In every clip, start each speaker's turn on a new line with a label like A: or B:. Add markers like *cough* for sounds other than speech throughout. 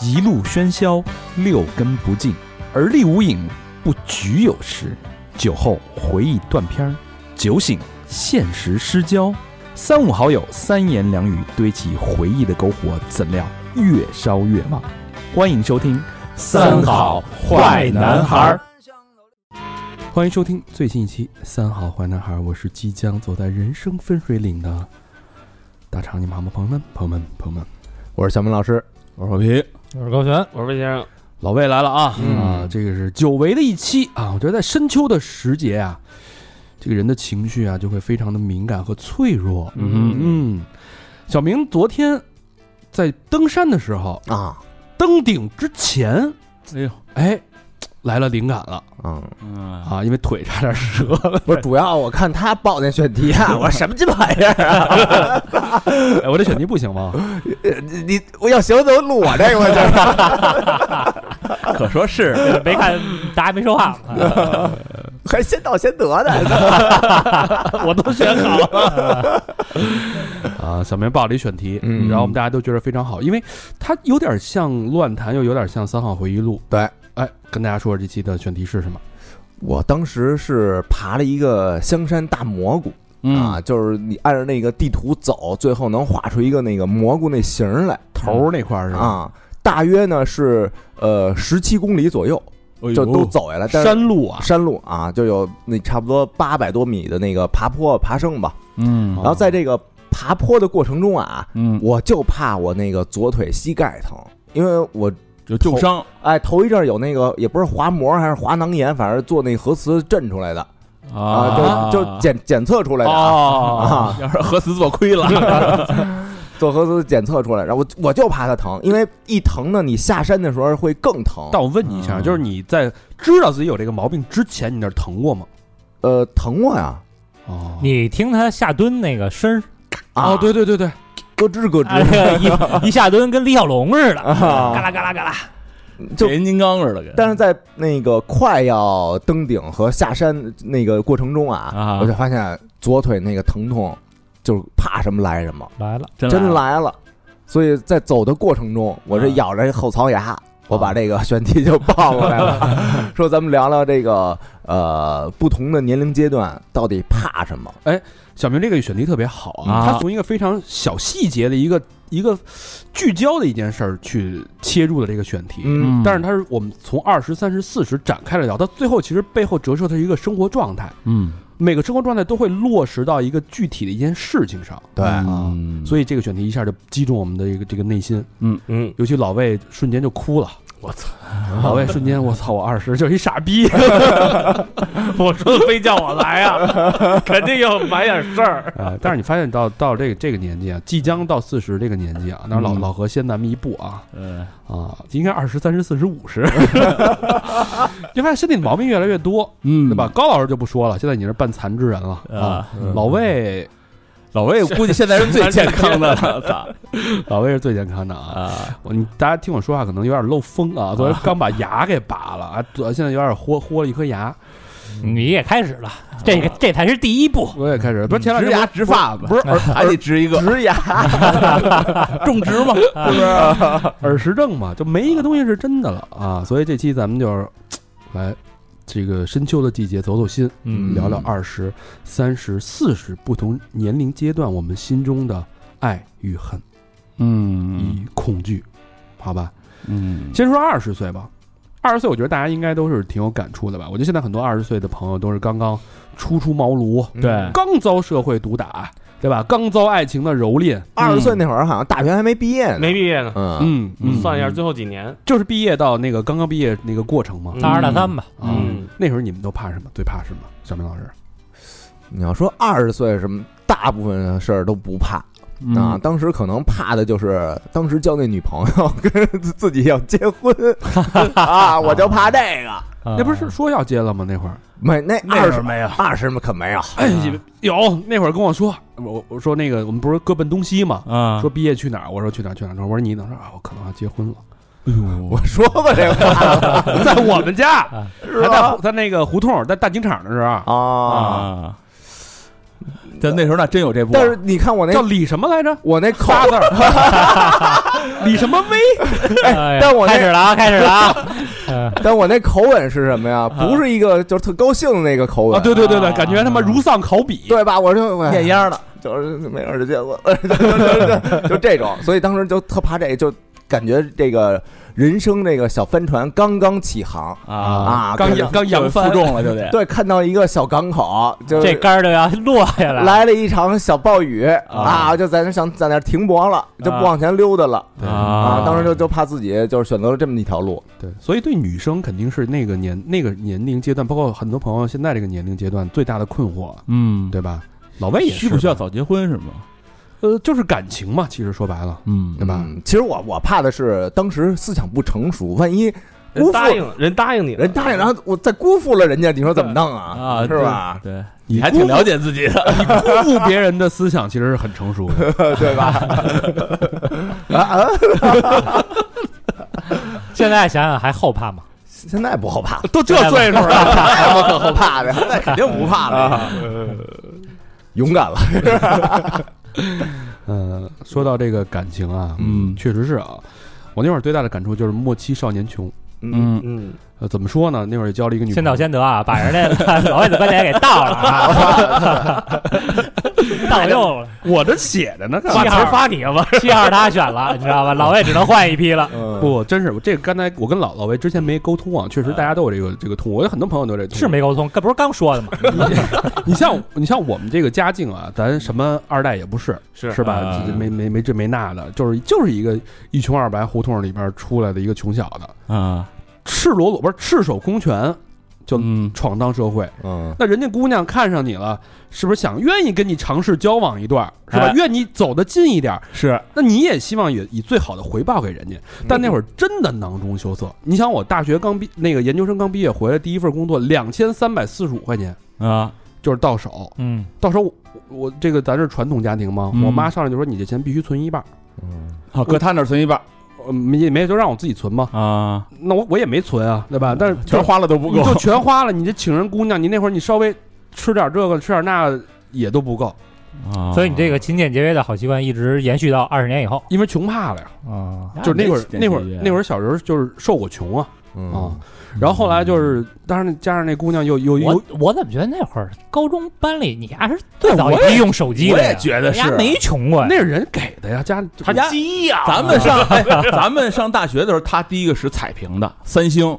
A: 一路喧嚣，六根不净，而立无影，不局有时。酒后回忆断片儿，酒醒现实失焦。三五好友，三言两语堆起回忆的篝火，怎料越烧越旺。欢迎收听《
B: 三好坏男孩儿》。
A: 欢迎收听最新一期《三好坏男孩儿》，我是即将走在人生分水岭的大肠，你们好吗？朋友们，朋友们，朋友们，
B: 我是小明老师，
A: 我是小皮，
C: 我是高璇，
D: 我说魏先生，
A: 老魏来了啊！
B: 嗯
A: 啊，这个是久违的一期啊！我觉得在深秋的时节啊，这个人的情绪啊就会非常的敏感和脆弱。嗯，小明昨天在登山的时候，
B: 啊，
A: 登顶之前，
C: 哎呦，
A: 哎，来了灵感了
B: 嗯，
C: 嗯，
A: 啊！因为腿差点折了，
B: 不是，主要我看他报那选题啊，我说什么鸡巴玩意儿啊？
A: *laughs* 哎，我这选题不行吗？
B: 你你我要行就录我这个，我这
C: 可说是没看大家没说
B: *laughs*
C: 话，
B: *laughs* 还先到先得的。 *laughs*
C: 我都选好了。
A: 啊，小明报了一选题，
B: 嗯
A: 然后我们大家都觉得非常好，因为它有点像乱谈，又有点像三好回忆录。
B: 对，
A: 哎，跟大家说这期的选题是什么？
B: 我当时是爬了一个香山大蘑菇
A: 嗯
B: 啊，就是你按照那个地图走，最后能画出一个那个蘑菇那形儿来
A: 头儿那块儿是吧？
B: 啊。大约呢是呃十七公里左右，就都走下来，但是
A: 哎山路啊，
B: 山路啊，就有那差不多八百多米的那个爬坡爬升吧。
C: 嗯
B: 然后
A: 哦
B: 在这个爬坡的过程中啊，
C: 嗯，
B: 我就怕我那个左腿膝盖疼，因为我
C: 就旧伤
B: 哎头一阵儿有那个也不是滑膜还是滑囊炎，反正做那核磁震出来的啊，就就检检测出来的啊，
C: 哦
B: 啊，
C: 要是核磁做亏了，
B: 做核磁检测出来，然后我我就怕它疼，因为一疼呢，你下山的时候会更疼。
A: 但我问你一下，
C: 嗯
A: 就是你在知道自己有这个毛病之前，你那儿疼过吗？
B: 呃，疼我呀，
A: 哦
E: 你听他下蹲那个声儿，
B: 啊，
A: 哦，对对对对，
B: 咯吱咯
E: 哎
B: 吱，
E: 呀
B: *laughs*
E: 一一下蹲跟李小龙似的，
B: 啊
E: 嘎啦嘎啦嘎啦。
B: 就
C: 变形金刚似的给，
B: 但是在那个快要登顶和下山那个过程中啊
C: 啊，
B: 我就发现左腿那个疼痛，就是怕什么来什么，
E: 来了，
C: 真
B: 真
C: 来
B: *laughs* 来了。所以在走的过程中，我这
C: 啊
B: 咬着后槽牙，我把这个选题就报过来
C: *laughs*
B: 了，说咱们聊聊这个呃不同的年龄阶段到底怕什么。
A: 小明这个选题特别好啊，
C: 啊
A: 他从一个非常小细节的一个一个聚焦的一件事儿去切入的这个选题。
B: 嗯
A: 但是他是我们从二十三十四十展开了聊，到最后其实背后折射的是一个生活状态，
C: 嗯，
A: 每个生活状态都会落实到一个具体的一件事情上，
B: 对，
A: 啊，
C: 以
A: 所以这个选题一下就击中我们的一个这个内心，
D: 嗯，
A: 尤其老魏瞬间就哭了，
D: 我
A: 操！老魏瞬间，我操！我二十就是一傻逼，
D: 我说非叫我来啊，
B: *laughs*
D: 肯定要买点事儿。
A: 啊，但是你发现到到这个这个年纪啊，即将到四十这个年纪啊，当然老、
C: 嗯
A: 老何先咱们一步啊
C: 嗯
A: 啊，应该二十三十四十五十， *laughs* 你发现身体毛病越来越多，
C: 嗯
A: 对吧？？高老师就不说了，现在你是半残之人了啊。
C: 啊，
A: 老魏，
C: 老魏估计现在是最健康的
A: *laughs*
C: 了，操
A: 老魏是最健康的啊！
C: 啊，
A: 我你大家听我说话可能有点漏风啊，昨天刚把牙给拔了啊，昨现在有点豁豁了一颗牙。
E: 嗯你也开始了，这个这才是第一步。
A: 我也开始不是前两
C: 植
A: 天
C: 嗯牙
A: 我
C: 植发吧，
A: 不是耳
C: 还得植一个嗯
B: 植牙
C: 种植嘛，
A: 耳石症嘛，就没一个东西是真的了啊！所以这期咱们就是来这个深秋的季节走走心，
B: 嗯
A: 聊聊二十三十四十不同年龄阶段我们心中的爱与恨
C: 嗯
A: 与恐惧，好吧？
C: 嗯
A: 先说二十岁吧。二十岁，我觉得大家应该都是挺有感触的吧？我觉得现在很多二十岁的朋友都是刚刚初出茅庐，
D: 嗯
E: 嗯
C: 对
A: 刚遭社会毒打，对吧？刚遭爱情的蹂躏，
B: 二十岁那会儿好像大学还没毕业呢，
D: 没毕业呢，
B: 嗯
A: 嗯
D: 你
A: 嗯，
D: 算一下最后几年，
A: 就是毕业到那个刚刚毕业那个过程嘛。
D: 嗯
E: 大二大三吧，
A: 啊
D: 嗯，
A: 那时候你们都怕什么？最怕什么？小明老师，
B: 你要说二十岁什么，大部分的事儿都不怕。
A: 嗯
B: 啊，，当时可能怕的就是当时交那女朋友 *laughs* 跟自己要结婚
A: *laughs*
B: 啊，我就怕这个。
A: 那不是说要结了吗？那会儿
B: 没那
C: 那
B: 嗯二
C: 是
B: 十
C: 没有，
B: 二十嘛可没有，
A: 哎，有那会儿跟我说，我我说那个我们不是各奔东西嘛，
C: 啊
A: 说毕业去哪儿？我说去哪儿去哪儿？我说你哪儿？说啊，我可能要结婚了， *laughs* 哦
B: *laughs* 我说过这个话
A: 在我们家，
E: 啊
A: 还在在那个胡同，在大警场的时候，
B: 啊。
C: 啊，
A: 但那时候那真有这波，
B: 但是你看我那
A: 叫李什么来着？
B: 我那口，
A: 仨字儿，李什么威？
E: 哎呀
B: 但我那
E: 开始了啊，开始了啊，嗯
B: *laughs* 但我那口吻是什么呀？不是一个就是特高兴的那个口吻，
A: 啊，对对对对，
F: 啊
A: 感觉他妈如丧考妣，
B: 对吧？我就哎
A: 面烟了。
B: 就是没儿就结婚， *laughs* 就就就就这种，所以当时就特怕这个，就感觉这个人生这个小帆船刚刚起航
F: 啊，
B: *laughs* 啊，
A: 刚
B: 看到
A: 养刚养负重了就得，
B: 对，看到一个小港口，就
E: 这杆儿都要落下来了。
B: 来了一场小暴雨啊，就在那想在那停泊了，就不往前溜达了
C: 嗯
A: 对
B: 啊，
F: 啊
B: 当时就就怕自己就是选择了这么一条路，
A: 对，所以对女生肯定是那个年那个年龄阶段，包括很多朋友现在这个年龄阶段最大的困惑，
F: 嗯，
A: 对吧？老魏也
C: 需
A: 是
C: 不需要
A: 吧？
C: 早结婚是吗？
A: 呃，就是感情嘛，其实说白了，
C: 嗯
A: 对吧？
B: 嗯？其实我我怕的是当时思想不成熟，万一辜
D: 人
B: 负
D: 答应人答应你了，
B: 人答应，然后我再辜负了人家，你说怎么弄啊？
C: 啊，
B: 是吧？
C: 对？对，
A: 你
C: 你还
A: 辜
C: 挺
A: 负
C: 了解自己的。
A: *laughs* 你辜负别人的思想其实是很成熟的。
B: 对吧？啊啊！
E: 现在想想还后怕吗？
B: 现在不后怕，
A: 都这岁数了，
B: *laughs* 那我可后怕了，现在肯定不怕了， *laughs* 勇敢了。
A: 嗯，说到这个感情啊，
C: 嗯
A: 确实是啊。我那会儿最大的感触就是莫欺少年穷。
B: 嗯，
D: 嗯，
A: 呃，怎么说呢？那会儿也交了一个女
E: 先
A: 朋
E: 到
A: 友，
E: 先得啊，把人家 *laughs* 老外的观点给倒了啊，倒用了。
A: 我这写着呢，干嘛
E: 七号发你吧， *laughs* 七号他选了，你知道吧？老魏只能换一批了。
B: 不，
A: 不，真是这刚才我跟老老魏之前没沟通啊，确实大家都有这个这个痛，我有很多朋友都有这痛
E: 是没沟通，这不是刚说的吗？
A: *laughs* 你像你像我们这个家境啊，咱什么二代也不是，
D: 是
A: 是吧？
C: 啊
A: 这没没没这没那的，就是就是一个一穷二白胡同里边出来的一个穷小子，
C: 啊，
A: 赤裸裸不是赤手空拳就
C: 嗯
A: 闯荡社会。
B: 嗯，
A: 那人家姑娘看上你了，是不是想愿意跟你尝试交往一段儿，是吧？
C: 哎
A: 愿你走得近一点儿，
C: 是嗯
A: 那你也希望也以最好的回报给人家。但那会儿真的囊中羞涩。你想，我大学刚毕那个研究生刚毕业回来，第一份工作两千三百四十五块钱，
C: 啊，
A: 就是到手。
C: 嗯
A: 到时候我我这个咱是传统家庭嘛，
C: 嗯
A: 我妈上来就说你这钱必须存一半儿，
C: 好，哦搁他那儿存一半
A: 呃没也没就让我自己存嘛，
C: 啊，
A: 那我我也没存啊，对吧？但是
C: 全花了都不
A: 你
C: 够
A: 就全花了，你这请人姑娘，你那会儿你稍微吃点这个吃点那个也都不够，
C: 啊
E: 所以你这个勤俭节约的好习惯一直延续到二十年以后
A: 因为穷怕了呀，
E: 啊。
A: 就是那会儿那会儿那会儿小时候就是受过穷啊
C: 嗯
A: 啊，然后后来就是，当然加上那姑娘又又
E: 我
A: 又
E: 我怎么觉得那会儿高中班里你丫是最早
C: 我
E: 一
C: 也
E: 批用手机
C: 我
E: 的呀，
C: 也觉得
E: 丫
C: 是
E: 没穷过呀。
A: 那是人给的呀，家
C: 他家
D: 鸡呀，
C: 咱们上、哎、咱们上大学的时候，他第一个是彩屏的三星，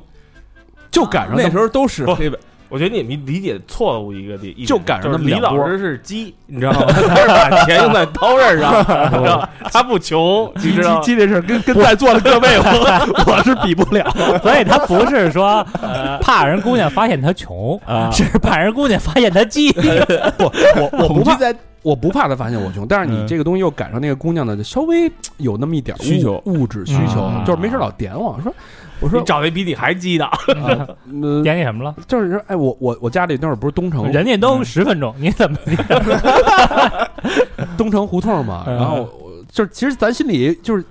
A: 就赶上
C: 啊那
A: 那
C: 时候都是黑白
D: 我觉得你们理解错误一个地，
A: 就赶上那么
D: 是李
A: 两波
D: 老师是鸡，你知道吗？ *laughs* 他是把钱用在刀刃 *laughs* 上，你知道吗他不穷，你知道吗？
A: 这事儿跟跟在座的各位我我是比不了。
E: 所以他不是说呃怕人姑娘发现他穷，
C: 啊
E: 是怕人姑娘发现他
D: *laughs*
E: 鸡。
A: *laughs* 我不
C: 恐惧
A: 怕，我不怕他发现我穷，但是你
C: 嗯
A: 这个东西又赶上那个姑娘的，稍微有那么一点
C: 需求
A: 物物质需求
E: 啊，
A: 就是没事老点我说，
D: *laughs*
A: 我
D: 你
A: 说，
D: 找那比你还鸡的，
C: *laughs* 嗯
A: 呃，
E: 点你什么了？
A: 就是说，哎，我我我家里那会儿不是东城
E: 人家
D: 嗯
E: 都十分钟，你怎么
A: 东城胡同嘛，
E: 嗯
A: 然后我就是其实咱心里就是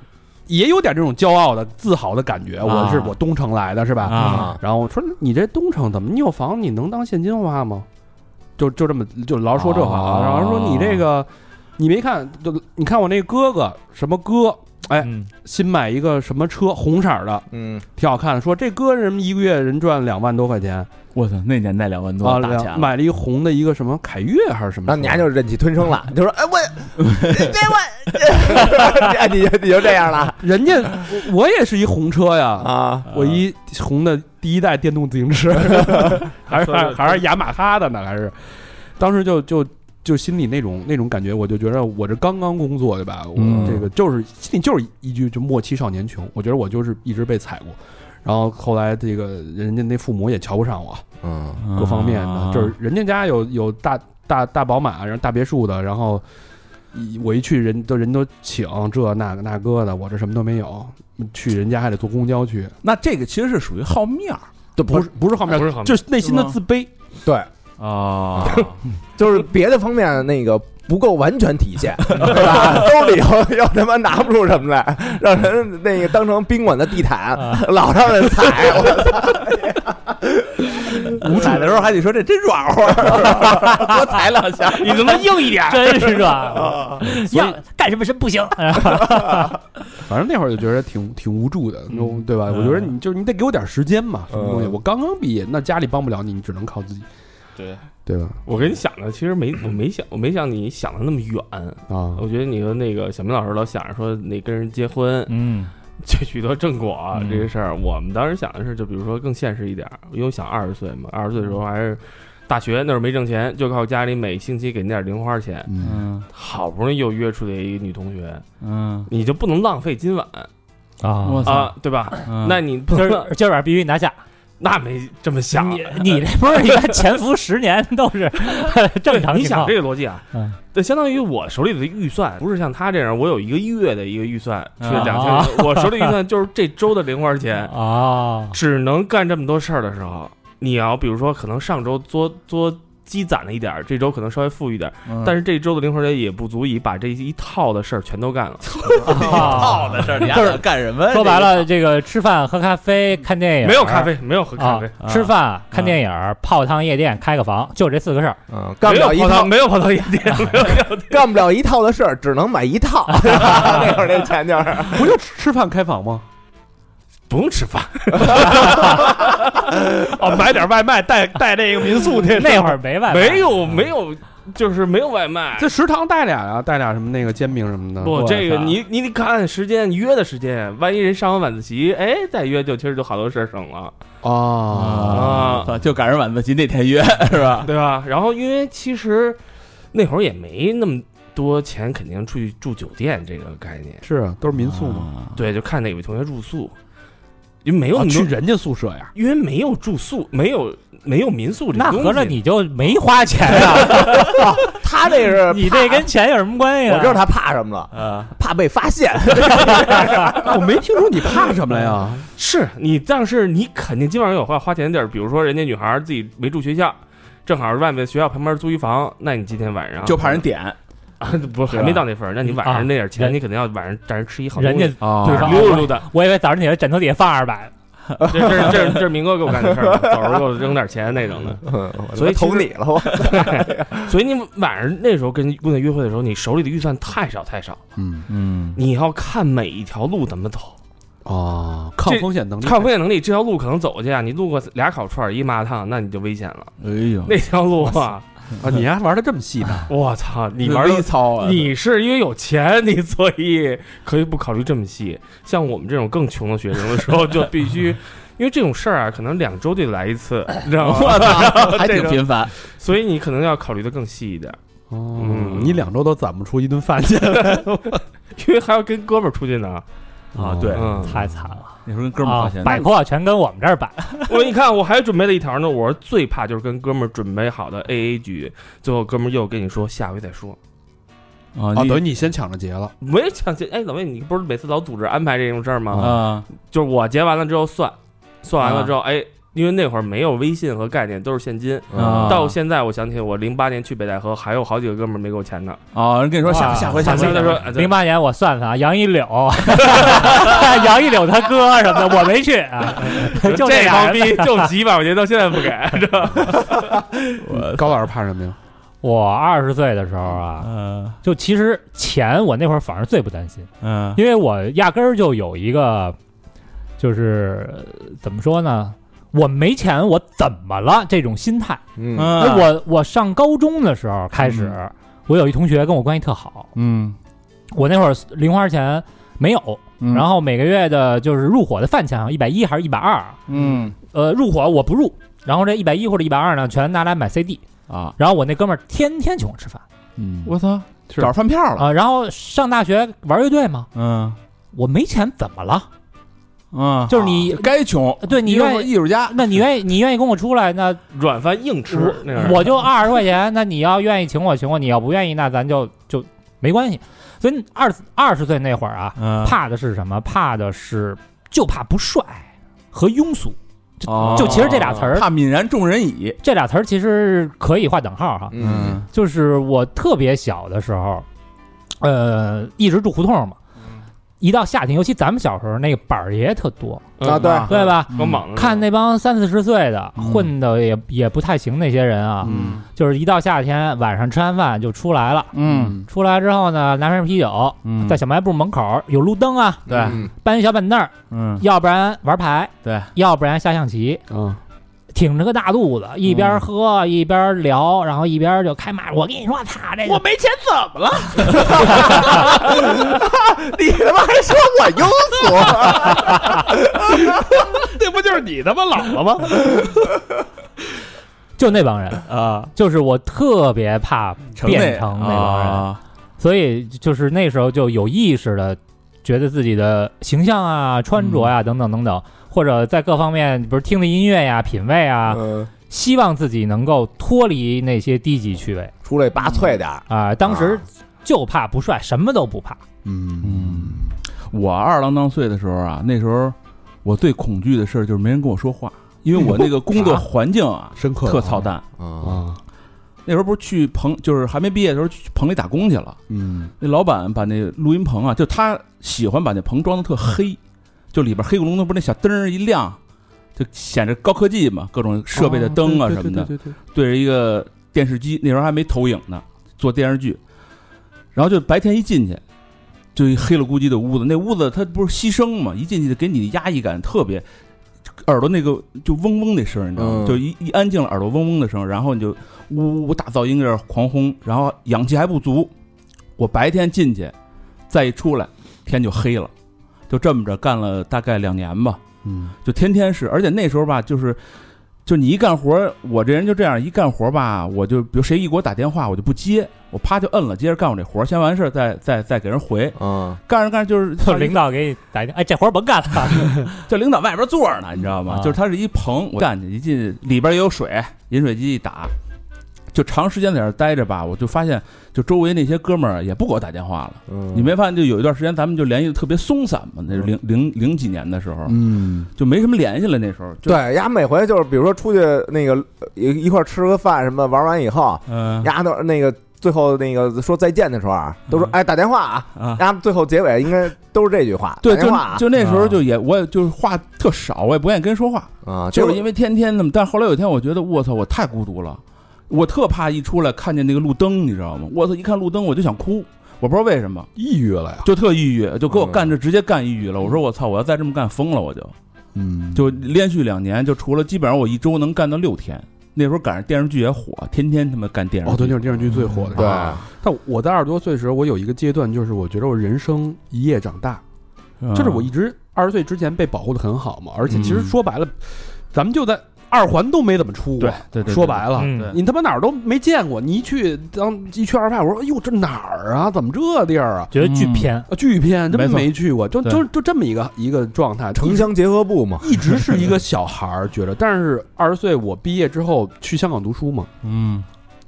A: 也有点这种骄傲的自豪的感觉，我是我东城来的是吧？
C: 啊，
A: 然后我说你这东城怎么你有房你能当现金花吗？就就这么就老说这话
C: 哦
A: 啊，然后说你这个你没看就你看我那哥哥什么哥。哎，
E: 嗯
A: 新买一个什么车，红色儿的，
B: 嗯，
A: 挺好看的。说这哥人一个月人赚两万多块钱
C: 我操，那年代两万
A: 啊，
C: 多打钱
A: 两
C: 了，
A: 买了一红的一个什么凯越还是什么车，
B: 然后你还就忍气吞声了，你就说哎我，哎我，你你就这样了
A: 人家我我也是一红车
B: *laughs*
A: 呀，
B: 啊？
A: 我一红的第一代电动自行车，还是还是还是雅马哈的呢，还是当时就就就心里那种那种感觉，我就觉得我这刚刚工作对吧？我
C: 嗯
A: 这个就是心里就是一句就莫欺少年穷，我觉得我就是一直被踩过。然后后来这个人家那父母也瞧不上我，
B: 嗯
C: 啊
A: 各方面的，就是人家家有有大大大宝马，然后大别墅的，然后一我一去人都人都请这那个那个的，我这什么都没有，去人家还得坐公交去，
C: 那这个其实是属于好面儿
A: 这不是不是好面，
D: 不是好面
A: 就是内心的自卑。
B: 对，
C: 啊，
B: 就是别的方面那个不够完全体现， *laughs* 对吧？兜里又又他妈拿不出什么来，让人那个当成宾馆的地毯，老让人踩，我操！
C: 踩的时候还得说这真软和，多踩两下。
D: 你能不能硬一点？
E: 真是
D: 啊
E: 吧？嗯
G: 所以
E: 要干什么事不
D: *laughs*
E: 行，
D: 嗯
G: 反正那会儿就觉得挺挺无助的，
D: 嗯
G: 对吧？我觉得你就是你得给我点时间嘛，什么东西？
B: 嗯
G: 我刚刚毕业，那家里帮不了你，你只能靠自己，
C: 对，
G: 对吧？
D: *laughs* 我跟你想的其实没，我没想，我没想你想的那么远。
G: 啊，
D: 我觉得你和那个小明老师老想着说那跟人结婚，
H: 嗯
D: *laughs* 就取得正果啊
H: 嗯
D: 这个事儿，我们当时想的是，就比如说更现实一点儿，因为我想二十岁嘛，二十岁的时
H: 嗯
D: 候还是大学，那时候没挣钱，就靠家里每星期给那点儿零花钱，
G: 嗯，
H: 嗯
D: 好不容易又约出来一个女同学，
H: 嗯
D: 你就不能浪费今晚
H: 啊我操
D: 啊，，对吧？
H: 嗯
D: 那你不
E: 今
D: 能
E: 儿今儿晚上必须拿下。
D: 那没这么想，
E: 你你这不是一般潜伏十年都是
D: *laughs*
E: 正常
D: 你
E: 情
D: 想
E: 况
D: 这？个逻辑啊
E: 嗯？
D: 对，相当于我手里的预算不是像他这样，我有一个月的一个预算是
H: 啊
D: 两千，我手里预算就是这周的零
H: *laughs*
D: 花钱。
E: 哦，
D: 只能干这么多事儿的时候，你要比如说可能上周多多积攒了一点儿，这周可能稍微富裕点儿，但
C: 是
D: 是这周的零花钱也不足以把这一套的事儿全都干了。
C: 套的哦事儿，你还想干什么？
E: 啊 *laughs* 说白了，这个吃饭、喝咖啡、看电影，
D: 没有咖啡，没有喝
E: 哎
D: 咖
E: 啊
D: 啡，，
E: 吃饭、看电影、泡汤、夜店、开个房，就这四个事儿。
B: 嗯，干不
D: 没
B: 了
D: 有
B: 一
D: 泡
B: 套
D: 汤，，没有泡汤夜店，
B: 干不了一套的事儿，只能买一套。那会儿那钱就是，
G: 不就吃吃饭开房吗？
D: 不用吃饭。
H: 哦，买点外卖带带那个民宿去
E: 那会儿没外卖，
D: 没有没有，就是没有外卖
G: 在。食堂带俩呀，带俩什么那个煎饼什么的。
D: 不，这个
H: 操
D: 你你得看时间，你约的时间，万一人上完晚自习，哎，再约就其实就好多事儿省了
G: 啊，
D: 啊，
C: 啊，就赶上晚自习那天约是
E: *laughs*
C: 吧？
D: 对吧？然后因为其实那会儿也没那么多钱，肯定出去住酒店这个概念。
G: 是啊，都是民宿嘛，
H: 嘛，
D: 对，就看哪位同学住宿，因为没有
G: 啊
D: 那
G: 去
D: 么多，
G: 人家宿舍呀。
D: 因为没有住宿，没有没有民宿这个
E: 那
D: 东西。
E: 合着你就没花钱啊？
B: 他这是
E: 你这跟钱有什么关系啊？
B: 呃我知道他怕什么了，
H: 啊，
B: 怕被发现。
C: 啊
G: 啊我没听出你怕什么了呀？
D: 是你，但是你肯定今晚上有花花钱的地儿，比如说人家女孩自己没住学校。正好外面学校旁边租一房，那你今天晚上
C: 就怕人点，
D: 啊， *laughs* 不是还没到那份儿，那你晚
E: 啊
D: 上那点钱，
E: 人
D: 你肯定要晚上带人吃一好
E: 人家
G: 啊，
E: 对方
D: 溜达溜达，
E: 我以为早上起来枕头底下放二百，
D: 这 *laughs* 这这这是明哥给我干的事儿，早上给我扔点钱那种的。所以其实
B: 投你了，我
D: *laughs* 所以你晚上那时候跟姑娘约会的时候，你手里的预算太少太少，
G: 嗯
H: 嗯
D: 你要看每一条路怎么走，
G: 啊，抗风险能
C: 嗯
G: 力，
D: 看风险能力。这条路可能走过去啊，你路过俩烤串儿一麻辣烫，那你就危险了。
C: 哎呦，
D: 那条路啊，
G: 啊，你还玩的这么细
D: *laughs*
G: 呢？
D: 我操，你玩
C: 微
D: 的。
C: 操啊，
D: 你是因为有钱，你所以可以不考虑这么细。像我们这种更穷的学生的时候，就必
C: *laughs*
D: 须，因为这种事儿啊，可能两周就得来一次，你知道吗？
C: *laughs* 我操，还
D: 这
C: 挺
D: 种
C: 频繁。
D: 所以你可能要考虑的更细一点，
G: 哦，
D: 嗯
G: 你两周都攒不出一顿饭去了
D: 因为还要跟哥们儿出去呢。
C: 啊对
D: 嗯，
E: 太惨了
C: 那时候跟哥们儿
E: 啊
C: 花钱！
E: 摆阔全跟我们这儿摆，
D: *laughs* 我一看我还准备了一条呢，我说最怕就是跟哥们儿准备好的 AA 局，最后哥们儿又跟你说下回再说，
C: 啊
G: 啊，
C: 你
G: 等于你先抢着劫了。
D: 没有想起。哎，老魏，你不是每次老组织安排这种事儿吗？
C: 啊，
D: 就是我结完了之后算，算完了之后，哎，因为那会儿没有微信和概念，都是现金。
C: 啊
D: 到现在我想起我零八年去北戴河，还有好几个哥们儿没给我钱呢。
C: 啊，人跟你说下
E: 哇
C: 下回下
D: 下
C: 回
D: 回再说哎对
E: 零八年我算算啊，杨一柳，杨一柳他哥什么的，我没去啊，就
D: 这
E: 俩
D: 帮
E: 人
D: 逼就几百块钱到现在不给， *laughs*
G: 高老师怕什么呀？
E: *laughs* 我二十岁的时候啊，
H: 嗯
E: 就其实钱我那会儿反而最不担心，
H: 嗯
E: 因为我压根儿就有一个，就是呃怎么说呢，我没钱我怎么了这种心态。
B: 嗯
E: 哎
H: 嗯，
E: 我我上高中的时候开始，我有一同学跟我关系特好，
H: 嗯，
E: 我那会儿零花钱没有，
H: 嗯
E: 然后每个月的就是入伙的饭钱好像一百一还是一百二，
H: 嗯
E: 呃，入伙我不入，然后这一百一或者一百二呢，全拿来买 CD。
C: 啊，
E: 然后我那哥们儿天天请我吃饭
G: 嗯
C: 我操，
G: 是
C: 找着饭票了，
E: 啊、然后上大学玩乐队嘛，
H: 嗯
E: 我没钱怎么了？
H: 嗯，
E: 就是你，
C: 啊该穷，
E: 对你
C: 艺术
E: 愿意，
C: 艺术家，
E: 那你愿意，你愿意跟我出来，那
D: 软饭硬吃那
C: 啊
D: 样。
E: 我就二十块钱。那你要愿意请我，请我；你要不愿意，那咱就就没关系。所以二二十岁那会儿啊，
H: 嗯
E: 怕的是什么？怕的是就怕不帅和庸俗。
C: 哦
E: 就其实这俩词儿，
C: 怕泯然众人矣。
E: 这俩词儿其实可以划等号哈。
B: 嗯，
C: 嗯
E: 就是我特别小的时候，呃，一直住胡同嘛，一到夏天，尤其咱们小时候那个板儿爷特多，
B: 啊，对，
E: 对吧？
D: 光膀子
E: 看那帮三四十岁的
C: 嗯
E: 混的也也不太行那些人啊，
C: 嗯
E: 就是一到夏天晚上吃完饭就出来了，
C: 嗯
E: 出来之后呢，拿瓶啤酒，
C: 嗯
E: 在小卖部门口有路灯啊，
C: 对
B: 嗯
E: 搬一小板凳儿，
C: 嗯
E: 要不然玩牌，
C: 对，
E: 要不然下象棋，
G: 啊
C: 嗯
E: 挺着个大肚子，一边喝一边聊，然后一边就开骂。我跟你说，他这个
C: 没钱怎么了？
B: 你他妈还说我庸 *laughs* 俗？
C: 那不就是你他妈老了吗？
E: 就那帮人，
C: 啊，嗯
E: 就是我特别怕变成那帮人，
C: 啊
E: 所以就是那时候就有意识的觉得自己的形象啊、穿着
C: 嗯
E: 呀、等等等等，或者在各方面，比如听的音乐呀、品味啊，
B: 嗯，
E: 希望自己能够脱离那些低级趣味
B: 出来拔萃点儿，
E: 啊、当时就怕不帅，什么都不怕。
C: 嗯，我二郎当岁的时候啊，那时候我最恐惧的事儿就是没人跟我说话，因为我那个工作环境啊
B: 深刻
C: 哎特操蛋。
A: 嗯
C: 嗯
B: 啊，
C: 那时候不是去棚，就是还没毕业的时候去棚里打工去了。
A: 嗯
C: 那老板把那录音棚啊，就他喜欢把那棚装的特黑，就里边黑咕隆咚，不是那小灯儿一亮，就显着高科技嘛，各种设备的灯啊什么的，对着一个电视机，那时候还没投影呢，做电视剧，然后就白天一进去，就一黑了咕叽的屋子，那屋子它不是牺牲嘛，一进去就给你压抑感特别，耳朵那个就嗡嗡的声儿，你知道吗？
B: 嗯
C: 就一一安静了，耳朵嗡嗡的声儿，然后你就呜呜呜大噪音在这儿狂轰，然后氧气还不足，我白天进去，再一出来天就黑了，就这么着干了大概两年吧。
A: 嗯
C: 就天天是，而且那时候吧，就是就你一干活儿，我这人就这样，一干活儿吧，我就比如谁一给我打电话，我就不接，我啪就摁了，接着干我这活儿，先完事儿再再再给人回，
B: 嗯，
C: 干着干着就是
E: 就 *laughs* 领导给你打一电，哎，这活儿甭干了，
C: 就领导外边坐着呢，你知道吗？
E: 啊
C: 就是它是一棚，我干去一进里边也有水，饮水机一打，就长时间在这儿待着吧，我就发现就周围那些哥们儿也不给我打电话了，
B: 嗯
C: 你没发现就有一段时间咱们就联系的特别松散嘛？那是零零零几年的时候，
A: 嗯
C: 就没什么联系了，那时候就
B: 对，丫每回就是比如说出去那个呃一一块儿吃个饭什么，玩完以后，
C: 嗯
B: 丫都那个最后那个说再见的时候啊，都说
C: 嗯
B: 哎打电话啊，
C: 啊。
B: 丫最后结尾应该都是这句话，
C: 对，
B: 打
C: 就
B: 电话啊
C: 就那时候就也我也就是话特少，我也不愿意跟人说话，
B: 啊，
C: 就是因
B: 为
C: 为天天那么。但后来有一天，我觉得我操，我太孤独了，我特怕一出来看见那个路灯，你知道吗？我操，一看路灯我就想哭，我不知道为什么，
A: 抑郁了呀，
C: 就特抑郁，就给我干
B: 嗯
C: 这直接干抑郁了。我说我操，我要再这么干疯了，我就
A: 嗯
C: 就连续两年，就除了基本上我一周能干到六天。那时候赶上电视剧也火，天天他妈干电视剧。
A: 哦，对，那会儿电视剧最火的时
B: 对
A: 候。
C: 啊
A: 但我在二十多岁的时候，我有一个阶段，就是我觉得我人生一夜长大，
C: 嗯
A: 就是我一直二十岁之前被保护的很好嘛，而且其实
C: 嗯
A: 说白了，咱们就在二环都没怎么出过
C: 对，对对对
A: 说白了。
E: 嗯
A: 你他妈哪儿都没见过，你一去当一去二派，我说哎呦这哪儿啊？怎么这地儿啊？
E: *laughs* 觉得巨
C: 嗯
E: 偏。
A: 啊，巨偏真
C: 没错
A: 没去过，就
C: 对
A: 就就这么一个一个状态，
B: 城乡结合部嘛，
A: 一直是一个小孩儿，觉得，但是二十岁我毕业之后去香港读书嘛，
C: 嗯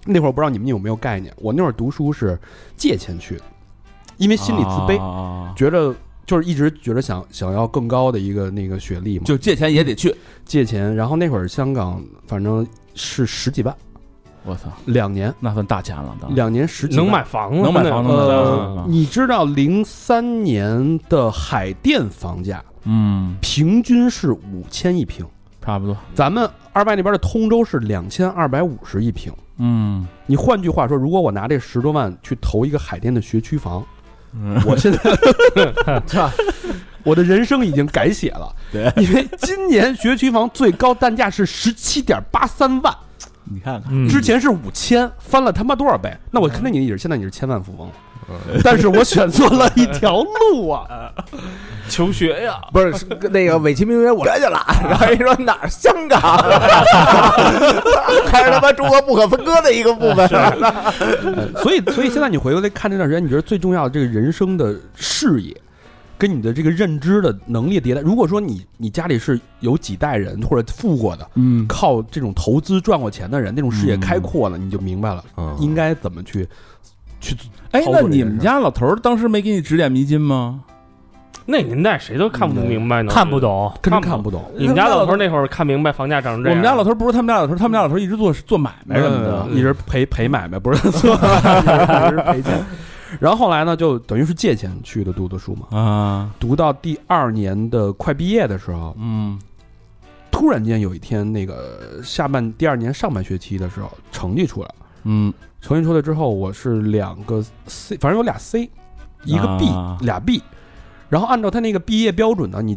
A: 那会儿不知道你们有没有概念，我那会儿读书是借钱去的，因为心理自卑，
C: 啊
A: 觉得就是一直觉得想想要更高的一个那个学历嘛，
C: 就借钱也得去。
A: 借钱，然后那会儿香港反正是十几万，
C: 我操，
A: 两年
C: 那算大钱了，当时
A: 两年十几万
D: 啊能买房了，
C: 能买房
D: 了
C: 能买房
A: 呃，你知道零三年的海淀房价
C: 嗯，
A: 平均是五千一平，
C: 差不多。
A: 咱们二外那边的通州是两千二百五十一平。
C: 嗯，
A: 你换句话说，如果我拿这十多万去投一个海淀的学区房，
C: 嗯 *laughs*
A: 我现在是吧我的人生已经改写了。
C: 对，
A: 因为今年学区房最高单价是十七点八三万，
C: 你看看，
E: 嗯，
A: 之前是五千，翻了他妈多少倍？那我肯
C: 嗯
A: 定你也是，现在你是千万富翁了。但是我选错了一条路啊！
D: 求学呀，
B: 不是是那个美其名曰我来去
C: *laughs*
B: 了，然后一说哪儿香港， *laughs* 还是他妈中国不可分割的一个部分， *laughs*
A: 呃所以，所以现在你回过来看这段时间，你觉得最重要的这个人生的视野，跟你的这个认知的能力迭代。如果说你你家里是有几代人或者富过的，
C: 嗯，
A: 靠这种投资赚过钱的人，那种视野开阔了，你就明白了应该怎么去去。
C: 哎，
A: 操作
C: 那
A: 这
C: 你
A: 件
C: 们
A: 事
C: 家老头儿当时没给你指点迷津吗？
D: 那年代谁都看不明白
E: *laughs*
D: 呢，
E: 看不。懂，
A: 根本
D: 看
A: 看
D: 不
A: 不懂。
D: 你们家老头 *laughs* 儿那会儿看明白房价涨成这
C: 我
D: 样，
C: 们家老头儿不是他们家老头儿，他们家老
A: 嗯
C: 头儿一直做做买卖什么的。
A: *laughs* 一直赔赔买卖，不是做，一直赔钱。然后后来呢，就等于是借钱去的读的书嘛。
C: 啊，
A: 读到第二年的快毕业的时候，
C: 嗯，
A: 突然间有一天，那个下半第二年上半学期的时候，成绩出来了。
C: 嗯，
A: 成绩出来之后，我是两个 C，反正有俩 C，一个 B，、
C: 啊
A: 俩 B。然后按照他那个毕业标准呢，你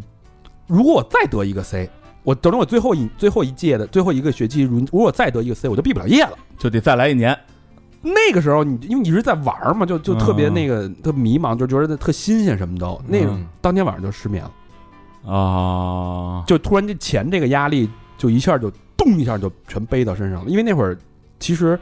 A: 如果我再得一个 C，我等着我最后一最后一届的最后一个学期，如如果我再得一个 C，我就毕不了业了。
C: 就得再来一年。
A: 那个时候你因为你是在玩儿嘛，就就特别
C: 嗯
A: 那个、特迷茫，就觉得特新鲜什么都。那个、
C: 嗯
A: 当天晚上就失眠了，
C: 啊，
A: 就突然这钱这个压力就一下就咚一下就全背到身上了。因为那会儿其实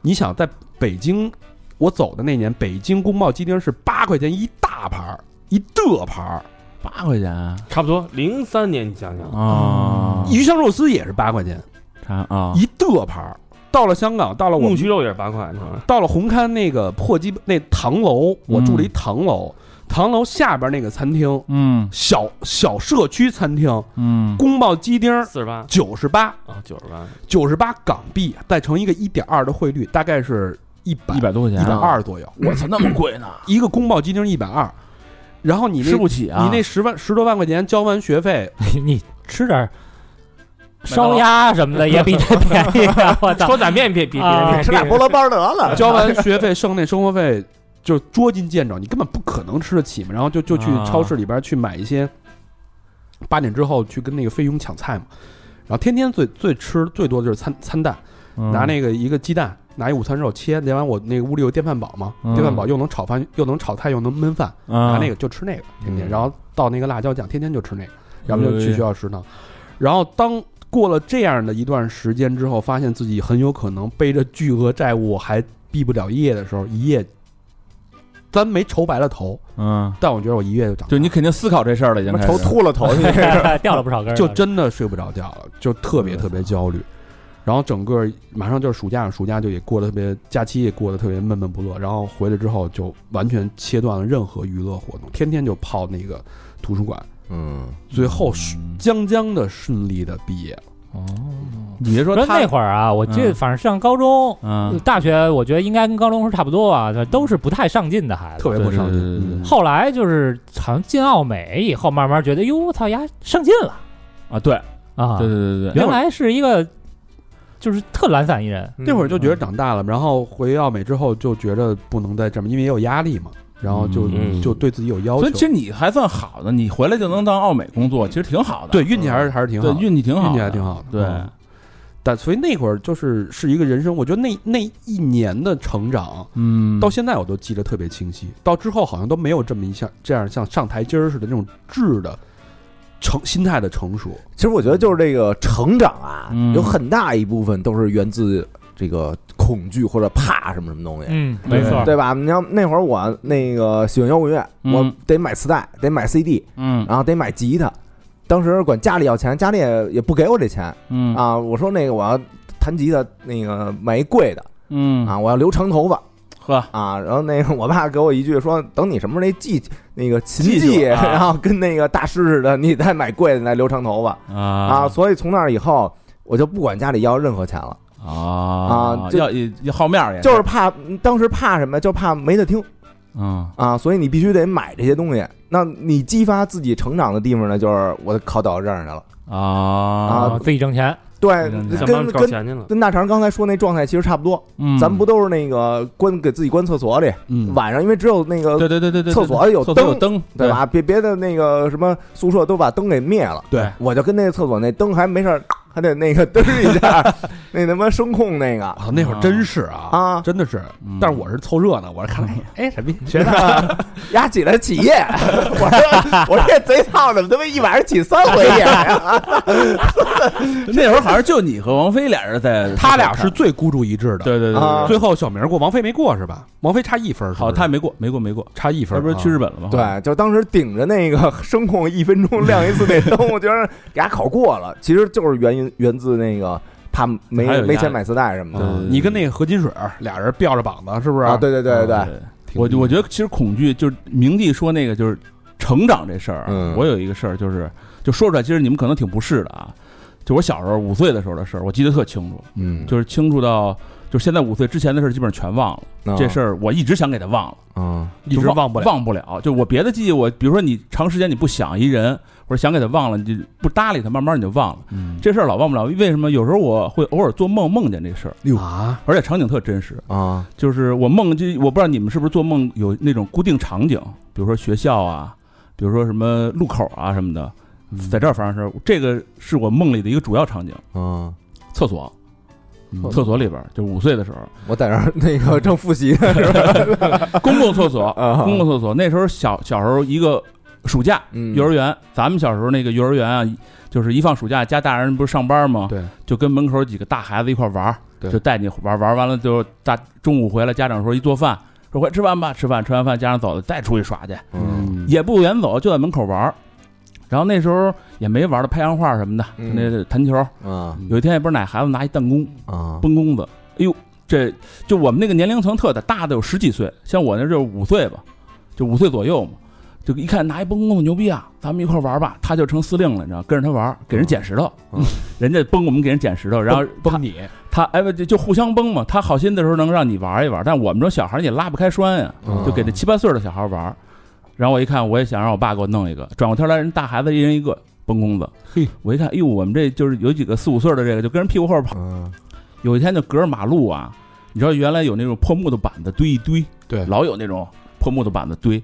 A: 你想在北京，我走的那年，北京宫贸鸡丁是八块钱一大盘儿，一的盘儿。
C: 八块钱啊
D: 差不多零三年，你想想，
C: 啊
A: 鱼香肉丝也是八块钱
C: 啥啊？
A: 一的盘儿。到了香港，到了我
D: 木
A: 们
D: 须肉也是八块，你知道吗？
A: 到了红磡那个破鸡那唐楼，我住了一唐楼，唐楼下边那个餐厅，
C: 嗯
A: 小小社区餐厅，
C: 嗯
A: 宫爆鸡丁
D: 四十八
A: 九十八，
D: 啊，九十八，
A: 九十八港币，再乘一个一点二的汇率，大概是一百
C: 一百多块钱
A: 一百
C: 啊，
A: 二左右，
C: 我操，那么贵呢？
A: 一个宫爆鸡丁一百二，然后你那
C: 吃不起啊！
A: 你那十万十多万块钱交完学费，
E: *laughs* 你吃点儿烧鸭什么的也比他 *laughs* 便宜啊！我操
D: 说，擀面比比比
E: 啊
D: 人
B: *laughs* 吃俩菠萝包得
C: 啊
B: 了。
A: 交完学费剩那生活费就捉襟见肘，你根本不可能吃得起嘛。然后就就去
C: 啊
A: 超市里边去买一些，八点之后去跟那个菲佣抢菜嘛。然后天天最最吃最多的就是餐餐蛋，
C: 嗯
A: 拿那个一个鸡蛋，拿一午餐肉切，那完我那个屋里有电饭煲嘛，
C: 嗯
A: 电饭煲又能炒饭，又能炒菜，又能焖饭，
C: 啊
A: 拿那个就吃那个，天天。
B: 嗯
A: 然后到那个辣椒酱，天天就吃那个，要么就去学校食堂。然后当过了这样的一段时间之后，发现自己很有可能背着巨额债务还毕不了业的时候，一夜，咱没愁白了头，
C: 嗯，
A: 但我觉得我一夜就长大了，
C: 就你肯定思考这事儿了，已经
B: 他妈
C: 开
B: 愁
C: 始。
B: 秃了
E: *laughs*
B: 头，你这是
E: 掉了不少根儿了。
A: 就真的睡不着觉了，就特别
C: 嗯
A: 特别焦虑。然后整个马上就是暑假，暑假就也过得特别，假期也过得特别闷闷不乐。然后回来之后就完全切断了任何娱乐活动，天天就泡那个图书馆。
B: 嗯，
A: 最后是将将的顺利的毕业了，
E: 哦。
C: 你别
E: 说
C: 说他
E: 那会儿啊，我记得
C: 嗯
E: 反正上高中、
C: 嗯，
E: 大学，我觉得应该跟高中时候差不多啊，都是不太上进的孩子。
A: 特别不上进。
C: 对对对对
A: 嗯
C: 对
E: 后来就是好像进奥美以后，慢慢觉得哟，我操呀，上进了
C: 啊，对
E: 啊！
C: 对对对对，
E: 原来是一个就是特懒散一人，
A: 那会儿就觉得
C: 嗯
A: 长大了，然后回奥美之后就觉得不能再这么，因为也有压力嘛，然后就
D: 嗯
A: 就对自己有要
C: 所以其实
A: 求。
C: 你还算好的，你回来就能当奥美工作，其实挺好的。
A: 对，运气还是还是挺好
C: 对，
A: 的，
C: 运气挺好的，
A: 运气还挺好的。
C: 对，
A: 嗯但所以那会儿就是是一个人生，我觉得那那一年的成长，
C: 嗯
A: 到现在我都记得特别清晰。到之后好像都没有这么一项这样像上台阶儿似的那种质的成心态的成熟。
B: 其实我觉得就是这个成长啊
C: 嗯，
B: 有很大一部分都是源自这个恐惧或者怕什么什么东西。
E: 嗯，
C: 对
E: 没错，
B: 对吧？你像那会儿我那个喜欢摇滚乐，
C: 嗯
B: 我得买磁带，得买 CD，
C: 嗯
B: 然后得买吉他。当时管家里要钱，家里也也不给我这钱
C: 嗯
B: 啊。我说那个我要弹吉他，那个买一贵的
C: 嗯
B: 啊，我要留长头发
C: 呵，
B: 啊。然后那个我爸给我一句说，等你什么时候那技那个琴
C: 技术
B: 技，
C: 啊
B: *laughs* 然后跟那个大师似的，你再买贵的，再留长头发啊。
C: 啊
B: 所以从那以后，我就不管家里要任何钱了，
C: 啊
B: 啊就
C: 要也也好面儿也
B: 就是怕当时怕什么，就怕没得听。
C: 嗯
B: 啊，所以你必须得买这些东西。那你激发自己成长的地方呢，就是我考导游证去了。
C: 啊
E: 啊，自己挣钱，
B: 对
C: 嗯，
D: 想办
B: 跟
D: 法搞
B: 跟
D: 钱去了。
B: 跟大肠刚才说那状态其实差不多。
C: 嗯，
B: 咱们不都是那个关给自己关厕所里，
A: 嗯，
B: 晚上因为只有那
C: 对
B: 个
C: 对对对对，
B: 厕所有
C: 厕所
B: 灯
C: 有灯
B: 对？吧？别别的那个什么宿舍都把灯给灭了。
A: 对，
B: 我就跟那个厕所那灯还没事儿，还得那个 *laughs* 嘚儿一下，那他妈声控那个
A: 啊，那会儿真是啊，
B: 啊，
A: 真的是。
C: 嗯
A: 但是我是凑热闹，我 *laughs* 是看哎哎什么 *laughs*
B: 学的压起来起夜， *laughs* 我说我这贼操，怎么他妈一晚上起三回夜呀？
C: 那会儿好像就你和王菲俩人在，
A: 他俩是最孤注一掷的。
C: 对对对
B: 啊
C: 对对，
A: 最后小明过，王菲没过是吧？王菲差一分儿是不
C: 好，
A: 是，
C: 他也没过没过没过，
A: 差一
C: 他
A: 分，啊
C: 不是去日？本了吗？
B: *laughs* 啊对，就当时顶着那个声控一分钟亮一次那灯，我觉得给他考过了， *laughs* 其实就是源于源自那个怕没
C: 还有压力
B: 没钱买磁带什么
C: 对对
B: 的
C: 对
A: 嗯你跟那个何金水儿俩人吊着膀子，是不是？
B: 啊，对对对对对，
C: 对。我
A: 挺
C: 我觉得其实恐惧就是明帝说那个就是成长这事儿啊。
B: 嗯
C: 我有一个事儿就是，就说出来，其实你们可能挺不适的啊。就我小时候五岁的时候的事儿，我记得特清楚，
B: 嗯
C: 就是清楚到就是现在五岁之前的事儿基本上全忘了。这事
B: 儿，
C: 儿我一直想给他忘了，
B: 嗯
C: 一
H: 直
C: 忘
H: 忘不了
C: 忘不了。就我别的记忆，我比如说你长时间你不想一人，或者想给他忘了，你就不搭理他，慢慢你就忘了。
G: 嗯，
C: 这事儿老忘不了，为什么？有时候我会偶尔做梦梦见这事儿，
G: 啊，
C: 而且场景特真实。
B: 啊，
C: 就是我梦就我不知道你们是不是做梦有那种固定场景，比如说学校啊，比如说什么路口啊什么的，在这儿发生事儿。这个是我梦里的一个主要场景，
B: 嗯，
C: 厕所，嗯
B: 厕所
C: 厕所里边儿，就五岁的时候，
B: 我在这儿那个正复习 *laughs* 呢，是吧？
C: 公共厕所，
B: 啊
C: 公共厕所。那时候小小时候一个暑假，
B: 嗯
C: 幼儿园，咱们小时候那个幼儿园啊，就是一放暑假，家大人不是上班吗？
G: 对，
C: 就跟门口几个大孩子一块玩儿，
G: 对
C: 就带你玩儿玩儿完了就大中午回来，家长说一做饭，说快吃饭吧，吃饭吃完饭家长走了，再出去耍去，
B: 嗯
C: 也不远走，就在门口玩儿。然后那时候也没玩儿的拍洋画什么的，
B: 嗯
C: 那弹球。
B: 啊
C: 有一天也不知道哪孩子拿一弹弓，
B: 啊，
C: 崩弓子，哎呦，这就我们那个年龄层特大，大的有十几岁，像我那就是五岁吧，就五岁左右嘛，就一看拿一崩弓子牛逼啊，咱们一块儿玩儿吧，他就成司令了，你知道，跟着他玩儿，给人捡石头，
B: 嗯
C: *laughs* 人家崩我们给人捡石头，然后他
G: 崩你，
C: 他哎不就就互相崩嘛，他好心的时候能让你玩一玩，但我们这种小孩儿也拉不开栓呀、
B: 嗯
C: 就给这七八岁的小孩儿玩儿。然后我一看，我也想让我爸给我弄一个，转过天来人大孩子一人一个崩弓子，
G: 嘿，
C: 我一看，哎呦，我们这就是有几个四五岁的这个就跟人屁股后边跑。
B: 嗯
C: 有一天就隔着马路啊，你知道原来有那种破木头板子堆一堆，
A: 哎
G: 对
C: 老有那种破木头板子堆，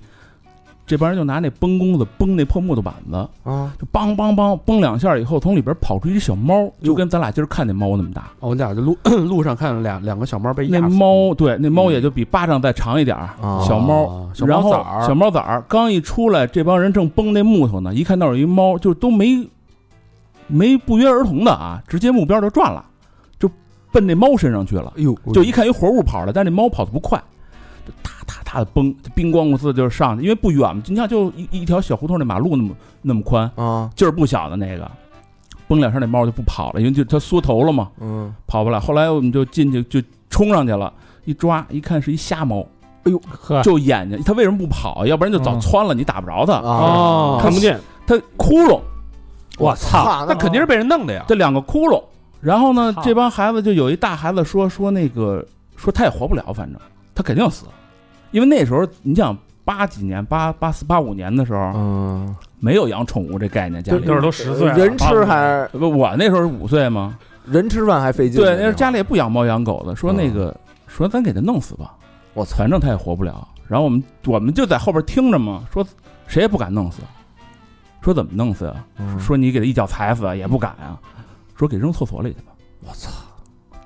C: 这帮人就拿那崩弓子崩那破木头板子，
B: 啊，
C: 就梆梆梆崩两下以后，从里边跑出一只小猫，就跟咱俩今儿看那猫那么大。
H: 我俩就路 *coughs* 路上看了两两个小猫被压
C: 那
H: 死嗯
C: 猫对，那猫也就比巴掌再长一点儿，
B: 哦
C: 小猫。
H: 啊小
C: 然
H: 猫
C: 后
H: 崽儿，
C: 小猫崽儿刚一出来，这帮人正崩那木头呢，一看到有一猫，就都没没不约而同的啊，直接目标就转了，就奔那猫身上去了。
G: 哎呦，
C: 就一看一活物跑了，但是那猫跑得不快，就哒哒哒的崩，就冰咣咣似的就是上去，因为不远嘛，你看就一一条小胡同那马路那么那么宽，
B: 啊，
C: 劲儿不小的那个，崩两下那猫就不跑了，因为就它缩头了嘛，
B: 嗯，
C: 跑不了。后来我们就进去就冲上去了，一抓一看是一瞎猫，
E: 呵，
C: 就眼睛，它为什么不跑？要不然就早
E: 嗯
C: 窜了，你打不着它。哦
B: 啊，
D: 看不见，
C: 它窟窿，
H: 我操，
B: 操
D: 那肯定是被人弄的呀。
C: 这两个窟窿。然后呢
E: 操，
C: 这帮孩子就有一大孩子说说那个说他也活不了，反正他肯定死，因为那时候你想八几年八八四八五年的时候、
B: 嗯，
C: 没有养宠物这概念，家里
D: 那会儿都十岁了，
B: 人
D: 八
B: 吃
D: 岁
B: 还
C: 不我那时候是五岁嘛，
B: 人吃饭还费劲呢，
C: 对，那时候家里也不养猫养狗的，说那个、说咱给他弄死吧，
B: 我操，
C: 反正他也活不了。然后我们我们就在后边听着嘛，说谁也不敢弄死，说怎么弄死呀、
B: 嗯
C: 说你给他一脚踩死也不敢啊，说给扔厕所里去吧。我操！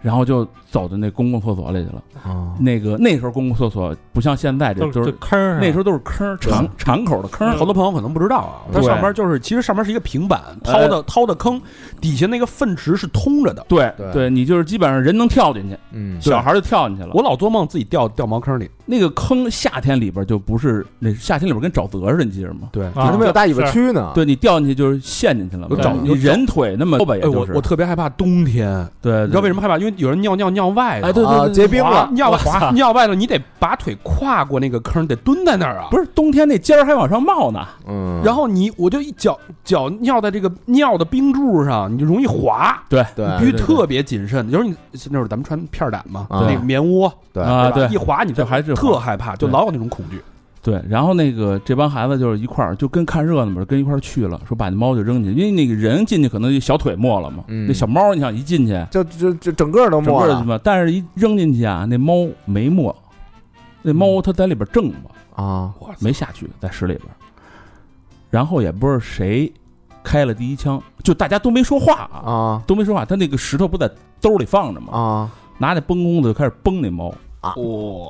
C: 然后就走到那公共厕所里去了。
B: 啊
C: 那个那时候公共厕所不像现在，这
D: 都
C: 都
D: 是
C: 是
H: 坑儿
C: 那时候都是坑，啊敞敞口的坑。
D: 啊嗯
H: 好多朋友可能不知道啊，它
C: 对哎
H: 上面就是其实上面是一个平板，掏的掏的坑，底下那个粪池是通着的。
C: 对
B: 对
C: 你就是基本上人能跳进去，
B: 嗯
C: 小孩就跳进去了。
H: 我老做梦自己掉掉茅坑里，
C: 那个坑夏天里边就不是那夏天里边跟沼泽似的，你记着吗？
H: 对，哎
B: 你
E: 啊
B: 他妈有大尾巴蛆呢，
C: 对你掉进去就是陷进去了嘛，
H: 有沼
C: 你
H: 有沼
C: 人腿那么高吧，也
H: 哎，我
C: 就是
H: 我特别害怕冬天，
C: 对，
H: 你知道为什
C: 么？
H: 么害怕？因为有人尿尿尿外
C: 哎，
H: 头，
C: 对
B: 啊
C: 对对，
B: 结冰了，
H: 尿
E: 我操
H: 外尿外头，你得把腿跨过那个坑，得蹲在那儿啊。
C: 不是冬天那尖儿还往上冒呢，
B: 嗯，
H: 然后你我就一脚脚尿在这个尿的冰柱上，你就容易滑，
B: 啊对
H: 你必须特别谨慎。就是你那会儿咱们穿片儿胆嘛，
B: 啊
H: 那个棉窝
B: 对
C: 啊，
H: 对
C: 对
H: 吧，一滑你
C: 这还是
H: 特害怕，就
C: 对
H: 老有那种恐惧。
C: 对，然后那个这帮孩子就是一块儿，就跟看热闹嘛，跟一块儿去了，说把那猫就扔进去，因为那个人进去可能就小腿没了嘛，
B: 嗯
C: 那小猫你想一进去，
B: 就就就整个都
C: 整
B: 没
C: 个就
B: 了
C: 嘛，但是一扔进去啊，那猫没没，那猫它在里边挣吧，
B: 啊，
C: 没下去，在屎里边，然后也不知道谁开了第一枪，就大家都没说话啊，
B: 啊
C: 都没说话，他那个石头不在兜里放着吗？
B: 啊，
C: 拿那崩弓子就开始崩那猫，
H: 哇，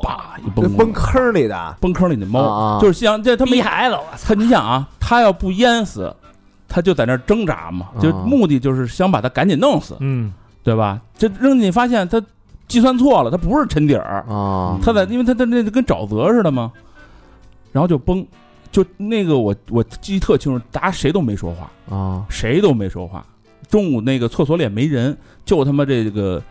C: 叭一
B: 这
C: 崩
B: 崩
C: 弓子
B: 坑里的，
C: 崩坑里那猫，
B: 哦啊啊
C: 就是像这他没
E: 逼孩子，我
C: 他，
E: 操！
C: 你想啊，他要不淹死，他就在那儿挣扎嘛，就
B: 啊
C: 目的就是想把他赶紧弄死，
E: 嗯，
C: 对吧？这扔进去发现他计算错了，他不是沉底儿，
B: 啊
C: 他在因为他的那跟沼泽似的嘛，然后就崩，就那个我我记忆特清楚，大家谁都没说话，
B: 啊
C: 谁都没说话。中午那个厕所里也没人，就他妈这个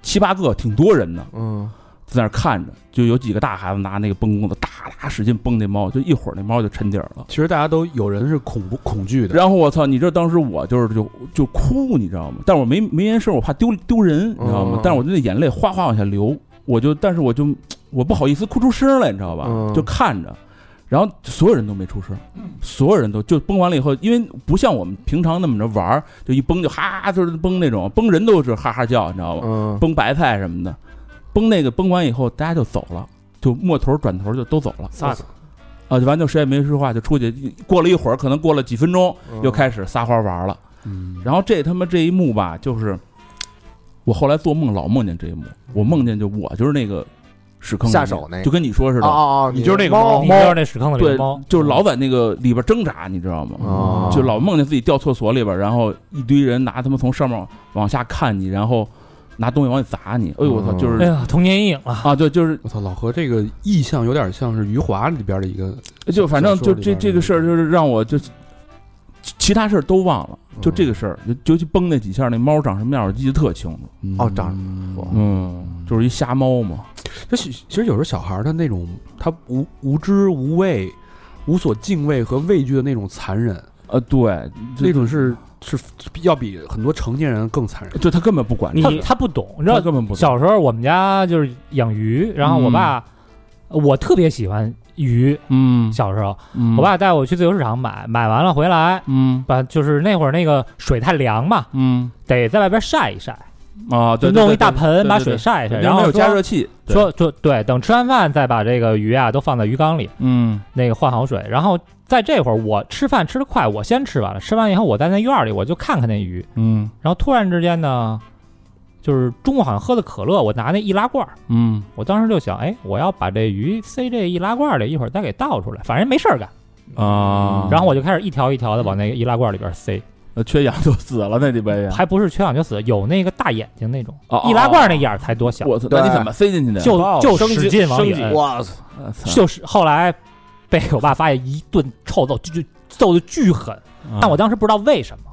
C: 七八个，挺多人呢，
B: 嗯
C: 在那儿看着，就有几个大孩子拿那个崩弓子，哒哒哒使劲崩那猫，就一会儿那猫就沉底儿了。
A: 其实大家都有人是恐怖恐惧的，
C: 然后我操，你知道当时我就是就就哭，你知道吗？但我没没言声，我怕丢丢人，你知道吗？
D: 嗯
C: 但是我就那眼泪哗哗往下流，我就但是我就我不好意思哭出声来，你知道吧？
D: 嗯
C: 就看着，然后所有人都没出声，所有人都就崩完了以后，因为不像我们平常那么着玩儿，就一崩就哈哈就是崩那种崩人都是哈哈叫，你知道吗？
D: 嗯，
C: 崩白菜什么的，崩那个崩完以后，大家就走了，就摸头转头就都走了。
D: 散
C: 啊，就完就谁也没说话，就出去。过了一会儿，可能过了几分钟，
B: 嗯
C: 又开始撒欢玩了。
A: 嗯，
C: 然后这他妈这一幕吧，就是我后来做梦老梦见这一幕，我梦见就我就是那个屎坑里
B: 下
C: 面
B: 手那个
C: 就跟你说似
B: 哦
C: 的，
B: 哦，
A: 你就是那个
B: 猫
E: 嗯你就是那屎坑子里
C: 对
E: 的猫，，
C: 就是老在那个里边挣扎，你知道吗？
B: 哦
C: 就老梦见自己掉厕所里边，然后一堆人拿他们从上面往下看你，然后拿东西往里砸你。哎呦我操，就
E: 哎
B: 嗯
C: 是
E: 呀，童年阴影了。
C: 啊，对，就是
A: 我操，老何这个意象有点像是余华里边的一个，
C: 就反正
A: 小
C: 就
A: 说里
C: 这
A: 边
C: 这个事儿，就是让我就其其他事儿都忘了，就
E: 嗯
C: 这个事儿，就就去崩那几下，那猫长什么样我记得特清楚。
B: 哦长哇
A: 嗯，
C: 嗯，就是一瞎猫嘛。
A: 这其其实有时候小孩儿他那种他无无知无畏、无所敬畏和畏惧的那种残忍，
C: 呃，对，就
A: 那种是是要比很多成年人更残忍。
C: 就他根本不管
D: 你
E: 他他不懂，你知
C: 他
E: 道
C: 根本不懂。
E: 小时候我们家就是养鱼，然后我爸，我特别喜欢鱼。
C: 嗯，
E: 小时候，
C: 嗯
E: 我，爸带我去自由市场买，买完了回来，
C: 嗯
E: 把就是那会儿那个水太凉嘛，
C: 嗯
E: 得在外边晒一晒，
C: 啊，对，
E: 就
C: 对
E: 弄一大，盆
C: 对
E: 把
C: 对
E: 水
C: 对
E: 晒一晒，
C: 对对
E: 然
C: 那
E: 后
C: 有
E: 说
C: 加热器，对，
E: 说就对，等吃完饭再把这个鱼啊都放在鱼缸里，
C: 嗯
E: 那个换好水，然后在这会儿我吃饭吃得快，我先吃完了，吃完以后我在那院儿里我就看看那鱼，
C: 嗯
E: 然后突然之间呢，就是中午好像喝的可乐，我拿那易拉罐儿，
C: 嗯
E: 我当时就想，哎，我要把这鱼塞这易拉罐儿里，一会儿再给倒出来，反正没事儿干。
C: 啊，
E: 嗯然后我就开始一条一条的往那个易拉罐里边塞，
C: 我缺氧就死了那里边也。
E: 还不是缺氧就死，有那个大眼睛那种，
C: 嗯哦
E: 易拉罐那眼儿才多小，
C: 啊我操，
B: 对
C: 那你怎么塞进去的？
E: 就就使劲往
D: 升
E: 远
D: 级，
B: 哇塞，
C: 我操
E: 就是后来被我爸发现一顿臭揍，就就揍的巨狠，
C: 啊
E: 但我当时不知道为什么，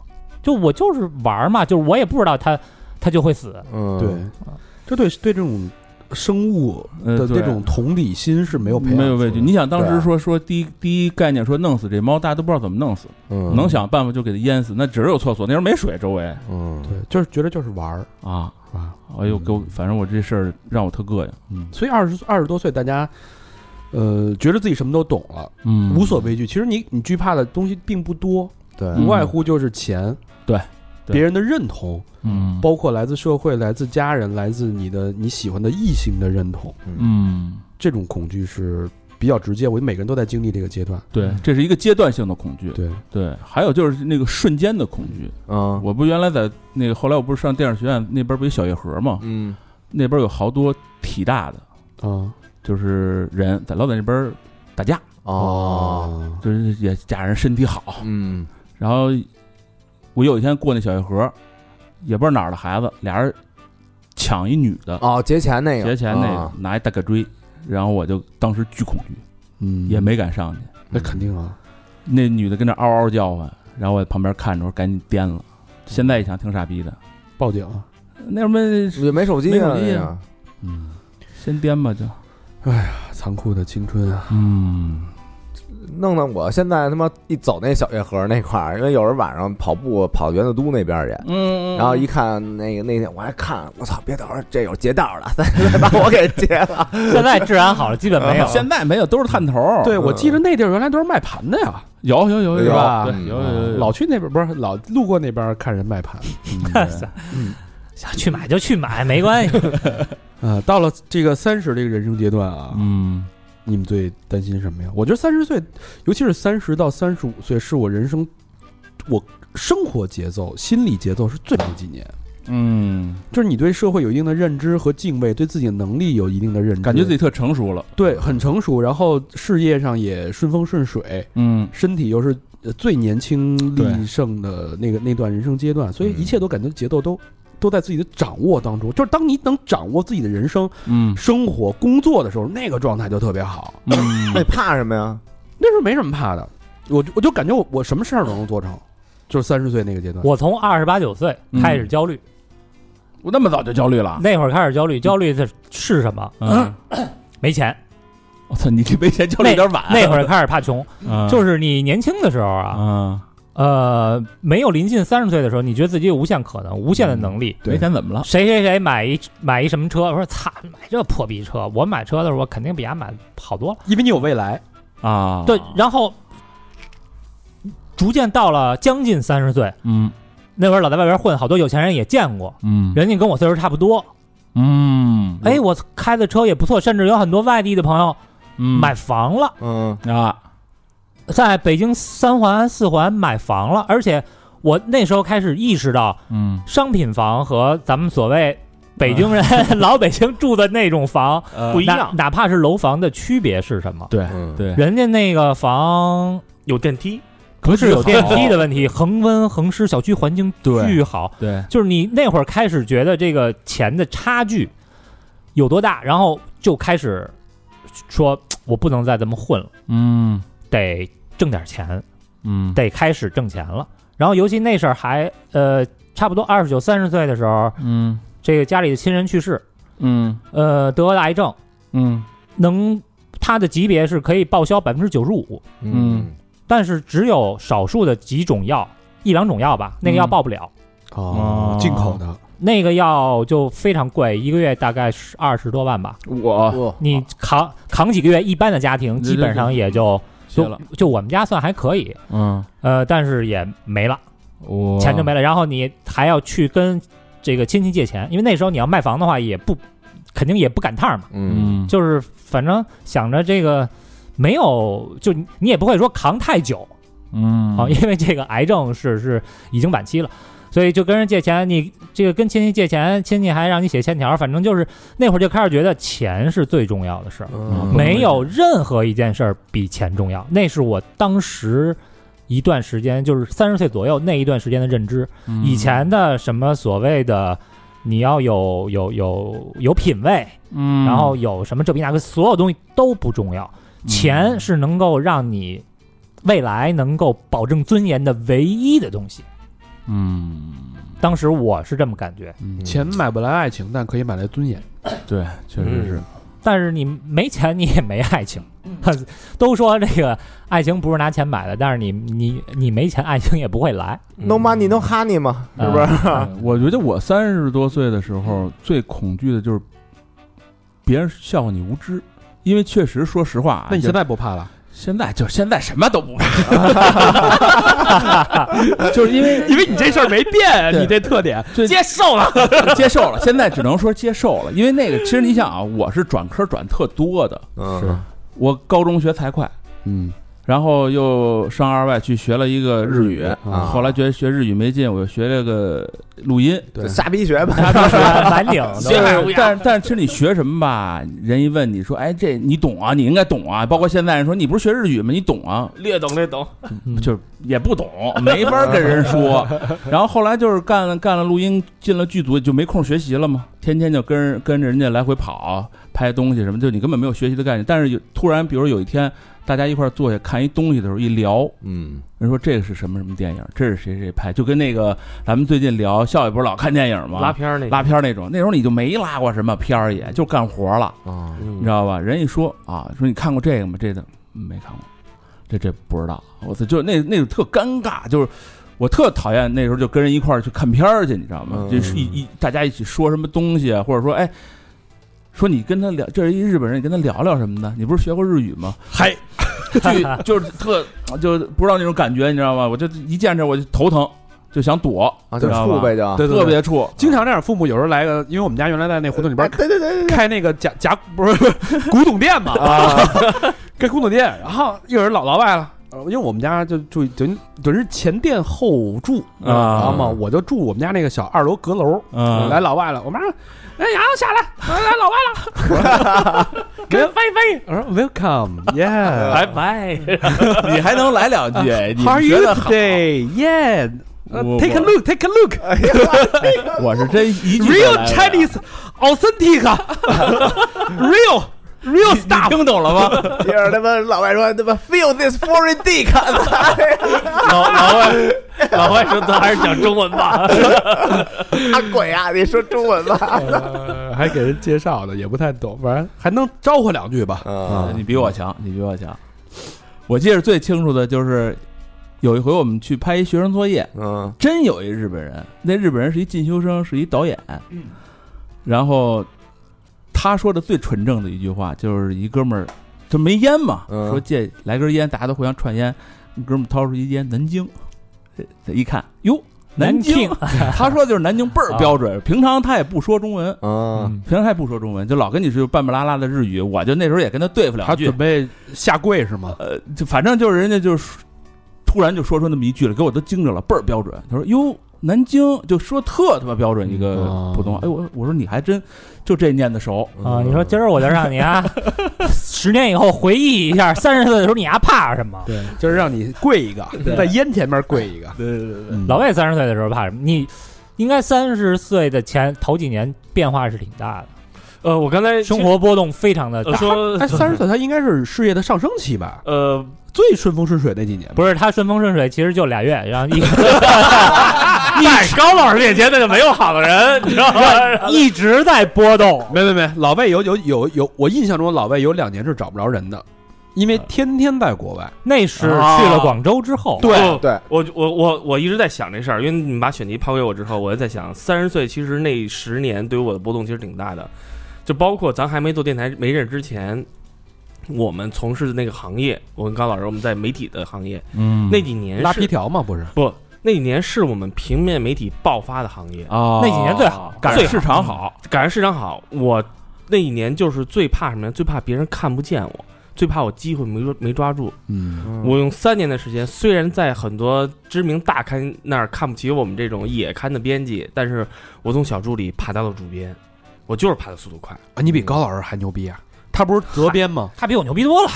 E: 就我就是玩儿嘛，就是我也不知道他他就会死，
B: 嗯，
A: 对，这对对这种生物
C: 呃
A: 的
C: 对
A: 这种同理心是没有培养
C: 没有畏惧。
A: 出来的
C: 你想当
B: 对
C: 时
B: 啊
C: 说说第一第一概念说弄死这猫，大家都不知道怎么弄死，
B: 嗯，
C: 能想办法就给它淹死，那只有厕所，那时候没水周围
B: 嗯，
A: 对，就是觉得就是玩儿
C: 啊。
A: 啊。
C: 哎呦，给我，反正我这事儿让我特膈应。嗯
A: 所以二十二十多岁，大家呃觉得自己什么都懂了，
C: 嗯
A: 无所畏惧。其实你你惧怕的东西并不多，
B: 对
A: 无外乎就是钱，
C: 嗯对对
A: 别人的认同，
C: 嗯
A: 包括来自社会、来自家人、来自你的你喜欢的异性的认同，
C: 嗯，
A: 这种恐惧是比较直接。我觉得每个人都在经历这个阶段。
C: 对，这是一个阶段性的恐惧。
A: 对，啊
C: 对，还有就是那个瞬间的恐惧。
B: 嗯
C: 我不原来在那个，后来我不是上电影学院那边不有小夜河嘛，
B: 嗯
C: 那边有好多体大的，哦
A: 啊
C: 就是人在老在那边打架，
B: 哦，
A: 啊
C: 就是也假人身体好，
B: 嗯
C: 然后我有一天过那小夜河，也不知道哪儿的孩子，俩人抢一女的，
B: 哦，节前那个
C: 节前那个、
B: 啊
C: 拿一大个锥，然后我就当时巨恐惧，
A: 嗯，
C: 也没敢上去。
A: 那肯定啊，
C: 那女的跟那嗷嗷叫唤，然后我在旁边看着，我说赶紧颠了。现在一想挺傻逼的，
A: 报警啊。
C: 那什么
B: 也没手机啊，
C: 没手机啊
B: 那个
C: 嗯，先颠吧就，
A: 残酷的青春啊！
C: 嗯
B: 弄得我现在他妈一走那小月河那块儿，因为有时候晚上跑步跑元子都那边儿去，
C: 嗯
B: 然后一看那个那天我还看，我操，别等会儿这有劫道了， *laughs* 再再把我给劫了。
E: 现在治安好了，基本没有。
C: 啊现在没有，都是探头。
A: 对，我记得那地儿原来都是卖盘的呀，
C: 有有有
A: 是吧
C: 对，嗯有有有有
A: 老去那边不是老路过那边看人卖盘。
C: 嗯对
E: 想去买就去买，没关系。
A: 呃，到了这个三十这个人生阶段啊，
C: 嗯
A: 你们最担心什么呀？我觉得三十岁，尤其是三十到三十五岁，是我人生我生活节奏、心理节奏是最慢的几年。
C: 嗯，
A: 就是你对社会有一定的认知和敬畏，对自己的能力有一定的认知，
C: 感觉自己特成熟了。
A: 对很成熟，然后事业上也顺风顺水，
C: 嗯，
A: 身体又是呃最年轻力
C: 对
A: 盛的那个那段人生阶段，所以
B: 嗯
A: 一切都感觉节奏都都在自己的掌握当中。就是当你能掌握自己的人生、
C: 嗯
A: 生活、工作的时候，那个状态就特别好。
B: 那你
C: 嗯
B: 怕什么呀？
A: 那时候没什么怕的，我就我就感觉我我什么事儿都能做成，就是三十岁那个阶段。
E: 我从二十八九岁开始焦虑，
C: 我啊那么早就焦虑了？
E: 那会儿开始焦虑，焦虑的是什么？
C: 嗯
E: 没钱，
C: 我操，你这没钱交的
E: 那
C: 嗯有点晚。
E: 那会儿开始怕穷，
C: 嗯
E: 就是你年轻的时候啊，
C: 啊，
E: 呃，没有临近三十岁的时候，你觉得自己有无限可能、无限的能力。
B: 对
C: 没钱怎么了？
E: 谁谁谁买一买一什么车？我说操，买这破逼车！我买车的时候，我肯定比他买好多了。
G: 因为你有未来，
C: 啊，
E: 对，然后逐渐到了将近三十岁，
C: 嗯
E: 那会儿老在外边混，好多有钱人也见过，
C: 嗯
E: 人家跟我岁数差不多，
C: 嗯，
E: 哎，我开的车也不错，甚至有很多外地的朋友
C: 嗯
E: 买房了，
B: 嗯，
C: 啊，
E: 在北京三环、四环买房了，而且我那时候开始意识到，
C: 嗯
E: 商品房和咱们所谓北京人、
C: 嗯
E: *laughs* 老北京住的那种房
C: 呃
D: 不一
E: 哪
D: 样，
E: 哪怕是楼房的区别是什么？
C: 对
B: 嗯
C: 对，
E: 人家那个房
D: 有电梯，
E: 不是有电梯
C: 好
E: 的问题，恒温恒湿，小区环境
C: 对
E: 巨好，
C: 对，
E: 就是你那会儿开始觉得这个钱的差距有多大，然后就开始说，我不能再这么混了，
C: 嗯
E: 得挣点钱，
C: 嗯，
E: 得开始挣钱了。然后尤其那事儿还呃，差不多二十九、三十岁的时候，
C: 嗯
E: 这个家里的亲人去世，
C: 嗯
E: 呃，得了癌症，
C: 嗯
E: 能他的级别是可以报销百分之九十五，
B: 嗯
E: 但是只有少数的几种药，一两种药吧，那个药
C: 嗯
E: 报不了。
A: 哦，进口的，
E: 那个药就非常贵，一个月大概是二十多万吧。
C: 我
B: 哇
E: 你扛扛几个月，一般的家庭基本上也就
C: 谢
E: 就
C: 了，
E: 就我们家算还可以，
C: 嗯，
E: 呃，但是也没了，
C: 我
E: 钱就没了。然后你还要去跟这个亲戚借钱，因为那时候你要卖房的话，也不肯定也不赶趟嘛，
B: 嗯
C: 嗯，
E: 就是反正想着这个没有，就你你也不会说扛太久
C: 嗯
E: 啊，因为这个癌症是是已经晚期了。所以就跟人借钱，你这个跟亲戚借钱，亲戚还让你写欠条，反正就是那会儿就开始觉得钱是最重要的事儿。
B: 嗯
E: 没有任何一件事儿比钱重要，那是我当时一段时间，就是三十岁左右那一段时间的认知。
C: 嗯
E: 以前的什么所谓的你要有有有有品位，
C: 嗯，
E: 然后有什么这比那个，所有东西都不重要，钱是能够让你未来能够保证尊严的唯一的东西。
C: 嗯，
E: 当时我是这么感觉，
C: 嗯，
A: 钱买不来爱情，但可以买来尊严。
C: 对，确实是，
E: 但是你没钱，你也没爱情。
C: 嗯
E: *laughs* 都说这个爱情不是拿钱买的，但是你你你没钱，爱情也不会来，
B: ，no money no honey 嘛，是不是？
E: 是？
C: 嗯我觉得我三十多岁的时候最恐惧的就是别人笑话你无知，因为确实说实话啊，
A: 那你
C: 就
A: 现在不怕了？
C: 现在就是现在什么都不
A: *laughs*
C: 怕，就是因为
A: 因为你这事儿没
E: *laughs*
A: 变
C: 对
A: 这特点。
C: 最
D: 接受
A: *laughs*
D: 了，
C: 接受了，现在只能说接受了，因为那个其实你想啊，我是转科转特多的，
B: 嗯
C: 我高中学财会，
A: 嗯，
C: 然后又上二外去学了一个日语，
B: 啊
C: 后来觉得学日语没劲，我又学了个录音。
B: 对，瞎逼学吧， *laughs*
E: 蓝领
C: 就
E: 的
C: 是
D: 学海无涯
C: 啊但是但是，其实你学什么吧，人一问你说，哎，这你懂啊？你应该懂啊。包括现在人说，你不是学日语吗？你懂啊？
D: *laughs* 略懂略懂，
C: 就是也不懂，没法跟人说。然后后来就是干了干了录音，进了剧组就没空学习了嘛，天天就跟人跟着人家来回跑拍东西什么，就你根本没有学习的概念。但是有突然，比如有一天大家一块儿坐下看一东西的时候，一聊，
B: 嗯
C: 人说这个是什么什么电影，这是谁谁拍，就跟那个咱们最近聊笑也不是老看电影吗？
D: 拉片儿那个
C: 拉片儿那种，那时候你就没拉过什么片儿，也就干活了。
B: 啊，
C: 你
D: 嗯
C: 知道吧？人一说啊，说你看过这个吗？这个嗯没看过，这这不知道。我操，就那那种特尴尬，就是我特讨厌那时候就跟人一块儿去看片儿去，你知道吗？
B: 嗯
C: 就是一一大家一起说什么东西啊，或者说哎。说你跟他聊，这是一日本人，你跟他聊聊什么呢？你不是学过日语吗？嗨，就就是特就不知道那种感觉，你知道吗？我就一见着我就头疼，就想躲，
B: 啊，就
C: 知道
B: 处
C: 吧
B: 呗，就
A: 对
C: 特别怵。
A: 经常这样，父母有时候来个，因为我们家原来在那胡同里边
B: 哎对对对对
A: 开那个假假不是古董店嘛，
B: 啊，
A: 开古董店，然后一会儿老老外了。呃因为我们家就住等于等于是前店后住
C: 啊
A: 然后嘛，我就住我们家那个小二楼阁楼，
C: 嗯
A: 来老外了，我妈说，哎，然后下来，来来老外了，给
E: 嗯
A: 翻译翻译，我说 *laughs* Welcome，Yeah，How
D: 拜拜，
C: 你还能来两
A: *laughs*
C: 句，你
A: are
C: 觉
A: you
C: 得好我
A: today？Yeah，Take a look，Take a look，
C: 我是真一句都来
A: Real
C: 不了
A: Chinese authentic *laughs* real
C: real stuff，听懂了
A: *laughs*
C: 吗？
B: *laughs* 接着他妈老外说他妈 feel this foreign dick，
H: 老老外，
D: *laughs*
H: 老外说咱还是讲中文吧。
D: 呃
B: 啊鬼啊！你说中文吧？
A: 呃还给人介绍呢，也不太懂，反正还能招呼两句吧。
B: 啊
C: 你比我强，你比我强。我记得最清楚的就是有一回我们去拍一学生作业，
B: 嗯
C: 真有一日本人，那日本人是一进修生，是一导演。然后他说的最纯正的一句话，就是一哥们儿，他没烟嘛，
B: 嗯
C: 说借来根烟，大家都互相串烟。哥们儿掏出一烟，南京，这这一看，哟，南京。 *laughs* 啊他说的就是南京倍儿标准，平常他也不说中文。
B: 啊
E: 嗯
C: 平常他也不说中文，就老跟你是半半拉拉的日语，我就那时候也跟他对付两
A: 他
C: 句
A: 准。备下跪是吗？
C: 呃，就反正就是人家就是突然就说出那么一句了，给我都惊着了，倍儿标准。他说：“哟，南京就说特他妈标准一个
A: 嗯
C: 普通话。哎，我我说你还真就这念的熟，
E: 啊！你说今儿我就让你啊，十年以后回忆一下，三十岁的时候你还怕什么？
A: 对，就是让你跪一个，在烟前面跪一个。
C: 嗯
E: 老魏三十岁的时候怕什么？你应该三十岁的前头几年变化是挺大的，
D: 呃，我刚才
E: 生活波动非常的
D: 呃
E: 大。
D: 说
A: 哎，三十岁他应该是事业的上升期吧，
D: 呃
A: 最顺风顺水那几年吧。
E: 不是他顺风顺水，其实就俩月，然后一
D: *laughs* 在高老师面前那就没有好的人，你知道吗？
E: 一直在波动。
A: 没没没，老魏有有有有，我印象中老魏有两年是找不着人的，因为天天在国外。
E: 那是去了广州之后，
D: 啊对
B: 对，
D: 我我我我一直在想这事儿，因为你们把选题抛给我之后，我就在想，三十岁其实那十年对于我的波动其实挺大的，就包括咱还没做电台没认识之前，我们从事的那个行业，我跟高老师我们在媒体的行业
C: 嗯
D: 那几年
A: 拉
D: 是
A: 皮条嘛，不是？
D: 不，那几年是我们平面媒体爆发的行业，
C: 啊，
E: 那几年最好
C: 赶
D: 最
C: 上
D: 好
C: 市场好，嗯
D: 赶上市场好。我那一年就是最怕什么呀？最怕别人看不见我，最怕我机会没抓没抓住。
A: 嗯，
D: 我用三年的时间，虽然在很多知名大刊那儿看不起我们这种野刊的编辑，但是我从小助理爬到了主编，我就是爬的速度快。
A: 啊，你比高老师还牛逼啊！他不是责编吗？
E: 他比我牛逼多了。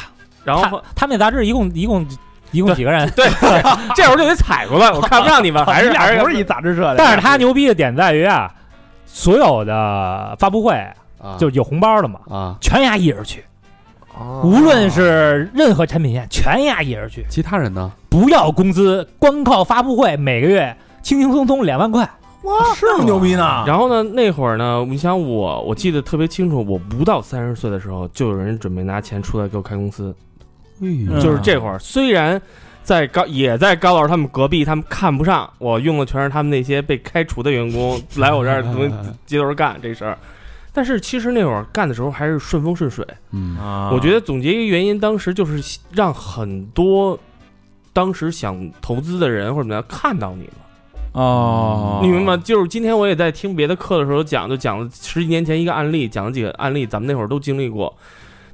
D: 然后
E: 他他们那杂志一共一共一共几个人？
D: *laughs* 对，这会儿就得踩过来，我看不上你们， *laughs* 还是还是
A: 一杂志社的
E: 但是他牛逼的点在于啊，所有的发布会
A: 啊
E: 就有红包的嘛，
A: 啊，
E: 全压一人去，
D: 啊
E: 无论是任何产品线，全压一人去，
A: 其他人呢？
E: 不要工资，光靠发布会每个月轻轻松松两万块，
C: 是吗牛逼呢？
D: *laughs* 然后呢，那会儿呢，你想我，我记得特别清楚，我不到三十岁的时候，就有人准备拿钱出来给我开公司，
A: 哎
C: 嗯
D: 就是这会儿，虽然。在高也在高老师他们隔壁，他们看不上我用的全是他们那些被开除的员工来我这儿能接头干这事儿，但是其实那会儿干的时候还是顺风顺水。
A: 嗯
D: 我
C: 我
D: 觉得总结一个原因，当时就是让很多当时想投资的人或者怎么样看到你了。
C: 哦，
D: 你明白吗？就是今天我也在听别的课的时候讲，就讲了十几年前一个案例，讲了几个案例，咱们那会儿都经历过。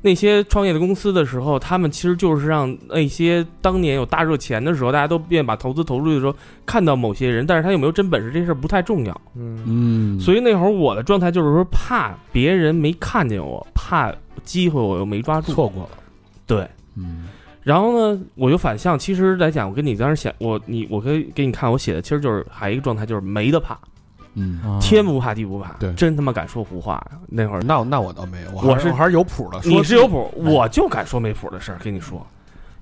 D: 那些创业的公司的时候，他们其实就是让那些当年有大热钱的时候，大家都愿意把投资投出去的时候，看到某些人，但是他有没有真本事这事儿不太重要。
B: 嗯
A: 嗯，
D: 所以那会儿我的状态就是说，怕别人没看见我，怕机会我又没抓住，
A: 错过了。
D: 对。
A: 嗯
D: 然后呢，我就反向，其实来讲，我跟你当时想，我你我可以给你看我写的，其实就是还有一个状态，就是没得怕。
A: 嗯，
C: 啊
D: 天不怕地不怕，
A: 对
D: 真他妈敢说胡话呀！那会儿
A: 那那我倒没有，
D: 我
A: 还
D: 是
A: 我还是有谱的。说
D: 你是有谱，我就敢说没谱的事儿，跟你说，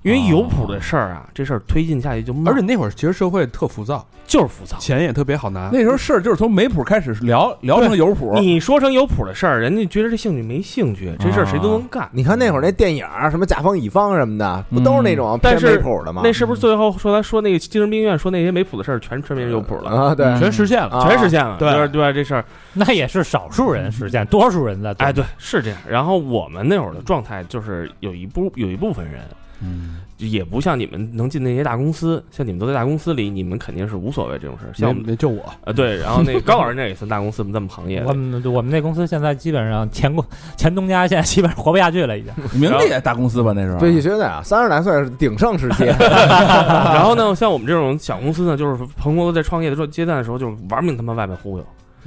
D: 因为有谱的事儿啊，这事儿推进下去就慢，
A: 而且那会儿其实社会特浮躁，
D: 就是浮躁。
A: 钱也特别好拿。
C: 那时候事儿就是从没谱开始聊，聊成有谱，
D: 你说成有谱的事儿，人家觉得这兴趣没兴趣，这事儿谁都能干。
B: 你看那会儿那电影儿什么甲方乙方什么的，
A: 嗯
B: 不都是那种
D: 但
B: 偏
D: 是
B: 没谱的吗？
D: 那是不是最后说他说那个精神病院说那些没谱的事儿，全全变有谱了，
B: 啊，对，
C: 嗯
A: 全实现了，
B: 啊
D: 全实现了，
A: 对
D: 吧对吧？这事儿，
E: 那也是少数人实现，多数人在做
D: 哎，对，是这样。然后我们那会儿的状态就是有一部有一部分人，
A: 嗯，
D: 也不像你们能进那些大公司，像你们都在大公司里，你们肯定是无所谓这种事儿。像我们
A: 没没就我，
D: 啊，对，然后那个高老师那也算大公司，我们这么行业
E: 我
D: 的。
E: 们我们那公司现在基本上前公前东家现在基本上活不下去了，已经。
C: 名字也大公司吧？那时候
B: 对，也觉得啊，三十来岁是鼎盛时
A: *laughs*
B: 期，
D: 然后呢，像我们这种小公司呢，就是彭博在创业的时候阶段的时候，就是玩命他妈外面忽悠，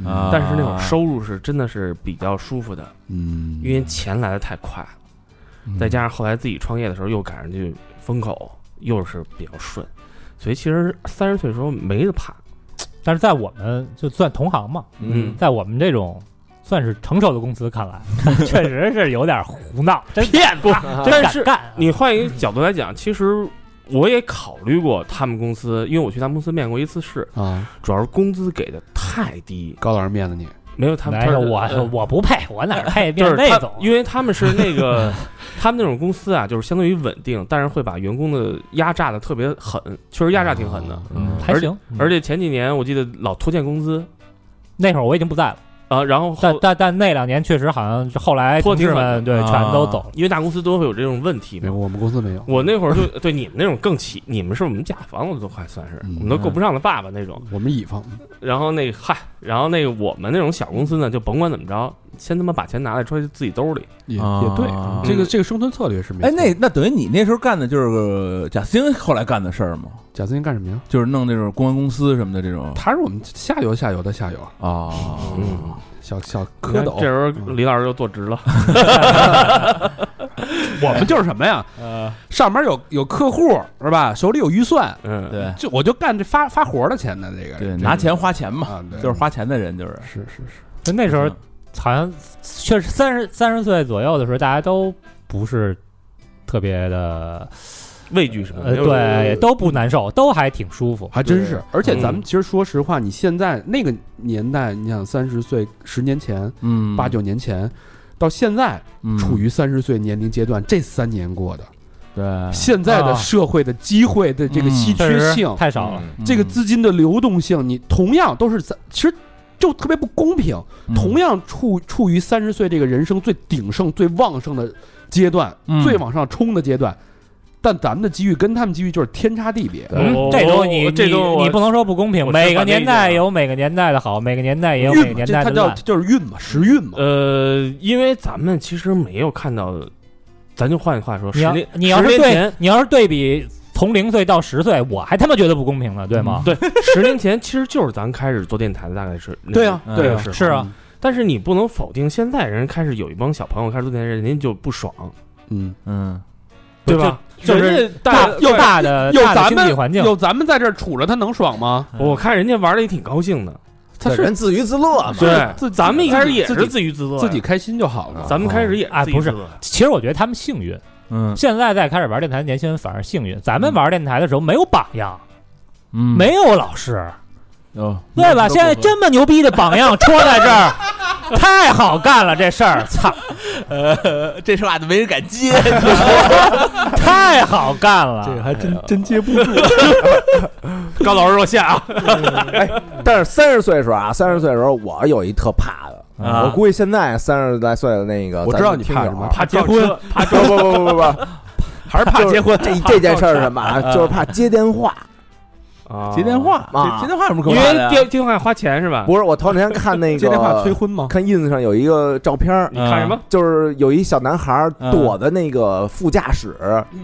C: 啊
D: 但是那种收入是真的是比较舒服的，
A: 嗯，
D: 因为钱来的太快，再加上后来自己创业的时候又赶上去风口，又是比较顺，所以其实三十岁的时候没得怕。
E: 但是在我们就算同行嘛，
B: 嗯
E: 在我们这种算是成熟的公司，看来 *laughs* 确实是有点胡
D: *laughs*
E: 闹，真
D: 嗯骗
E: 不，真
D: 但
E: 敢
D: 是
E: 干啊。
D: 你换一个角度来讲，其实我也考虑过他们公司，因为我去他们公司面过一次试，
A: 啊，
D: 主要是工资给的太低，
A: 高老师面子你，
D: 没有他们
E: 来，
D: 他
E: 我
D: 呃
E: 我不配，我哪配
D: *laughs* 就
E: 变
D: 是
E: 魏
D: 他
E: 总，？
D: 因为他们是那 *laughs* 个，他们那种公司啊，就是相对于稳定，但是会把员工的压榨的特别狠，确实压榨挺狠的。
E: 嗯还行，
D: 而
E: 且
D: 且前几年我记得老拖欠工资
E: 那会儿我已经不在了，
D: 啊，然后
E: 但
D: 后
E: 但但那两年确实好像是后来
D: 托
E: 同
D: 底
E: 事
D: 了啊
E: 们对全都走了。
D: 因为大公司都会有这种问题
A: 没有，
D: 嘛。
A: 我们公司没有。
D: 我那会儿就 *laughs* 对你们那种更起，你们是我们甲方了都快算是，
A: 嗯
D: 我们都够不上的爸爸那种。
A: 我们乙方
D: 然后那个嗨，然后那个我们那种小公司呢，就甭管怎么着，先他妈把钱拿来揣自己兜里。
A: 也
G: 啊
A: 也对，这个这个生存策略是没错。
C: 哎，那那等于你那时候干的就是个贾斯汀后来干的事儿吗？
A: 贾斯汀干什么呀？
C: 就是弄那种公关公司什么的这种
A: 他是我们下游下游的下游，
C: 啊
D: 嗯，
A: 小小蝌
D: 这时
A: 蚪。
D: 候李老师就坐直了，
A: 我们就是什么呀？
E: 呃，
A: 上边有有客户是吧？手里有预算，
D: 嗯，
C: 对
A: 就我就干这发发活的钱的哎这个
C: 对，
A: 人
C: 拿钱花钱嘛，
A: 啊，对
C: 就是花钱的人就是
A: 是是是，
E: 就那时候好像确实三十三十岁左右的时候，大家都不是特别的，
D: 畏惧什么
E: 呃，
D: 的？
E: 对，都不难受，都还挺舒服。
A: 还真是。而且咱们
D: 嗯
A: 其实说实话，你现在那个年代，你想三十岁，十年前、
C: 嗯
A: 八九年前，到现在
E: 嗯
A: 处
C: 于
A: 于三十岁年龄阶段，这三年过的，
C: 对
A: 现在的
E: 啊
A: 社会的机会的这个
C: 嗯
A: 稀
E: 确
A: 缺
E: 实
A: 性，
E: 太少
B: 嗯
E: 了，
A: 这个资金的流动性，你同样都是在，其实就特别不公平。
E: 嗯
A: 同样处处于三十岁这个人生最鼎盛、最旺盛的阶段，
C: 嗯
A: 最往上冲的阶段，但咱们的机遇跟他们机遇就是天差地别。
D: 嗯
E: 嗯这
D: 我
E: 种你
D: 这种
E: 你
D: 我
E: 你不能说不公平，
D: 我
E: 每
D: 持
E: 个
D: 反对
E: 年
D: 意见
E: 代
D: 啊
E: 有每个年代的好，每个年代也有每
A: 运
E: 个
A: 嘛，
E: 年
A: 这
E: 代
A: 它
E: 的
A: 叫
E: 烂。
A: 就是运嘛，时运嘛。
D: 呃，因为咱们其实没有看到，咱就换句话说，
E: 你
D: 十
E: 要
D: *laughs* 年
E: 你要是
D: 十年
E: 对
D: 前，
E: 你要是对比从零岁到十岁，我还他妈觉得不公平呢，对吗？
D: 对，十年前其实就是咱开始做电台的，大概是那个
A: 对啊
D: 那
C: 对
D: 个
C: 啊
D: 时候
E: 是啊，
D: 但是你不能否定，现在人开始有一帮小朋友开始做电台，人家就不爽，
A: 嗯，
C: 嗯
E: 对
D: 对
E: 吧
D: 吧？
E: 就是
D: 人家
E: 大
D: 大，
E: 又大的
A: 有
E: 呃大的
A: 咱
E: 经
A: 们
E: 济环境，
A: 有咱们在这儿杵着，他能爽吗？
D: 我看人家玩的也挺高兴的。
A: 他
B: 对
A: 是
B: 人自娱自乐嘛，
D: 对，
A: 自己
D: 咱们一开始也
A: 自己
D: 是自娱自乐呀，
A: 自己开心就好了。
D: 咱们开始也
E: 啊
D: 自娱
E: 不是
D: 自乐
E: 其实我觉得他们幸运，
C: 嗯
E: 现在再开始玩电台的年轻人反而幸运。咱们玩电台的时候没有榜样，
C: 嗯
E: 没有老师，
C: 哦
E: 对吧？现在这么牛逼的榜样戳在这儿， *laughs* 太好干了这事儿， *laughs* 操，
C: 呃这话都没人敢接，
E: 太好干
A: 这个
E: 了。哎
A: 还真真接
E: *laughs*
A: 不住。
D: 高老师落下
A: *laughs*
D: 啊，
B: 但是三十岁的时候啊，三十岁的时候我有一特怕的，
C: 啊
B: 我估计现在三十来岁的那个，
A: 我知道你怕
B: 咱
A: 什
B: 们
A: 么，
D: 怕结婚，怕
B: 听友啊，
A: *laughs*
B: 不不不不不，
C: 还是怕
B: 就是
C: 结婚
B: 这这件事儿是什么啊？就是怕接电话，
C: 接电，话，
B: 啊
C: 这接电话有什么可
D: 因
C: 怕
D: 为
C: 的
D: 电
C: 呀？
D: 电话花钱是吧？
B: 不是我头两天看那个
A: 啊 *laughs* 接电话催婚吗？
B: 看 ins 上有一个照片儿，
D: 你看什么？
B: 就是有一小男孩儿
C: 嗯
B: 躲在那个副驾驶、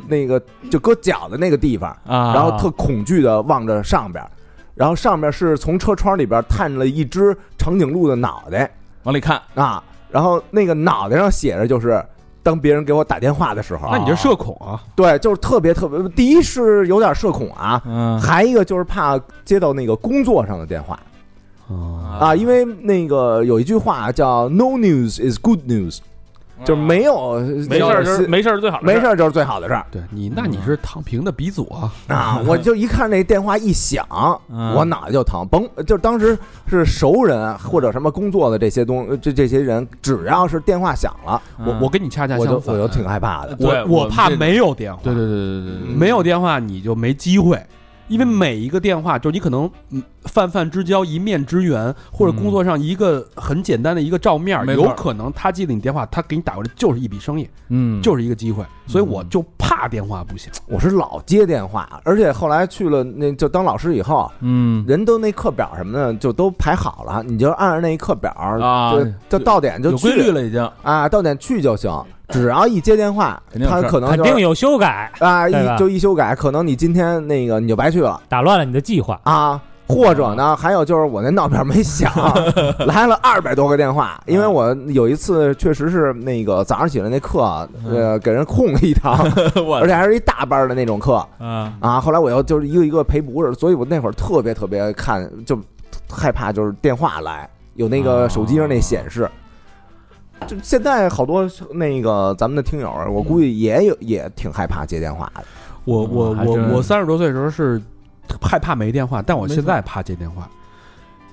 B: 那个就搁脚的那个地方，
C: 啊，
B: 然后特恐惧的望着上边儿，然后上边儿是从车窗里边探了一只长颈鹿的脑袋
C: 往里看，
B: 啊，然后那个脑袋上写着就是。当别人给我打电话的时候，
A: 那你这社恐啊？
B: 对，就是特别特别。第一是有点社恐啊，
C: 嗯
B: 还一个就是怕接到那个工作上的电话
A: 啊，
B: 啊，因为那个有一句话叫 “No news is good news”，就是没有呃
D: 没事儿就是没事儿最好的
B: 没
D: 事
B: 事儿就是最好的事儿
A: 对你，那你是躺平的鼻祖啊？
B: 啊！我就一看那电话一响，
C: 嗯
B: 我脑袋就疼，甭就是当时是熟人啊或者什么工作的这些东这这些人，只要是电话响了，
C: 嗯
A: 我我跟你恰恰
B: 我
A: 相
B: 就
A: 反，
B: 我就挺害怕的。
C: 对
A: 我
C: 我
A: 我怕
C: 们这
A: 没有电话，
C: 对对对对对嗯对，
A: 没有电话你就没机会，因为每一个电话就是你可能嗯泛泛之交、一面之缘，或者
C: 嗯
A: 工作上一个很简单的一个照面，
C: 没错
A: 有可能他接了你电话，他给你打过来就是一笔生意，
C: 嗯
A: 就是一个机会，所以我就怕电话不行。
B: 我是老接电话，而且后来去了那就当老师以后，
C: 嗯
B: 人都那课表什么的就都排好了，你就按着那一课表
C: 啊
B: 就就到点就
C: 有规律
B: 去
C: 了已经，
B: 啊，到点去就行。只要一接电话
C: 肯，定有
B: 他
C: 事儿
B: 可能
E: 肯
B: 就
E: 定
B: 是
E: 有修改，
B: 啊
E: 对吧
B: 一就一修改，可能你今天那个你就白去了
E: 打乱了你的计划。
B: 啊。或者呢，还有就是我那闹表没响，来了二百多个电话，因为我有一次确实是那个早上起来那课，呃，给人空了一堂，
C: 我
B: 而且还是一大班的那种课，
C: 啊
B: 啊，后来我又就是一个一个赔不是，所以我那会儿特别特别看就害怕，就是电话来有那个手机上那显示，就现在好多那个咱们的听友，我估计也有也挺害怕接电话的。
A: 我我
C: 还
A: 我
C: 真
A: 我三十多岁的时候是害怕没电话，但我现在怕接电话，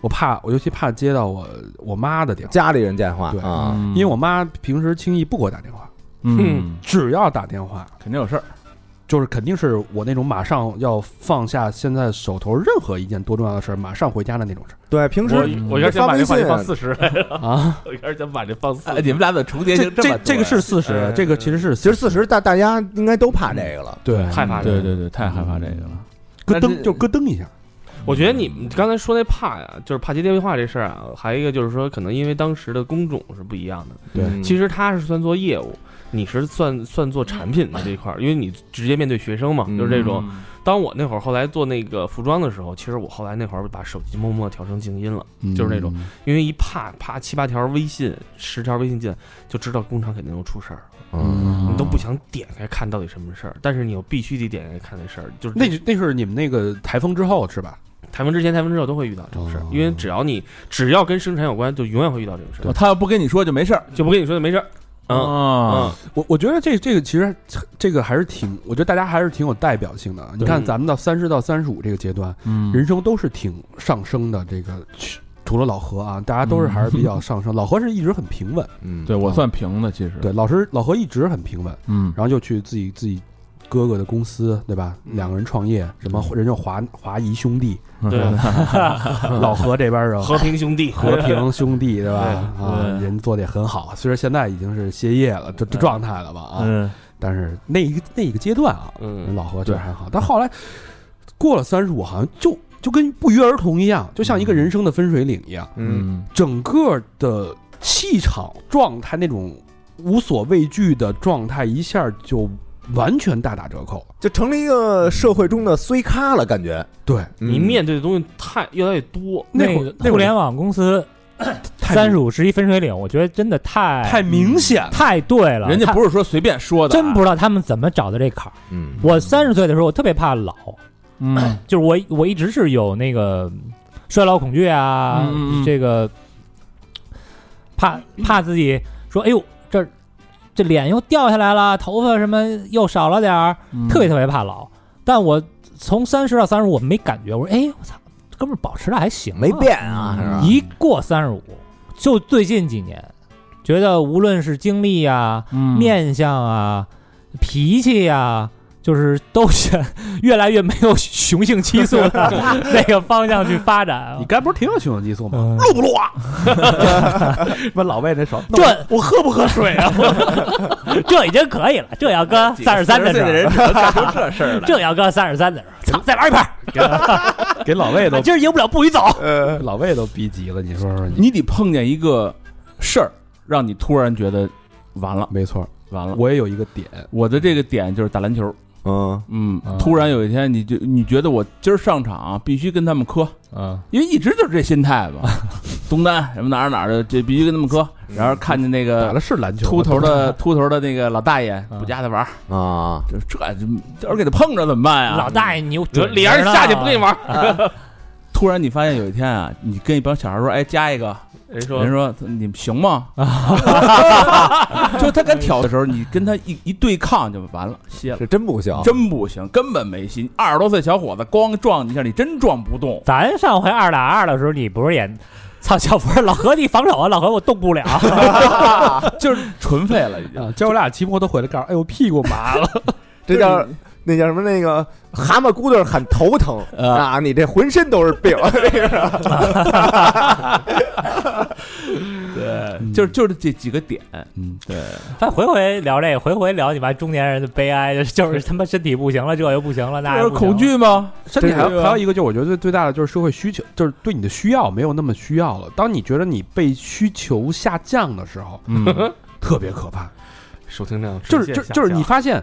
A: 我怕我尤其怕接到我我妈的电话，
B: 家里人电话
A: 对
B: 啊，
A: 因为我妈平时轻易不给我打电话，
C: 嗯，
A: 只要打电话
C: 肯定有事儿，
A: 就是肯定是我那种马上要放下现在手头任何一件多重要的事儿，马上回家的那种事儿
B: 对，平时
H: 我我原先把这话题放四十，
A: 啊。
D: *laughs* 我原先把这放肆
C: 哎，你们俩怎么重叠
A: 这
C: 性么
A: 这
C: 多
A: 这个
C: 呀
A: 是事实
D: 哎，
A: 这个其实是
B: 其实四十大大家应该都怕这个了。
A: 对，
D: 害
C: 啊
D: 怕这
C: 对嗯
D: 个。
C: 对对，太害怕这个了。
A: 咯
C: 但是
A: 噔就咯噔一下，
D: 我觉得你们刚才说那怕呀，就是怕接电话这事儿啊，还有一个就是说，可能因为当时的工种是不一样的。
A: 对
B: 嗯
D: 其实他是算做业务，你是算算做产品的这一块儿，因为你直接面对学生嘛，就是这种。当我那会儿后来做那个服装的时候，其实我后来那会儿把手机默默调成静音了，就是那种，
A: 嗯
D: 因为一怕啪七八条微信、十条微信进来，就知道工厂肯定又出事儿，
B: 嗯，
D: 你都不想点开看到底什么事儿，但是你又必须得点开看那事儿，就是
A: 那那是你们那个台风之后是吧？
D: 台风之前、台风之后都会遇到这种事儿
A: 哦，
D: 因为只要你只要跟生产有关，就永远会遇到这种事
C: 哦
D: 儿，
C: 他要不跟你说就没事儿。
D: 就不跟你说就没事儿。嗯
A: 哦
D: 嗯
C: 啊，，
A: 我我觉得这这个其实这个还是挺，我觉得大家还是挺有代表性的。你看咱们到三十到三十五这个阶段，
C: 嗯
D: 嗯
A: 人生都是挺上升的。这个除了老何啊，大家都是还是比较上升。老何是一直很平稳，
B: 嗯
C: 对我算平的，其实
A: 对，，老师老何一直很平稳，
C: 嗯，
A: 然后就去自己自己哥哥的公司，对吧？两个人创业，什么人叫华华谊兄弟，
D: 对，
C: 嗯
D: 啊
A: 老何这边是
D: 嗯和平兄弟，
A: 和平兄弟，对吧？
D: 对
A: 啊，
H: 对
A: 人做的也很好，虽然现在已经是歇业了，这这状态了吧啊，
H: 嗯，
A: 但是那一个那一个阶段啊，
D: 嗯
A: 老何确实还好，但后来过了三十五，好像就就跟不约而同一样，就像一个人生的分水岭一样，
B: 嗯，
A: 整个的气场状态那种无所畏惧的状态，一下就完全大打折扣了。
B: 就成了一个社会中的衰咖了，感觉。
A: 对，
B: 嗯
D: 你面对的东西太越来越多，
A: 那
E: 那
A: 会儿
E: 个
A: 那会儿
E: 互联网公司
A: 太
E: 三十五十一分水岭，我觉得真的太
A: 太明显了，
E: 太对了，
C: 人家
E: 太
C: 不是说随便说的啊，
E: 真不知道他们怎么找的这坎儿。
B: 嗯，
E: 我三十岁的时候，我特别怕老，
C: 嗯，
E: 就是我我一直是有那个衰老恐惧啊，
C: 嗯嗯嗯
E: 这个怕怕自己说，哎呦，这儿这脸又掉下来了，头发什么又少了点儿，
C: 嗯
D: *laughs*
E: 特别特别怕老。但我从三十到三十，我没感觉，我说，哎，我操，这哥们儿保持的还行、
B: 没。变啊，是吧？
E: 一过三十五，就最近几年，觉得无论是经历啊，
C: 嗯
E: 面相啊、脾气呀、就是都是越来越没有雄性激素
D: *laughs*
E: 的那个方向去发展啊
A: 你。该不是挺有雄性激 *laughs* 素吗？
E: 嗯
A: 录不录啊？问老魏这 *laughs* 手，
E: 这
A: 我喝不喝水啊？
E: 这已经可以了，这要
A: *laughs*
E: 搁三十三的
C: 岁
E: 时
C: 的人
E: 候，
C: 只能干出这事儿来。
D: *laughs*
E: 这要搁三十三的时候，操，再玩一盘，
A: 给老 *laughs* 魏都
E: 今儿赢不了不许走。
A: 老魏都逼急了，你说说你？
C: 你得碰见一个事儿，让你突然觉得完了，
A: 没错，
C: 完了。
A: 我也有一个点，
C: 我的这个点就是打篮球，
B: 嗯，
C: 嗯
E: 啊，
C: 突然有一天你就你觉得我今儿上场、啊必须跟他们磕，
E: 嗯，
C: 因为一直就是这心态嘛，东单什么哪儿哪儿的，这必须跟他们磕。然后看见那
A: 打
C: 个
A: 的是篮球，
C: 秃头的秃头的那个老大爷
E: 嗯
C: 不加他玩儿，
B: 啊，
C: 这这这要是给他碰着怎么办呀？
E: 老大爷你有
D: 得
E: 准
D: 哎李二
E: 着呢
D: 下去不跟你玩儿，
C: 突然你发现有一天啊，你跟一帮小孩说：“哎，加一个。”
D: 人说
C: 人说：“你们行吗？”就他敢挑的时候，你跟他一一对抗就完了，歇了，
B: 这真不行。
C: 真不行，根本没戏。二十多岁小伙子咣撞你一下，你真撞不动。 *laughs*
E: 咱上回二打二的时候，你不是也操小佛老何你防守啊，老何我动不了。
C: 就是纯废了已
A: *laughs*
C: 经。
A: 啊，结果我俩骑摩托回来，告诉哎呦屁股麻了，
B: 这叫那叫什么？那个蛤蟆咕嘟喊头疼
C: 呃
B: 啊！你这浑身都是 *laughs* 病，
C: 对，呃就是就是这几个点，嗯，对，
E: 他回回聊这个，回回聊你妈中年人的悲哀，就是 *laughs* 他妈身体不行了，这又不行了，那
C: 就是
E: 又不行
C: 恐。
E: 了
C: 惧吗？
A: 身体还
C: 对啊
A: 有
C: 吧
A: 还有一个，就是我觉得最最大的就是社会需求，就是对你的需要没有那么需要了。当你觉得你被需求下降的时候，
C: 嗯，
A: 特别可怕。
D: 收听量
A: 就是
D: 直
A: 就
D: 线
A: 就是
D: 下
A: 你
D: 降
A: 发现，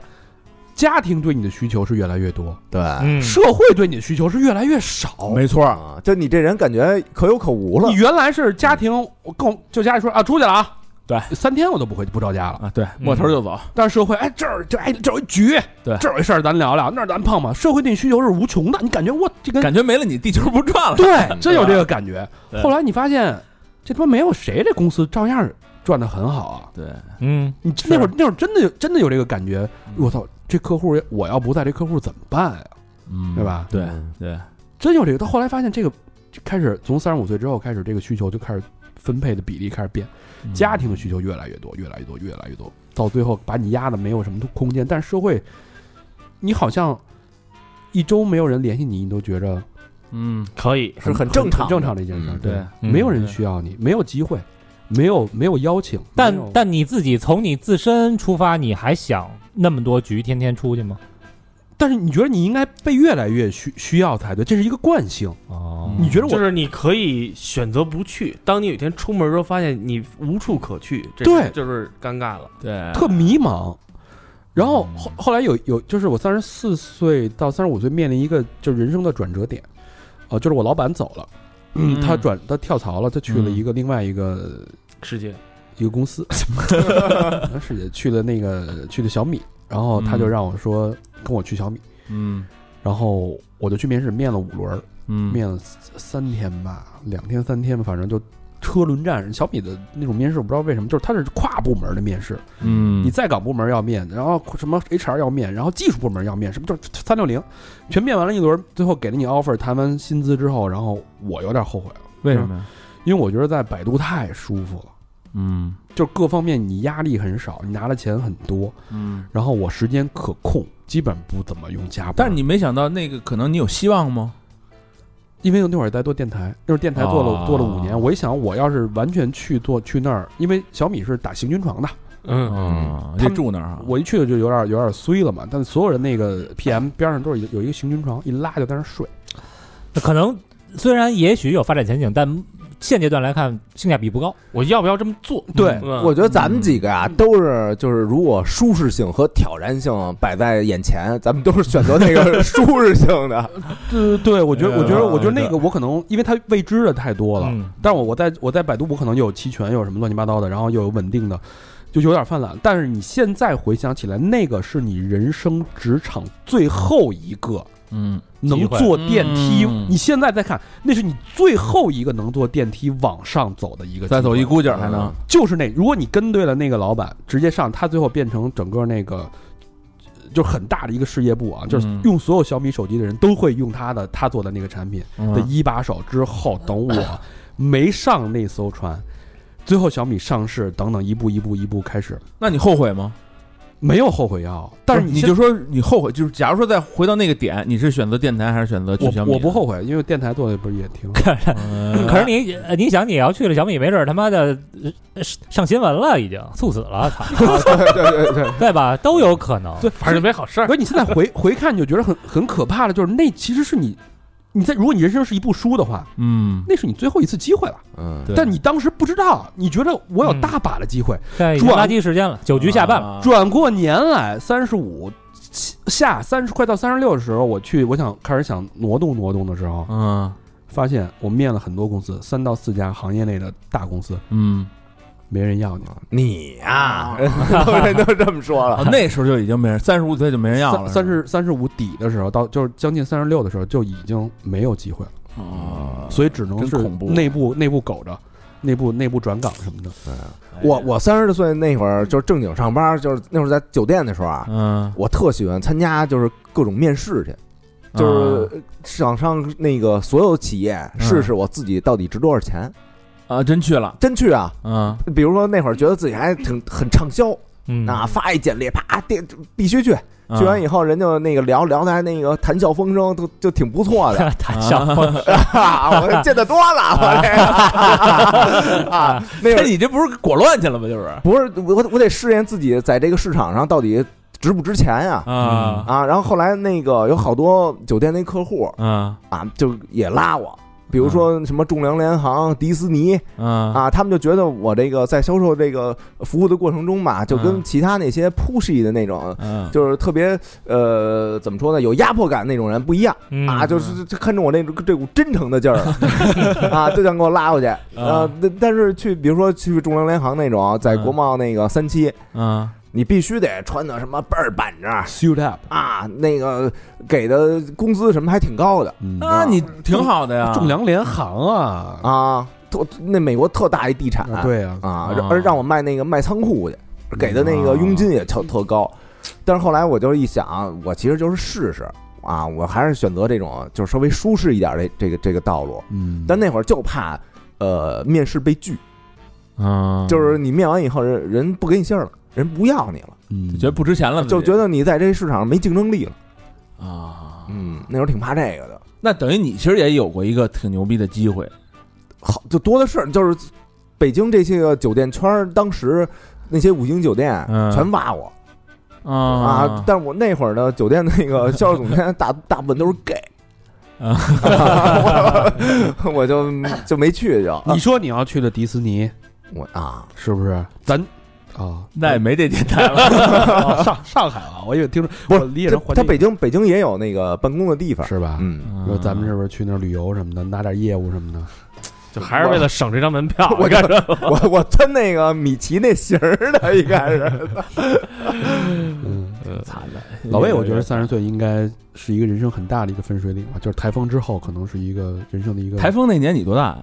A: 家庭对你的需求是越来越多，
B: 对
E: 嗯，
A: 社会对你的需求是越来越少。
C: 没错，
B: 啊，就你这人感觉可有可无了
A: 你。原来是家庭，我跟我就家里说啊，出去了啊，
C: 对，
A: 三天我都不回不着家了。
C: 啊，对，摸头就走，
A: 但是社会，哎，这儿这哎这儿有一局，
C: 对
A: 这儿有一事儿咱聊聊，那儿咱碰碰。社会对你需求是无穷的，你感觉我这
C: *laughs*
A: 跟
C: 感觉没了你地球 *laughs* 不转了。
A: 对，真有这个感觉。
C: 对
A: 后来你发现，这他妈没有谁这公司照样赚的很好啊。
C: 对，
G: 嗯，
A: 你那会儿那会儿真的有真的有这个感觉，我操，这客户我要不在，这客户怎么办呀？
C: 嗯
A: 对？吧？
C: *laughs* 对
B: 嗯
C: 对，
A: 真有这个，到后来发现这个就开始从三十五岁之后开始，这个需求就开始分配的比例开始变，
C: 嗯
A: 家庭的需求越来越多，越来越多，越来越多，到最后把你压的没有什么空间。但是社会，你好像一周没有人联系你，你都觉着
C: 嗯，
D: 可以，
B: 是很
A: 很
B: 正常的
A: 很正常的一件事儿。
B: 嗯
C: 对，
G: 嗯
A: 没有人需要你，没有机会，没有没有邀请，
E: 但
A: 没有
E: 但你自己从你自身出发，你还想那么多局天天出去吗？
A: 但是你觉得你应该被越来越需需要才对，这是一个惯性。
E: 哦
A: 你觉得我
D: 就是你可以选择不去。当你有一天出门的时候，发现你无处可去，这
A: 对
D: 就是尴尬了。
C: 对，
A: 特迷茫。然后后后来有有，就是我三十四岁到三十五岁面临一个就是人生的转折点，呃，就是我老板走了，
C: 嗯
A: 他转他跳槽了，他去了
C: 嗯
A: 一个另外一个
D: 世
A: 哦
D: 界，
A: 一个公司，是的去了那个去的小米，然后他就
C: 嗯
A: 让我说跟我去小米，
C: 嗯
A: 然后我就去面试，面了五轮儿，
C: 嗯，
A: 面了三天吧，两天三天吧，反正就车轮战。小米的那种面试，我不知道为什么，就是它是跨部门的面试，
C: 嗯，
A: 你在岗部门要面，然后什么 HR 要面，然后技术部门要面，什么就是三六零，全面完了一轮，最后给了你 offer，谈完薪资之后，然后我有点后悔了，
C: 为什么呀？
A: 因为我觉得在百度太舒服了，
C: 嗯
A: 就各方面你压力很少，你拿的钱很多，
C: 嗯，
A: 然后我时间可控，基本不怎么用加班。
C: 但是你没想到那个，可能你有希望吗？
A: 因为那会儿在做电台，那会儿电台做了、
C: 啊
A: 做了五年，我一想，我要是完全去做去那儿，因为小米是打行军床的，
D: 嗯，
C: 嗯，
A: 他
C: 就
A: 们
C: 住那儿啊，
A: 我一去就有点有点衰了嘛。但所有人那个 PM 边上都是有一个行军床，一拉就在那儿睡。
E: 可能虽然也许有发展前景，但现阶段来看性价比不高。
D: 我要不要这么做？
B: 对，
D: 嗯
B: 我觉得咱们几个啊，都是就是如果舒适性和挑战性摆在眼前，咱们都是选择那 *laughs* 个舒适性的。
A: 对对，我觉得我觉得我觉得
C: 对
A: 那个我可能因为它未知的太多了，
E: 嗯，
A: 但是我我在我在百度我可能有期权，有什么乱七八糟的，然后又有稳定的，就有点泛滥。但是你现在回想起来，那个是你人生职场最后一个
C: 嗯，
A: 能坐电梯，
C: 嗯
A: 你现在再看，那是你最后一个能坐电梯往上走的一个机会。
C: 再走一股劲儿还能，
A: 就是那，如果你跟对了那个老板，直接上，他最后变成整个那个。就是很大的一个事业部啊，就是
C: 嗯
A: 用所有小米手机的人都会用他的他做的那个产品的
C: 嗯
A: 一把手。之后等我没上那艘船，最后小米上市等等，一步一步一步开始，
C: 那你后悔吗？
A: 没有后悔药。但是
C: 不你
A: 现
C: 就说你后悔，就是假如说再回到那个点，你是选择电台还是选择去小米啊
A: 我我不后悔，因为电台做的不是也挺好。
C: 嗯
E: 可是你呃你想，你要去了小米，没准儿他妈的呃上新闻了，已经猝死了，操，
B: 对对对对，
E: 对吧？都有可能。
A: 对，
D: 反正没好事儿
A: 所。以你现在回 *laughs* 回看，你就觉得很很可怕的，就是那其实是你，你在如果你人生是一部书的话，
C: 嗯，
A: 那是你最后一次机会了。
B: 嗯，
C: 对嗯
A: 但你当时不知道，你觉得我有大把的机会。
E: 对，已经
A: 转
E: 垃圾时间了，酒局下半了。
C: 啊
A: 转过年来，三十五下三十快到三十六的时候，我去，我想开始想挪动挪动的时候，
C: 嗯
A: 发现我面了很多公司，三到四家行业内的大公司，
C: 嗯，
A: 没人要你。
B: 你呀， *laughs* 都人都这么说
C: 哦
G: 啊
B: 了，
C: 那时候就已经没人，三十五岁就没人要了，
A: 三三十三十五底的时候，到就是将近三十六的时候，就已经没有机会了。
C: 啊，
A: 所以只能
C: 真
A: 是
C: 恐怖啊
A: 内部内部苟着，内部内部转岗什么的。
B: 我我三十岁那会儿就是正经上班，就是那会儿在酒店的时候啊，
C: 嗯，
B: 我特喜欢参加就是各种面试去，
C: 啊
B: 就是想上那个所有企业
C: 嗯
B: 试试我自己到底值多少钱。
C: 啊啊，真去了，
B: 真去啊！
C: 嗯
B: 比如说那会儿觉得自己还挺很畅销，
E: 嗯， *laughs*
B: 那啊发一简历，啪，电必须去。
C: 嗯
B: 去完以后，人就那个聊聊的还那个谈笑风生，都就挺不错的。 *laughs* 啊
E: 谈笑风生，
B: 我见得多了，我这个 *laughs* 啊，那
C: 那
B: 个
C: 你这不是裹乱去了吗？就是
B: 不是我，我得试验自己在这个市场上到底值不值钱呀、
C: 啊
B: 啊，然后后来那个有好多酒店那客户
C: 啊
B: 啊，就也拉我，比如说什么仲量联行、迪士尼
C: 啊
B: 啊，他们就觉得我这个在销售这个服务的过程中吧，就跟
C: 嗯
B: 其他那些 pushy 的那种，
C: 嗯，
B: 就是特别呃怎么说呢，有压迫感那种人不一样
E: 嗯
B: 啊，就是就看中我那种这股真诚的劲儿了啊，就想给我拉过去啊。呃但但是去比如说去仲量联行那种，在国贸那个三期，
C: 嗯
G: 啊
B: 你必须得穿的什么倍儿板正
A: Suit up，
B: 啊，那个给的工资什么还挺高的
A: 嗯，
C: 那你挺好的呀，
A: 仲量联行啊，
B: 啊。特那美国特大一地产，
A: 啊嗯对呀，
B: 啊
C: 啊，
B: 让而让我卖那个卖仓库去，给的那个佣金也特特
A: 啊
B: 高。但是后来我就一想，我其实就是试试啊，我还是选择这种就是稍微舒适一点的这个这个道路。
C: 嗯
B: 但那会儿就怕呃面试被拒，
A: 嗯
G: 啊，
B: 就是你面完以后人人不给你信儿了，人不要你了，
C: 嗯
G: 觉得不值钱了，
B: 就觉得你在这市场上没竞争力了。
G: 得啊，
B: 嗯，那时候挺怕这个的。
G: 那等于你其实也有过一个挺牛逼的机会，
B: 好，就多的是，就是北京这些个酒店圈儿，当时那些五星酒店
G: 嗯
B: 全挖我、
G: 啊
B: 啊！但是我那会儿的酒店那个销售总监大大部分都是 gay，
G: 啊
B: *laughs* 我我就就没去就
A: 啊你说你要去的迪士尼
B: 我啊，
A: 是不是？咱啊，
G: 那也没这电台了，
A: *laughs* 哦上上海啊，我以为听说
B: 不是
A: 我理解
B: 这
A: 成环
B: 他
A: 球
B: 北京北京也有那个办公的地方，
A: 是吧？
B: 嗯，
A: 说咱们是不是去那儿旅游什么的，拿点业务什么的？
D: 就还是为了省这张门票。
B: 我
D: 你看这
B: 我我穿那个米奇那型儿的，应该是
A: 嗯，
G: 惨了，
A: 老魏，我觉得三十岁应该是一个人生很大的一个分水岭吧，就是台风之后，可能是一个人生的一个
G: 台。风那年你多大呀？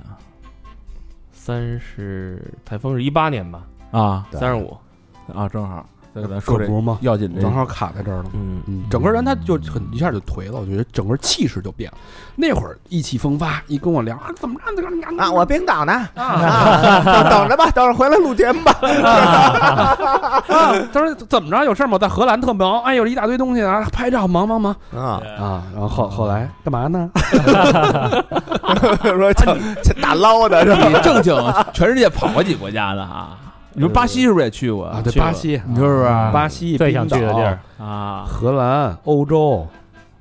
D: 三十台风是一八年吧，
G: 啊
D: 三十五，
G: 啊，正好再给咱
A: 可
G: 说这
A: 不嘛，
G: 要紧的，
A: 正好卡在这儿了。
D: 嗯，
A: 嗯，整个人他就很一下就颓了，我觉得整个气势就变了。那会儿意气风发，一跟我聊啊，怎么着怎么着
B: 啊，我冰岛呢
A: 啊
B: 啊，等等着吧，等着回来录节目吧。
A: 啊，他说怎么着有事儿吗？我在荷兰特忙，哎呦一大堆东西啊，拍照忙忙忙
B: 啊， *laughs*
A: 啊。然后后后来干嘛呢？啊
B: 说这打捞
A: 嗯
B: 的是
C: *laughs*
B: 吧？
C: 你正经全世界跑过几个国家的啊？你说巴西是不是也去过
A: 啊，对，
C: 去过
A: 巴西，
C: 你说是不是
A: 巴西
E: 最想去的地儿，
C: 啊？
A: 荷兰、欧洲，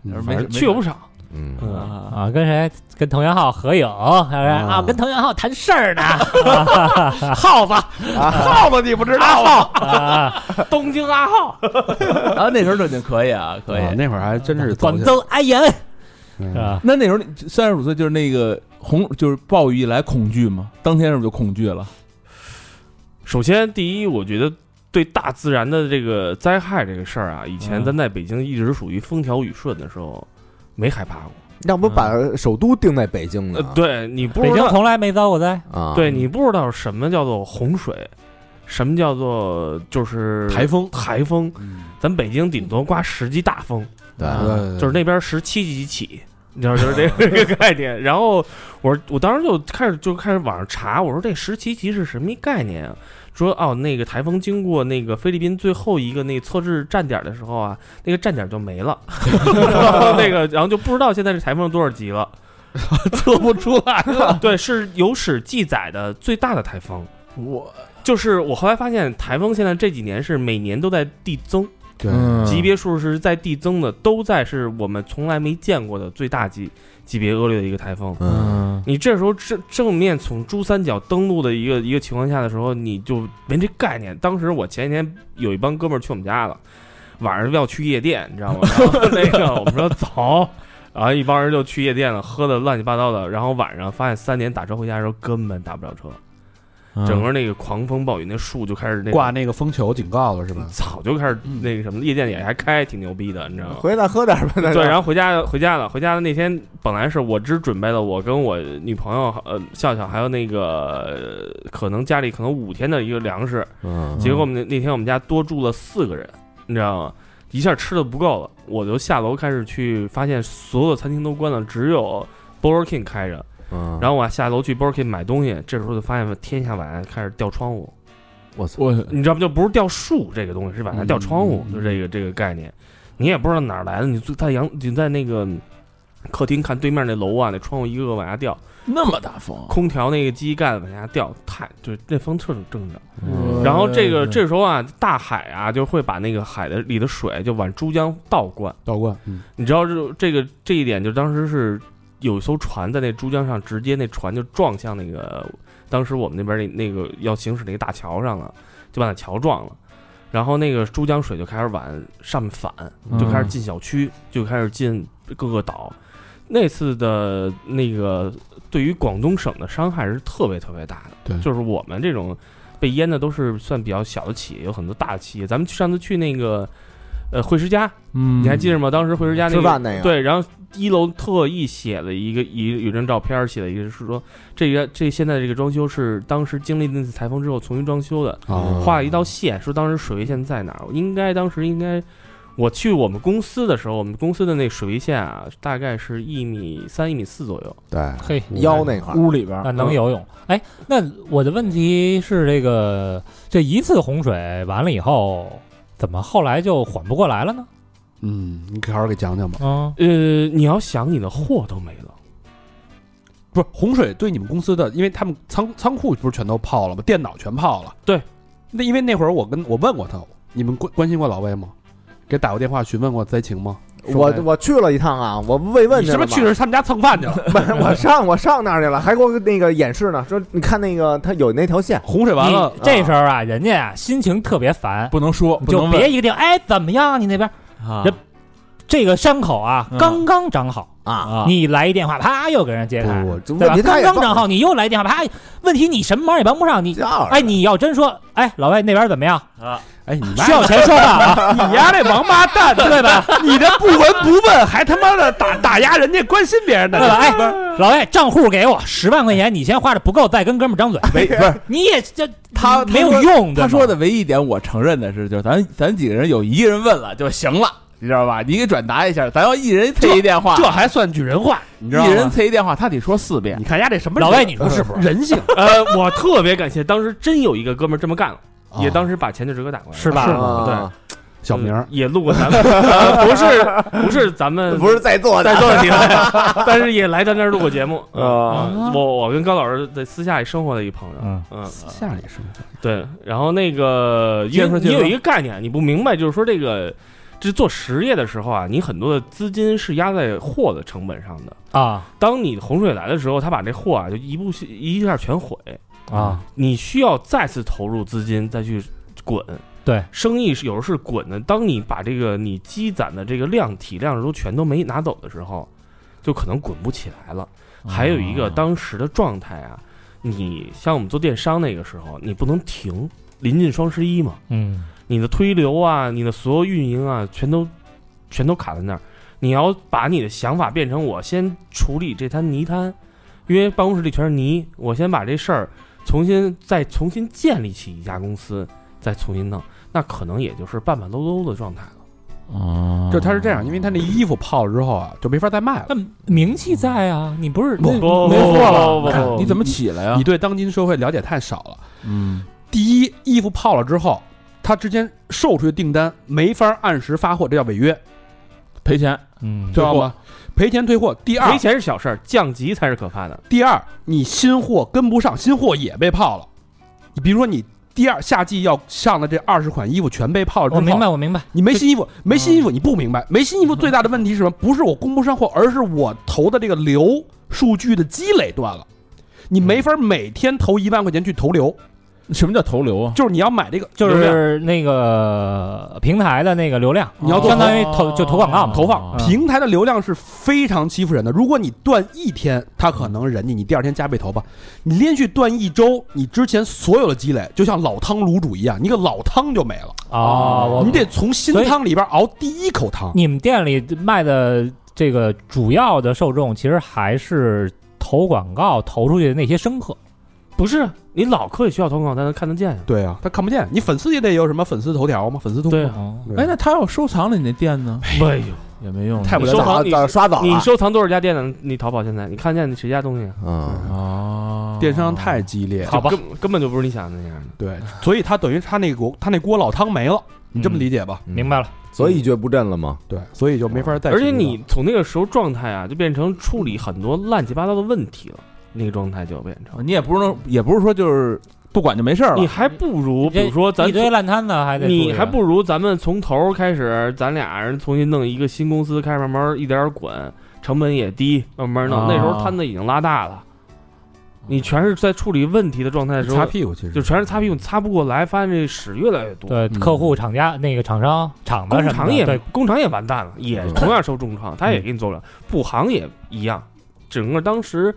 A: 嗯
C: 没
A: 反正
C: 没
D: 去过不少。
B: 嗯
E: 嗯
C: 啊
E: 啊，跟谁？跟藤原浩合影，还是
A: 啊
E: 啊，跟藤原浩谈事儿呢。
A: 耗子，
B: *laughs* 啊
A: 耗子你不知道啊？
E: 啊，
D: 东京阿浩，
C: 啊，那时候正经可以啊，可以。
A: 那会儿还真是走
E: 啊广
A: 起来
E: 州阿言
A: 嗯
E: 是吧？
C: 那那时候你三十五岁就是那个红，就是暴雨一来恐惧嘛，当天是不是就恐惧了？
D: 首先第一，我觉得对大自然的这个灾害这个事儿啊，以前
C: 嗯
D: 咱在北京一直属于风调雨顺的时候，没害怕过。
B: 要不把首都定在北京呢
D: 呃？，对你不
E: 北
D: 知
E: 京
D: 道，
E: 从来没遭过灾，
B: 啊，
D: 呃对你不知道什么叫做洪水，什么叫做就是
A: 台风，
D: 台风，
C: 嗯，
D: 咱北京顶多刮十级大风，
B: 对
C: 啊
A: 对对对
D: 就是那边十七级起，你知道就是这个这个概念。然后我说我当时就开始就开始网上查，我说这十七级是什么一概念啊？说哦，那个台风经过那个菲律宾最后一个那个测试站点的时候啊，那个站点就没了， *laughs* 然后那个然后就不知道现在这台风多少级了，测不出来了。对，是有史记载的最大的台风。
C: 我
D: 就是我后来发现，台风现在这几年是每年都在递增，
A: 对
C: 嗯
D: 级别数是在递增的，都在是我们从来没见过的最大级级别恶劣的一个台风。
B: 嗯，
D: 你这时候正正面从珠三角登陆的一个一个情况下的时候，你就没这概念。当时我前几天有一帮哥们儿去我们家了，晚上要去夜店，你知道吗？然后那个我们说走，然后一帮人就去夜店了，喝的乱七八糟的。然后晚上发现三点打车回家的时候根本打不了车，
C: 嗯
D: 嗯整个那个狂风暴雨，那树就开始那
A: 挂那个风球警告了是吧？
D: 早就开始那个什么，夜店也还开，挺牛逼的，你知道吗？
B: 回来喝点吧。 *laughs* 那
D: 对，然
B: 后
D: 后回家回家了，回家的那天本来是我只准备了我跟我女朋友呃笑笑还有那个呃可能家里可能五天的一个粮食，
B: 嗯
D: 结果我们那那天我们家多住了四个人，你知道吗？一下吃的不够了，我就下楼开始去，发现所有的餐厅都关了，只有 Burger King 开着。
B: 嗯，
D: 然后我还下楼去 Burger King 买东西，这时候就发现天下晚开始掉窗户，
B: 我操，
C: 我
D: 你知道吗？就不是掉树这个东西，是往下掉窗户，
C: 嗯
D: 就这个这个概念，你也不知道哪儿来的。你就在阳，你在那个客厅看对面那楼啊，那窗户一个个往下掉，
C: 那么大风，
D: 空调那个机盖子往下掉，太就是那风正正着。
B: 嗯
D: 然后这个这时候啊，大海啊就会把那个海的里的水就往珠江倒灌。
A: 倒灌，嗯，
D: 你知道这这个这一点，就当时是有一艘船在那珠江上，直接那船就撞向那个当时我们那边那那个要行驶那个大桥上了，就把那桥撞了。然后那个珠江水就开始往上面反，
C: 嗯
D: 就开始进小区，就开始进各个岛。那次的那个对于广东省的伤害是特别特别大的，
A: 对
D: 就是我们这种被淹的都是算比较小的企业，有很多大的企业。咱们上次去那个呃惠施家，
G: 嗯，
D: 你还记着吗？当时惠施家那
B: 吃
D: 个
B: 饭那个，
D: 对，然后一楼特意写了一个一有张照片儿，写了一个是说这个这现在这个装修是当时经历那次台风之后重新装修的，
B: 哦
A: 啊
D: 画了一道线，说当时水位线在哪儿？应该当时应该，我去我们公司的时候，我们公司的那水位线啊，大概是一米三、一米四左右。
B: 对
E: 嘿，
B: 腰那
A: 嗯
B: 块儿，
G: 屋里边
E: 那能游泳？哎，那我的问题是，这个这一次洪水完了以后，怎么后来就缓不过来了呢？
A: 嗯，你好好给讲讲吧。
E: 嗯，
D: 呃，你要想你的货都没了，
A: 不是洪水对你们公司的，因为他们仓仓库不是全都泡了吗？电脑全泡了。
D: 对，
A: 那因为那会儿我跟我问过他，你们关关心过老魏吗？给打过电话询问过灾情吗？
B: 我我去了一趟啊，我慰问
A: 你
B: 去
A: 是
B: 了
A: 不
B: 嘛
A: 是去的是他们家蹭饭去了？
B: 不是 *laughs* 我上我上那儿去了，还给我那个演示呢，说你看那个他有那条线，
A: 洪水完了，
E: 你这时候啊，人家啊心情特别烦，
G: 不能说，
E: 你
G: 不
E: 就
G: 能
E: 别
G: 问
E: 一个地方，哎，怎么样啊？你那边
H: 啊
E: 人这个伤口啊
G: 嗯，
E: 刚刚长好，
B: 啊，
H: 啊，
E: 你来一电话，啪又给人接开，
A: 不
B: 这
E: 对
B: 问
E: 吧
B: 题？他
E: 刚
B: 也
E: 刚
B: 帮
E: 长好，你又来一电话，啪，问题你什么忙也帮不上，你
B: 叫儿啊
E: 哎，你要真说，哎，老外那边怎么样？
A: 哎，你妈
E: 需要钱说话啊，
A: 你丫这王八蛋，对
E: *laughs*
A: 吧？你这不闻不问，还他妈的打打压人家关心别人
E: 对
A: *laughs* 的，
E: 吧？哎，老外账户给我十万块钱，你先花着不够，再跟哥们儿张嘴，
C: 唯不是
E: 你也这
C: 他
E: 没有用。对
C: 他
E: 吗
C: 说的唯一一点，我承认的是，就是咱咱几个人有一个人问了就行了，你知道吧？你给转达一下，咱要一人配一电话，
A: 这还算句人话，你知道
C: 一人
A: 吗？
C: 配一电话，他得说四遍
A: 你。看丫这什么
E: 老
A: 人
E: 外，你说是不是？
A: 人性？
D: *laughs* 呃，我特别感谢，当时真有一个哥们儿这么干了，
B: 哦
D: 也当时把钱就直接打过来了，
E: 是吧？
B: 啊，
A: 啊小明
D: 嗯也路过咱们，呃不是不是咱们
B: 不是在座的
D: 在
B: *laughs*
D: 做的节目，但是也来咱这儿录过节目。
B: 啊，
D: 嗯我我跟高老师在私下里生活的一朋友，
G: 嗯
D: 嗯，
A: 下里是
D: 对，然后那个
C: 接
D: 因
C: 着说
D: 为
C: 接
D: 你
C: 着说
D: 有一个概念，你不明白，就是说这个，这做实业的时候啊，你很多的资金是压在货的成本上的。
E: 啊
D: 当你洪水来的时候，他把这货啊就一步一下全毁，
E: 啊，
D: 你需要再次投入资金再去滚。
E: 对，
D: 生意是有时候是滚的。当你把这个你积攒的这个量体量都全都没拿走的时候，就可能滚不起来了。还有一
E: 啊
D: 个当时的状态啊，你像我们做电商那个时候，你不能停，临近双十一嘛，
E: 嗯
D: 你的推流啊，你的所有运营啊，全都全都卡在那儿。你要把你的想法变成我先处理这滩泥滩，因为办公室里全是泥，我先把这事儿重新再重新建立起一家公司，再重新弄，那可能也就是半半搂搂的状态了。
C: 啊
G: 哦
A: 就他是这样，因为他那衣服泡了之后啊，就没法再卖了。
E: 那名气在啊，你不是
A: 不
E: 那
D: 不
A: 没货了，
D: 不不不不
C: 你怎么起来啊嗯呀
A: 你？对当今社会了解太少了。
G: 嗯，
A: 第一，衣服泡了之后，他之前售出去的订单没法按时发货，这叫违约，
C: 赔钱，
E: 嗯
A: 知道
C: 退
A: 吗？赔钱退货。第二
E: 哎
D: 赔，钱是小事儿，降级才是可怕的。
A: 第二，你新货跟不上，新货也被泡了。你比如说，你第二夏季要上的这二十款衣服全被泡了之
E: 我哦
A: 后，
E: 明白，我嗯明白，
A: 你没新衣服，没新衣服，你不明白，没新衣服最大的问题是什么？不是我供不上货，而是我投的这个流数据的积累断了。你
E: 嗯
A: 没法每天投一万块钱去投流，
C: 什么叫投流啊？
A: 就是你要买这个，
E: 就
A: 流量
E: 是那个平台的那个流量，
A: 你要做
E: 相当于投就投广告嘛，
A: 投放
D: 啊
E: 嗯
A: 平台的流量是非常欺负人的。如果你断一天，它可能人家你第二天加倍投吧。你连续断一周，你之前所有的积累就像老汤卤煮一样，你个老汤就没了，
E: 啊，
D: 哦
E: 我
A: 你得从新
E: 所以
A: 汤里边熬第一口汤。
E: 你们店里卖的这个主要的受众其实还是投广告投出去的那些生客，
D: 不是你老客也需要投广告才能看得见呀、
A: 对啊，他看不见，你粉丝也得有什么粉丝头条吗？粉丝通
D: 对
A: 过
D: 啊
E: 哦
A: 对
C: 哎，那他要收藏了你那店呢，
D: 哎呦，
C: 也没用。
A: 太不
D: 你
A: 了
D: 收藏
A: 解了。
B: 早
D: 你
B: 早刷早
D: 你
B: 了，
D: 收藏多少家店呢？你淘宝现在你看见谁家东西啊？
B: 嗯，
C: 哦，
A: 电商太激烈了，
D: 好吧，根根本就不是你想的那样的。
A: 对，所以他等于他那锅他那锅老汤没了，
D: 嗯
A: 你这么理解吧？
E: 明白了，
B: 所以一蹶不振了吗？
A: 对，所以就没法再。
D: 而且你从那个时候状态啊，就变成处理很多乱七八糟的问题了，那个状态就变成，
C: 你也不能，也不是说就是不管就没事儿
D: 你
C: 了。
D: 还不如比
E: 这
D: 如说咱
E: 一堆烂摊子还得啊处
D: 你
E: 理
D: 还不如咱们从头开始，咱俩人重新弄一个新公司，开始慢慢一点点滚，成本也低，慢慢弄。
C: 啊
D: 那时候摊子已经拉大了，你全是在处理问题的状态的时
A: 擦
D: 候，
A: 屁股，其实
D: 就全是擦屁股，擦不过来，发现这屎越来越多。
E: 对
C: 嗯
E: 客户、厂家那个厂商、厂子
D: 工
E: 啊什么
D: 厂
E: 的，
D: 也
E: 对，
D: 工厂也完蛋了，也
B: 嗯
D: 同样受重创，他也给你做不了。布行也一样，整个当时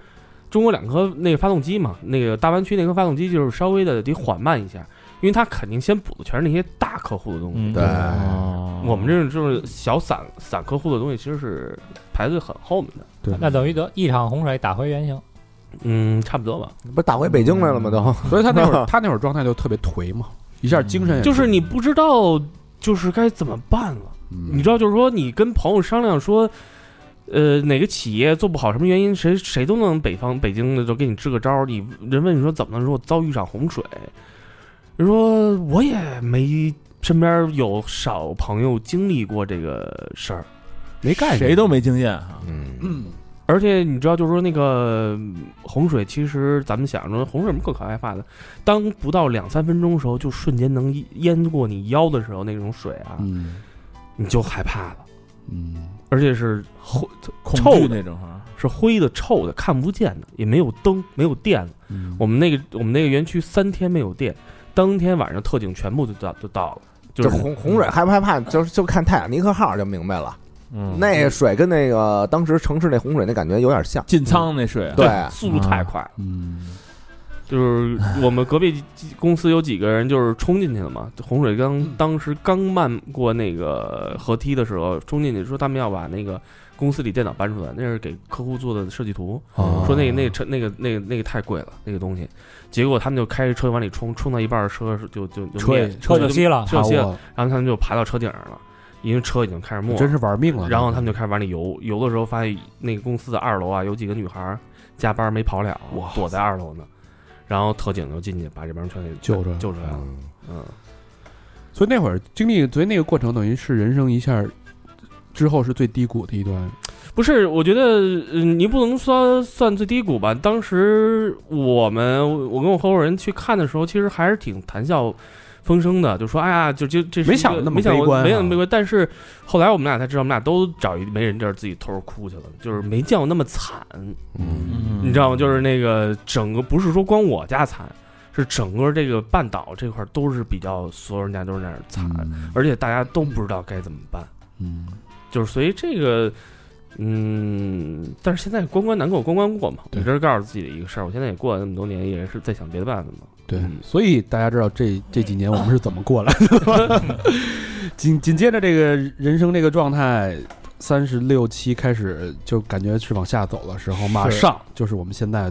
D: 中国两颗那个发动机嘛，那个大湾区那颗发动机就是稍微的得缓慢一下，因为他肯定先补的全是那些大客户的东西。
H: 嗯
B: 对
H: 哦
D: 我们这种就是小散散客户的东西，其实是排队很后面的。
E: 那等于得一场洪水打回原形。
D: 嗯，差不多吧。
B: 不是打回北京来了吗？都
A: 所以他
D: *laughs*
A: 那会儿他那会儿状态就特别颓嘛，一下精神也
D: 就是你不知道，就是该怎么办了。你
A: 你
D: 知
C: 嗯
D: 道，就是说你跟朋友商量说，呃，哪个企业做不好，什么原因，谁谁都能北方北京的都给你支个招儿。你人问你说怎么了，说我遭遇一场洪水，人说我也没身边有少朋友经历过这个事儿，
A: 没概念，
C: 谁都没经验啊，
B: 嗯，
A: 嗯
D: 而且你知道，就是说那个嗯洪水，其实咱们想说洪水有什么可害怕的，当不到两三分钟的时候，就瞬间能淹过你腰的时候，那种水啊，
A: 嗯
D: 你就害怕了，
A: 嗯，
D: 而且是后
C: 恐
D: 臭
C: 惧
D: 的
C: 那种啊。
D: 是灰的、臭的、看不见的，也没有灯，没有电了。
A: 嗯
D: 我们那个我们那个园区三天没有电，当天晚上特警全部就到就到了，就
B: 这
D: 是
B: 洪洪水害不害怕？就就看泰坦尼克号就明白了，那
C: 嗯
B: 水跟那个当时城市那洪水那感觉有点像。
C: 进仓那水啊，
B: 对，
D: 速度太快了。
A: 嗯
D: 就是我们隔壁公司有几个人就是冲进去了嘛，洪水刚当时刚漫过那个河堤的时候，冲进去说他们要把那个公司里电脑搬出来，那是给客户做的设计图，
A: 哦
D: 说那个那个车那个那个那个太贵了那个东西，结果他们就开着车往里冲，冲到一半儿车就就就
A: 车也
D: 灭
E: 车就熄了，
D: 车就熄了，
A: 我
D: 然后他们就爬到车顶上了，因为车已经开始没
A: 真
D: 了。
A: 是玩命了。
D: 然后他们就开始往里游，游的时候发现那个公司的二楼啊，有几个女孩儿加班没跑了，躲在二楼呢。然后特警就进去把这帮人全给
A: 救出来
D: 救出来了。嗯，
A: 所以那会儿经历，所以那个过程等于是人生一下之后是最低谷的一段。
D: 不是，我觉得嗯，你不能说算最低谷吧。当时我们我跟我合伙人去看的时候，其实还是挺谈笑风生的，就说哎呀，就就这是
A: 没
D: 一个
A: 想那么
D: 没想过
A: 悲观啊
D: 没想那么悲观。但是后来我们俩才知道，我们俩都找一没人地儿自己偷着哭去了，就是没见过那么惨。
C: 嗯
D: 你知道吗？就是那个整个不是说光我家惨，是整个这个半岛这块儿都是比较所有人家都是那样惨，而且大家都不知道该怎么办，
A: 嗯，
D: 就是所以这个。嗯，但是现在关关难过关关过嘛，
A: 对
D: 我这是告诉自己的一个事儿。我现在也过了那么多年，也是在想别的办法嘛。
A: 对
D: 嗯，
A: 所以大家知道这这几年我们是怎么过来的
D: *laughs*
A: 吗。紧紧接着这个人生这个状态，三十六七开始就感觉是往下走的时候，马上就是我们现在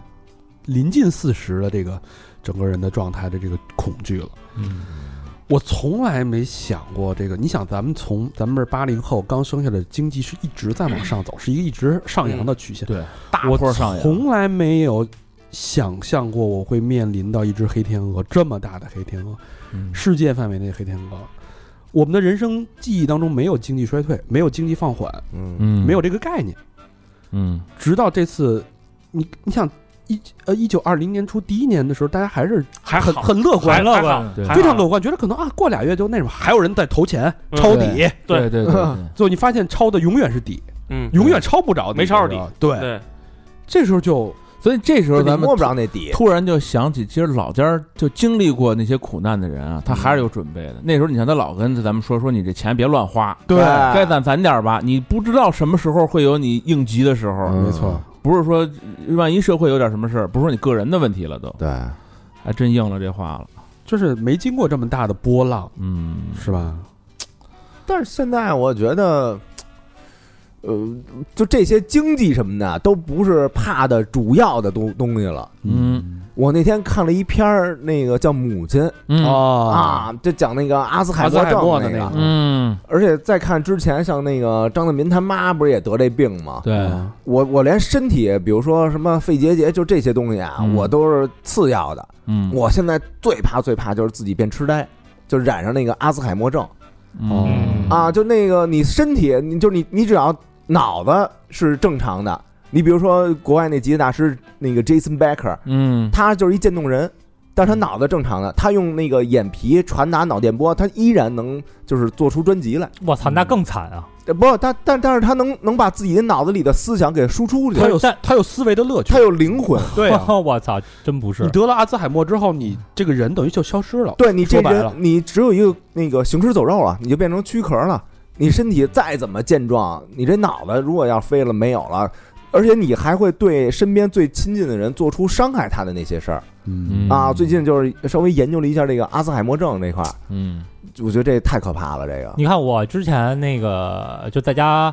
A: 临近四十的这个整个人的状态的这个恐惧了。
C: 嗯
A: 我从来没想过这个。你想，咱们从咱们这八零后刚生下来的经济是一直在往上走，是一个一直上扬的曲线。
C: 对，大
A: 我
C: 坡上扬，
A: 从来没有想象过我会面临到一只黑天鹅这么大的黑天鹅，
C: 嗯
A: 世界范围内的黑天鹅。我们的人生记忆当中没有经济衰退，没有经济放缓，
B: 嗯，
G: 嗯
A: 没有这个概念。
G: 嗯
A: 直到这次，你你想一呃一九二零年初第一年的时候，大家还是
D: 还
A: 很
D: 好
A: 很乐观
D: 啊还，乐
G: 观对
A: 非常乐观，觉得可能啊过俩月就那什么，还有人在投钱
D: 嗯
A: 抄底，
D: 对
C: 对对对
B: *laughs*
C: 对，
A: 最后你发现抄的永远是底，
D: 嗯，
A: 永远抄不着，
D: 没抄着底。
A: 对，
D: 对，
A: 这时候就
C: 所以这时候
B: 就
C: 咱
B: 你
C: 们
B: 摸不着那底，
C: 突然就想起，其实老家儿就经历过那些苦难的人啊，他还是有
B: 嗯
C: 准备的。那时候你像他老跟咱们说说，你这钱别乱花，
A: 对
B: 哎
C: 该攒攒点儿吧。你不知道什么时候会有你应急的时候，
B: 嗯
A: 没错，
C: 不是说呃万一社会有点什么事儿，不是说你个人的问题了都，
B: 对，
C: 还真应了这话了。
A: 就是没经过这么大的波浪，
C: 嗯，
A: 是吧？
B: 但是现在我觉得，呃，就这些经济什么的，都不是怕的主要的东东西了。
C: 嗯
B: 我那天看了一篇儿，那个叫《母亲》
C: 嗯
A: 啊，
B: 啊，就讲那个阿兹海
A: 阿
B: 默
A: 兹海默
B: 症
A: 的
B: 那
A: 那
B: 个
A: 个。
C: 嗯，
B: 而且再看之前，像那个张大民他妈不是也得这病吗？
C: 对，
B: 我我连身体，比如说什么肺结节，就这些东西啊，
C: 嗯
B: 我都是次要的。
C: 嗯，
B: 我现在最怕最怕就是自己变痴呆，就染上那个阿兹海默症
C: 嗯
B: 啊，就那个你身体，你就你你只要脑子是正常的，你比如说国外那吉他大师那个 Jason Becker，
C: 嗯
B: 他就是一渐冻人，但是他脑子正常的，他用那个眼皮传达脑电波，他依然能就是做出专辑来。
E: 我操，那更惨啊！
B: 呃不，他但但是他能能把自己的脑子里的思想给输出出
A: 他
B: 去，
A: 有
E: 但
A: 他有思维的乐趣
B: 他，有灵魂。
A: 对啊
E: *laughs* 我操，真不
A: 你
E: 是。
A: 得了阿兹海默之后，你这个人等于就消失了。
B: 对你这
A: 说白
B: 人
A: 了，
B: 你只有一个那个行尸走肉了，你就变成躯壳了。你身体再怎么健壮，你这脑子如果要飞了没有了，而且你还会对身边最亲近的人做出伤害他的那些事儿
A: 嗯
B: 啊。最近就是稍微研究了一下这个阿兹海默症这块儿，
G: 嗯
B: 我觉得这太可怕了。这个
E: 你看我之前那个就在家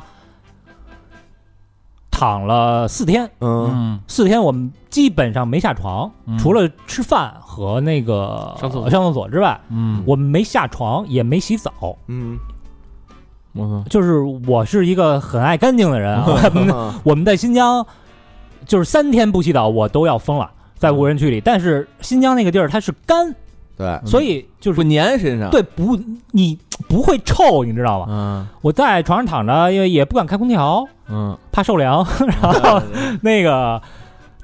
E: 躺了四天，
B: 嗯
G: 嗯
E: 四天我们基本上没下床，
G: 嗯
E: 除了吃饭和那个
D: 上厕所
E: 上厕所之外，
G: 嗯，
E: 我们没下床，也没洗澡。
B: 嗯
G: 我操，
E: 就是我是一个很爱干净的人啊，
B: 嗯
E: 我们在新疆就是三天不洗澡我都要疯了，在无人区里。但是新疆那个地儿它是干，
B: 对，
E: 所以就是
G: 不粘身上，
E: 对不你不会臭，你知道吗？
G: 嗯
E: 我在床上躺着，因为也不敢开空调，
G: 嗯，
E: 怕受凉。 *laughs* 然后那个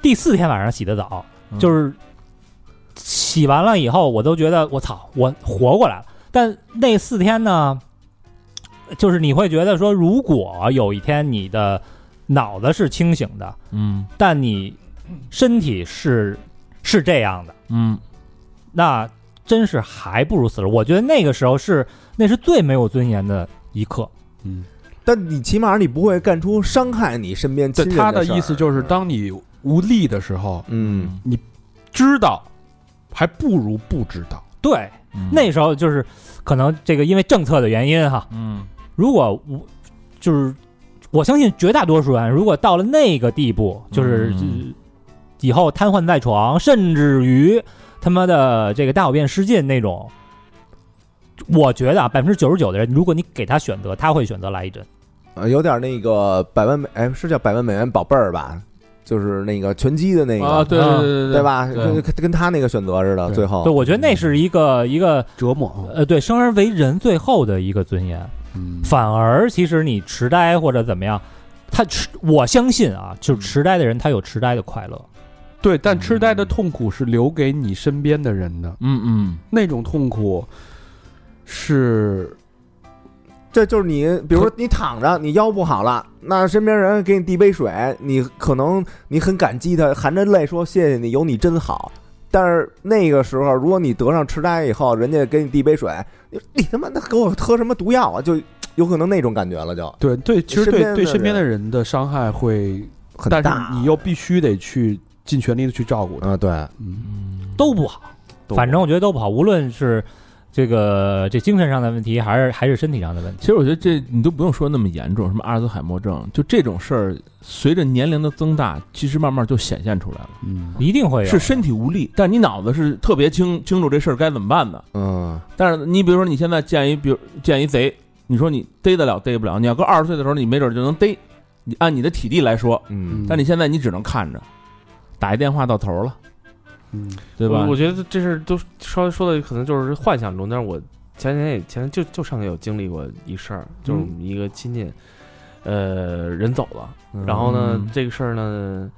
E: 第四天晚上洗的澡，
G: 嗯
E: 就是洗完了以后，我都觉得我操，我活过来了。但那四天呢，就是你会觉得说，如果有一天你的脑子是清醒的，
G: 嗯
E: 但你身体是是这样的，
G: 嗯
E: 那真是还不如死了。我觉得那个时候是那是最没有尊严的一刻。
A: 嗯
B: 但你起码你不会干出伤害你身边亲
A: 对
B: 人
A: 他
B: 的
A: 的
B: 事儿
A: 意思就是，当你无力的时候，
B: 嗯，
A: 知道还不如不知道。
E: 对，
G: 嗯
E: 那时候就是可能这个因为政策的原因哈，
G: 嗯
E: 如果我就是我相信绝大多数人，如果到了那个地步，就是、
G: 嗯
E: 呃以后瘫痪在床，甚至于他妈的这个大小便失禁那种，我觉得啊，百分之九十九的人，如果你给他选择，他会选择来一针。
B: 呃有点那个百万美，哎，是叫百万美元宝贝儿吧？就是那个拳击的那个，嗯
C: 啊，对对对
B: 对？吧？
C: 对
B: 跟跟他那个选择似的，
A: 对
B: 最后
E: 对，我觉得那是一个一个
A: 折磨，
E: 呃，对，生而为人最后的一个尊严。
A: 嗯，
E: 反而其实你痴呆或者怎么样，他痴，我相信啊，就是痴呆的人他有痴呆的快乐。
A: 对，但痴呆的痛苦是留给你身边的人的，
G: 嗯
A: 那种痛苦是
B: 这就是你，比如说你躺着，你腰不好了，那身边人给你递杯水，你可能你很感激他，含着泪说谢谢你，有你真好。但是那个时候，如果你得上痴呆以后，人家给你递杯水，你你他妈的给我喝什么毒药啊？就有可能那种感觉了，就
A: 对对，其实
B: 身边
A: 对
B: 的
A: 对身边
B: 人
A: 的人的伤害会，
B: 很
A: 但
B: 大。
A: 是你又必须得去尽全力的去照顾他，
B: 啊，对，
A: 嗯，
E: 都不好，
B: 都
E: 反正我觉得都不好，无论是这个这精神上的问题，还是还是身体上的问
G: 其
E: 题。
G: 实我觉得这你都不用说那么严重，什么阿尔兹海默症，就这种事儿，随着年龄的增大，其实慢慢就显现出来了。
A: 嗯，
E: 一定会
B: 啊
E: 有
G: 是身体无力，但你脑子是特别清清楚这事儿该怎么办的。
B: 嗯，
G: 但是你比如说你现在见一，比如见一贼，你说你逮得了逮不了，你要搁二十岁的时候，你没准就能逮。你按你的体力来说，
B: 嗯，
G: 但你现在你只能看着，打一电话到头了，
A: 嗯
G: 对吧
D: 我？我觉得这事儿都稍微说的可能就是幻想中，但是我前几天也前就就上个月有经历过一事儿，
A: 嗯
D: 就是我们一个亲戚，呃，人走了，然后呢，
G: 嗯
D: 这个事儿呢，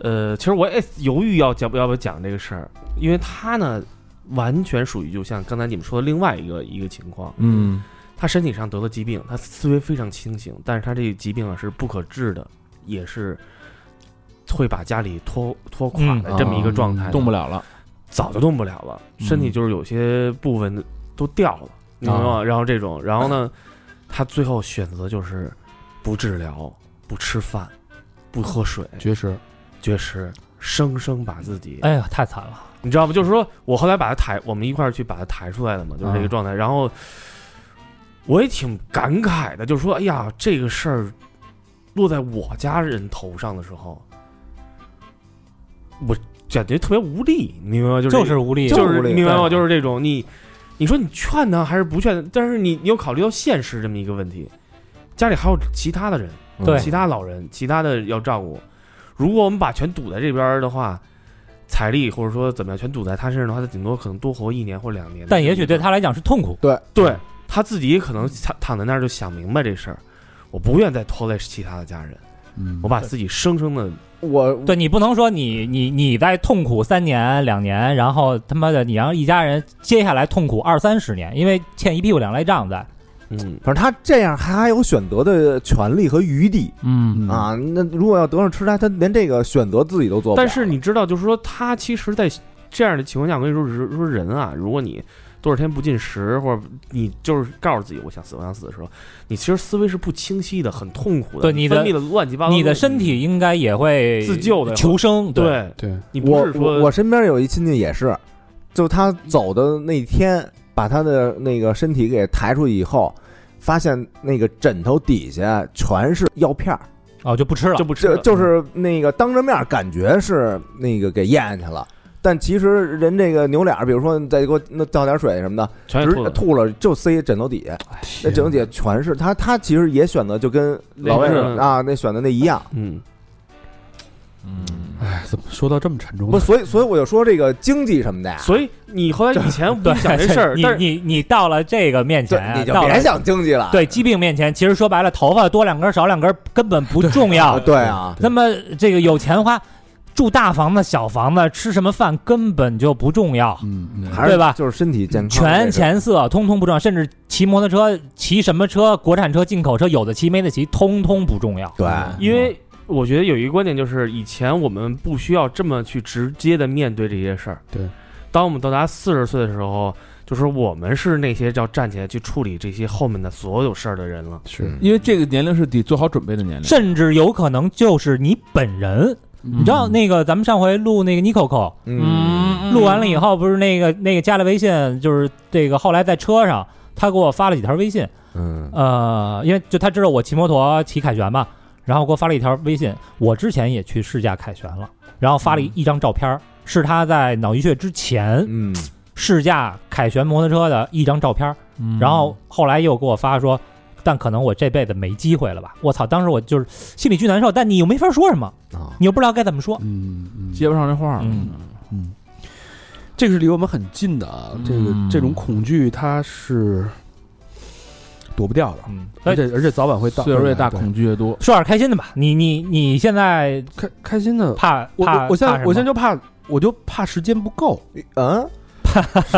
D: 呃，其实我也犹豫要讲不要不要讲这个事儿，因为他呢，完全属于就像刚才你们说的另外一个一个情况，
G: 嗯
D: 他身体上得了疾病，他思维非常清醒，但是他这个疾病啊是不可治的，也是会把家里拖拖垮的
B: 嗯
D: 这么一个状态的，
G: 哦动不了了，
D: 早就动不了了，身体
G: 嗯
D: 就是有些部分都掉了，你明白吗？然后这种，然后呢，他最后选择就是不治疗、不吃饭、不喝水，
A: 绝食，
D: 绝食，生生把自己，
E: 哎呀，太惨了。
D: 你知道吗？就是说我后来把他抬，我们一块儿去把他抬出来的嘛，就是这个状态。然后我也挺感慨的，就是说，哎呀，这个事儿落在我家人头上的时候，我感觉特别无力，你明白吗？就是
E: 就是无力，
D: 就是
B: 无力
D: 明白吗？
E: 对
D: 就是这种你，你说你劝他还是不劝他？但是你你又考虑到现实这么一个问题，家里还有其他的人，
E: 嗯对
D: 其他老人，其他的要照顾。如果我们把全堵在这边儿的话，财力或者说怎么样全堵在他身上的话，他顶多可能多活一年或两年的时间。
E: 但也许对他来讲是痛苦。
D: 对他自己也可能躺躺在那儿就想明白这事儿，我不愿再拖累其他的家人，
A: 嗯
D: 我把自己生生的
B: 我
E: 对你不能说你你你在痛苦三年两年，然后他妈的你让一家人接下来痛苦二三十年，因为欠一屁股两赖账在。
D: 嗯
B: 反正他这样还还有选择的权利和余地，
G: 嗯
B: 啊，那如果要得上痴呆，他连这个选择自己都做不了。
D: 但是你知道，就是说他其实，在这样的情况下，我跟你说，说人啊，如果你多少天不进食，或者你就是告诉自己我想死，我想死的时候，你其实思维是不清晰的，很痛苦的，
E: 对你的
D: 分泌了乱七八糟，
E: 你的身体应该也会
D: 自救的
E: 求生，对，
D: 对
A: 对，
D: 你不
B: 我
D: 是
B: 我
D: 说
B: 我身边有一亲戚也是，就他走的那天，把他的那个身体给抬出去以后，发现那个枕头底下全是药片儿，
E: 哦，就不吃了
D: 就，不吃
B: 这
D: 了，
B: 就是那个当着面儿感觉是那个给咽下去了。但其实人这个扭脸儿，比如说你再给我那倒点水什么的，
D: 全哎
B: 直
D: 是吐的
B: 吐了就塞枕头底下，那
A: 天
B: 枕头底下全是他。他其实也选择就跟老外
D: 类似
B: 啊那选的那一样，
D: 嗯，
C: 嗯
A: 哎，怎么说到这么沉重
B: 不，
A: 呢？
B: 所以所以我就说这个经济什么的呀，
D: 所以你后来以前不
E: 对 *laughs*
D: 去想这事儿，
E: 你
D: 但是
E: 你你到了这个面
B: 对
E: 前，啊
B: 你就
E: 哎到
B: 别
E: 了
B: 想经济了。
E: 对疾病面前，其实说白了，头发多两根少两根根本不重要
B: 啊，， *laughs* 对啊，
E: 那么这个有钱花，住大房子、小房子，吃什么饭根本就不重要，
A: 嗯，嗯
B: 还是
E: 对吧
B: 就是身体健康，
E: 全。钱色通通不重要，甚至骑摩托车、骑什么车、国产车、进口车，有的骑没得骑，通通不重要。
B: 对，
D: 因为我觉得有一个观点就是，以前我们不需要这么去直接的面对这些事儿。
A: 对，
D: 当我们到达四十岁的时候，就是我们是那些要站起来去处理这些后面的所有事儿的人了。
A: 是
B: 嗯
C: 因为这个年龄是得做好准备的年龄。
E: 甚至有可能就是你本人，你知道那个咱们上回录那个 Nicoco，
B: 嗯，
E: 录完了以后不是那个那个加了微信，就是这个后来在车上他给我发了几条微信，
B: 嗯，
E: 呃，因为就他知道我骑摩托骑凯旋嘛，然后给我发了一条微信，我之前也去试驾凯旋了，然后发了一一张照片儿，是他在脑溢血之前
B: 嗯，
E: 试驾凯旋摩托车的一张照片儿，
C: 嗯
E: 然后后来又给我发说，但可能我这辈子没机会了吧？我操！当时我就是心里巨难受，但你又没法说什么，
B: 啊，
E: 你又不知道该怎么说。
A: 嗯嗯，
C: 接不上这话了。
E: 嗯
A: 嗯，这个是离我们很近的啊，这个
C: 嗯
A: 这种恐惧它是躲不掉的，
E: 嗯，所
A: 而
E: 以
A: 且而且早晚会到。
C: 岁数越大，
A: 对
C: 恐惧越多。
E: 说点开心的吧，你你你现在
A: 开开心的。
E: 怕
A: 我
E: 怕 *laughs*
A: 我我现
E: 怕什
A: 在
E: 么
A: 我现在就怕，我就怕时间不够，
B: 嗯，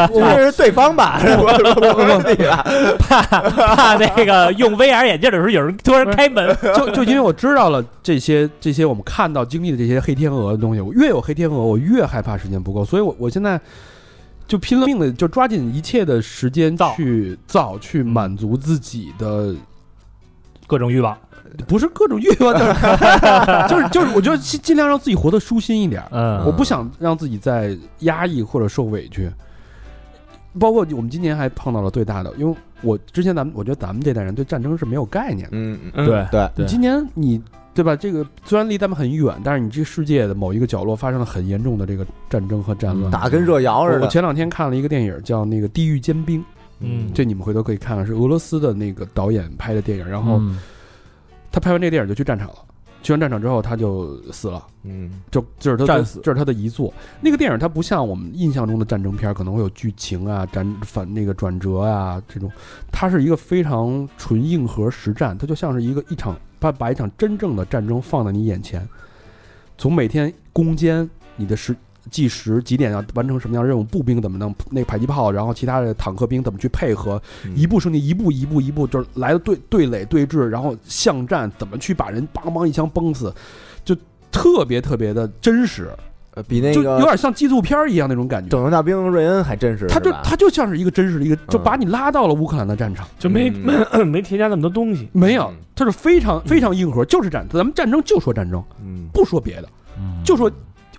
B: 这是对方 *laughs* 吧？我问你了，
E: 怕怕那个用 VR 眼镜的时候有人突然开门，
A: 就就因为我知道了这些 *laughs* 这些我们看到经历的这些黑天鹅的东西，我越有黑天鹅，我越害怕时间不够，所以我我现在就拼了命的就抓紧一切的时间
E: 造嗯
A: 去造，去满足自己的
E: 各种欲望。
A: 不是 *laughs* 各种欲望，就是就是就是，我觉得尽尽量让自己活得舒心一点儿，
E: 嗯
A: 我不想让自己再压抑或者受委屈。包括我们今年还碰到了最大的，因为我之前咱们我觉得咱们这代人对战争是没有概念的。
B: 嗯，
D: 嗯，
C: 对
B: 对，
C: 对
A: 你今年你对吧？这个虽然离咱们很远，但是你这个世界的某一个角落发生了很严重的这个战争和战乱。
B: 嗯打跟热窑
A: 我
B: 似
A: 我
B: 的，
A: 前两天看了一个电影叫那个《地狱尖兵》，
E: 嗯
A: 这你们回头可以看看，是俄罗斯的那个导演拍的电影。然后
C: 嗯
A: 他拍完这个电影就去战场了，去完战场之后他就死了。
B: 嗯，
A: 就就是他
C: 战死
A: 这是他的遗作。那个电影它不像我们印象中的战争片，可能会有剧情啊、转反那个转折啊这种，它是一个非常纯硬核实战，它就像是一个一场把把一场真正的战争放在你眼前，从每天攻坚，你的时计时几点要完成什么样的任务，步兵怎么弄那个迫击炮，然后其他的坦克兵怎么去配合，
C: 嗯
A: 一步升级，一步一步一步，就是来的对对垒对峙，然后巷战怎么去把人梆梆一枪崩死，就特别特别的真实，
B: 呃比那
A: 就
B: 个
A: 有点像纪录片儿一样那种感觉。
B: 拯救大兵瑞恩还真是，
A: 他就是
B: 吧
A: 他就像是一个真实的一个，就
B: 嗯
A: 把你拉到了乌克兰的战场，
D: 就没、*clears throat*
B: 嗯
D: 没添加那么多东西。
A: 没有
B: 嗯，
A: 他是非常非常硬核，就是战，咱们战争就说战争，
B: 嗯，
A: 不说别的，
C: 嗯
A: 就说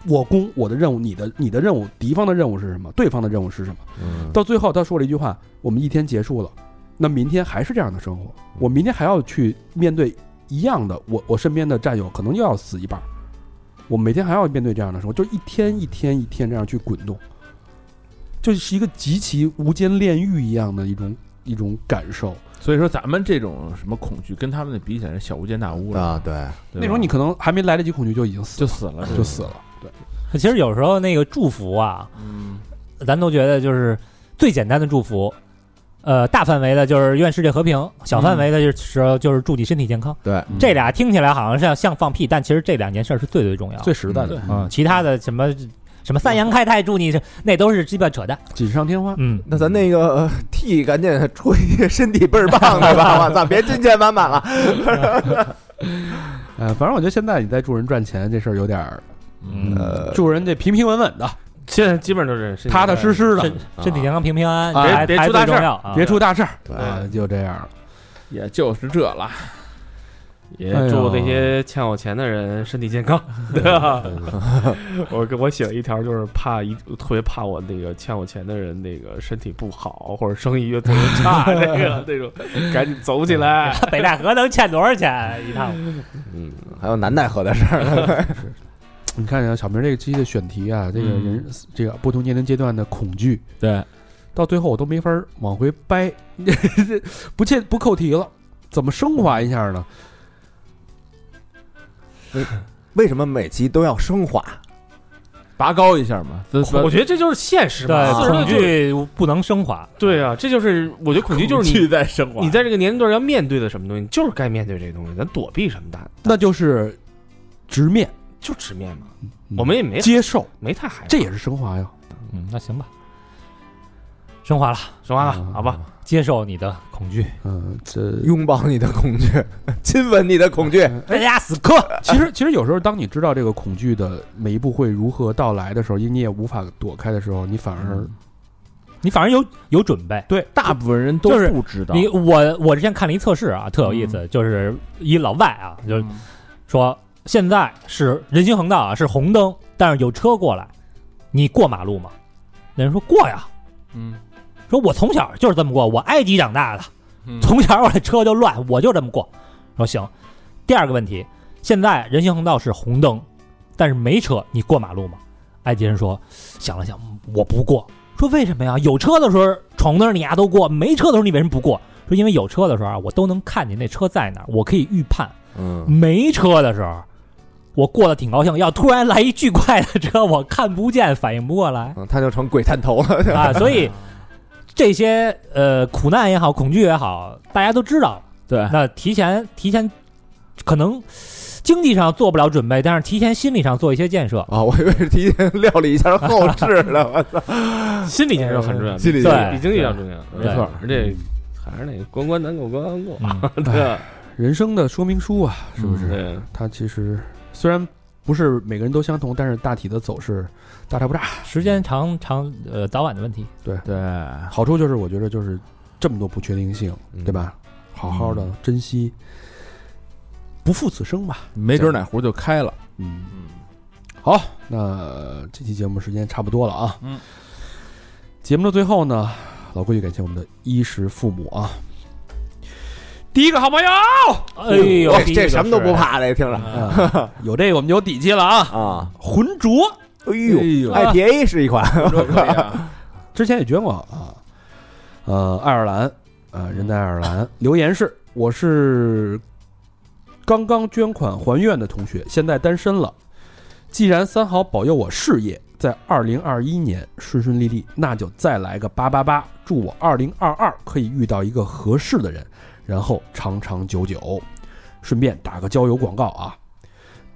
A: 我攻我的任务，你的你的任务，敌方的任务是什么，对方的任务是什么。
B: 嗯
A: 到最后他说了一句话：“我们一天结束了，那明天还是这样的生活，
C: 嗯
A: 我明天还要去面对一样的，我我身边的战友可能又要死一半儿，我每天还要面对这样的生活，就是一天一天一天这样去滚动，就是一个极其无间炼狱一样的一种一种感受。
C: 所以说咱们这种什么恐惧，跟他们的比起来，小巫见大巫了。
B: 啊，对，
C: 对吧
A: 那种你可能还没来得及恐惧就已经死
C: 就
A: 了，
C: 死了，
A: 就死了。对，
E: 其实有时候那个祝福啊，
C: 嗯，
E: 咱都觉得就是最简单的祝福，呃，大范围的就是愿世界和平，小范围的就是就是祝你身体健康。
B: 对，
E: 这俩听起来好像是像像放屁，但其实这两件事儿是最最重要的。
A: 最实在的
C: 对，
E: 嗯，其他的什么什么三阳开泰，祝你是那都是鸡巴扯淡。
A: 锦上添花。
E: 嗯，
B: 那咱那个 T 赶紧出一身体倍儿棒的吧，我操，别金钱满满了，
A: 呃，反正我觉得现在你在助人赚钱这事儿有点儿，
C: 嗯
B: 呃，
A: 助人得平平稳稳的，
D: 现在基本上就是
A: 踏踏实实的
E: 身，身体健康、平平安
A: 啊
E: 安，还
D: 别
E: 还
D: 出大
E: 最重
D: 事儿
E: 要啊！
A: 别出大事儿
B: 对
A: 啊，就这样了。
B: 也就是这了。
D: 也
A: 哎呦
D: 祝那些欠我钱的人身体健康，对吧？ *laughs* 我给我写了一条，就是怕一特别怕我那个欠我钱的人那个身体不好或者生意越做越差，这个那种赶紧走
E: *laughs*
D: 起来。
E: 北戴河能欠多少钱一趟？
B: 嗯，还有南戴河的事儿呢。
A: 你看啊，小明这个期的选题啊，这个人、这个不同年龄阶段的恐惧，
C: 对，
A: 到最后我都没法儿往回掰， *laughs* 不切不扣题了，怎么升华一下呢？
B: 为什么每期都要升华？
C: 拔高一下嘛。这
D: 我觉得这就是现实
E: 对，
D: 嘛，
E: 恐
D: 40就是
E: 惧不能升华。
D: 对啊，这就是我觉得恐惧就是
C: 继续
D: 你
C: 在升华，
D: 你在这个年龄段要面对的什么东西，你就是该面对这东西，咱躲避什么的，
A: 那就是直面
D: 就直面嘛。
A: 嗯
D: 我们也没
A: 接受，
D: 没太害怕，
A: 这也是升华呀。
E: 嗯，那行吧，升华了，
D: 说完了，
A: 嗯
D: 好吧？
E: 接受你的恐惧，
A: 嗯，这
B: 拥抱你的恐惧， *laughs* 亲吻你的恐惧。
E: 大家死磕。
A: 其实其实有时候，当你知道这个恐惧的每一步会如何到来的时候，因为你也无法躲开的时候，你反而
E: 你反正有有准备。
C: 对大部分人都
E: 就是
C: 不知道。
E: 你我我之前看了一测试啊，特有意思，就是一老外啊，就是
C: 嗯
E: 说现在是人行横道啊，是红灯，但是有车过来，你过马路吗？那人说过呀，
C: 嗯
E: 说我从小就是这么过，我埃及长大的，
C: 嗯
E: 从小我这车就乱，我就这么过。说行。第二个问题，现在人行横道是红灯，但是没车，你过马路吗？埃及人说，想了想，我不过。说为什么呀？有车的时候闯红灯你丫都过，没车的时候你为什么不过？说因为有车的时候啊，我都能看见那车在哪儿，我可以预判。
B: 嗯，
E: 没车的时候，我过得挺高兴，要突然来一巨快的车，我看不见，反应不过来
B: 嗯他就成鬼探头 *laughs* 了。
E: 啊。所以这些呃苦难也好，恐惧也好，大家都知道。
C: 对，
E: 那提前提前，可能经济上做不了准备，但是提前心理上做一些建设。
B: 啊，我以为是提前料理一下后置
E: *laughs*
B: 了，我操！
D: 啊心理建设很重要，
B: 心理
E: 对
B: 建设
D: 比经济要重要，
E: 对
D: 没错。而且还是那个关关难过关
E: *laughs*
D: 关过，
E: 嗯，
D: 对吧
A: 人生的说明书啊，是
B: 嗯
A: 不是？
D: 对，
A: 它其实虽然不是每个人都相同，但是大体的走势大差不差。
E: 时间长长呃早晚的问题。
C: 对，
A: 好处就是我觉得就是这么多不确定性，
B: 嗯
A: 对吧？好
C: 嗯
A: 好的珍惜，不负此生吧。
C: 没准哪壶就开 *laughs* 了。
A: 嗯，好，那这期节目时间差不多了啊。
C: 嗯，
A: 节目的最后呢，老规矩，感谢我们的衣食父母啊。第一个好朋友，
E: 哎呦，
B: 哎
E: 第一
B: 这
E: 个
B: 什么都
E: 是
B: 不。怕，这听着
A: 啊 *laughs* 有这个我们就有底气了啊。
E: 嗯
B: 啊，
A: 浑浊，
B: 哎
A: 哎
B: 呦，IPA 是一款，
A: 之前也捐过啊，呃，爱尔兰，呃，人在爱尔兰，留言是我是刚刚捐款还愿的同学，现在单身了。既然三好保佑我事业在二零二一年顺顺利利，那就再来个八八八，祝我二零二二可以遇到一个合适的人，然后长长久久。顺便打个交友广告啊，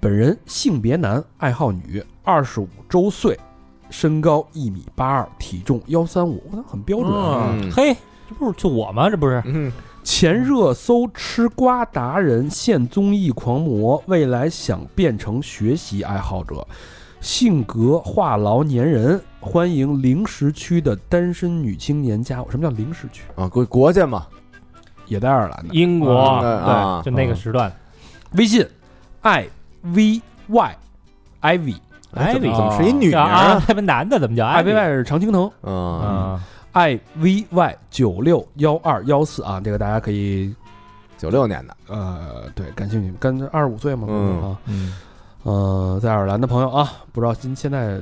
A: 本人性别男，爱好女，二十五周岁，身高一米八二，体重幺三五，我操很标准、啊。
B: 嗯
E: 嘿，这不是就我吗？这不是
B: *laughs* 嗯，
A: 前热搜吃瓜达人，现综艺狂魔，未来想变成学习爱好者，性格话痨粘人，欢迎零食区的单身女青年加我。什么叫零食区？
B: 啊，国国家嘛，
A: 也在爱尔兰的。
D: 英
B: 嗯
D: 国
B: 啊，
E: 就那个时段。
A: 微信，i v y i v
B: 哎怎么
E: Ivy
B: 怎么是一女名
E: 叫
B: 儿
E: 啊
B: 啊？，
E: 他们男的怎么叫
A: i v
E: Ivy？
A: y 是常青藤
B: 嗯，
E: 啊，
A: ，i v y 九六幺二幺四啊，这个大家可以
B: 九六年的，
A: 呃，对，感兴趣，跟二十五岁嘛，
B: 嗯
A: 啊，
E: 嗯，
A: 呃，在爱尔兰的朋友啊，不知道今现在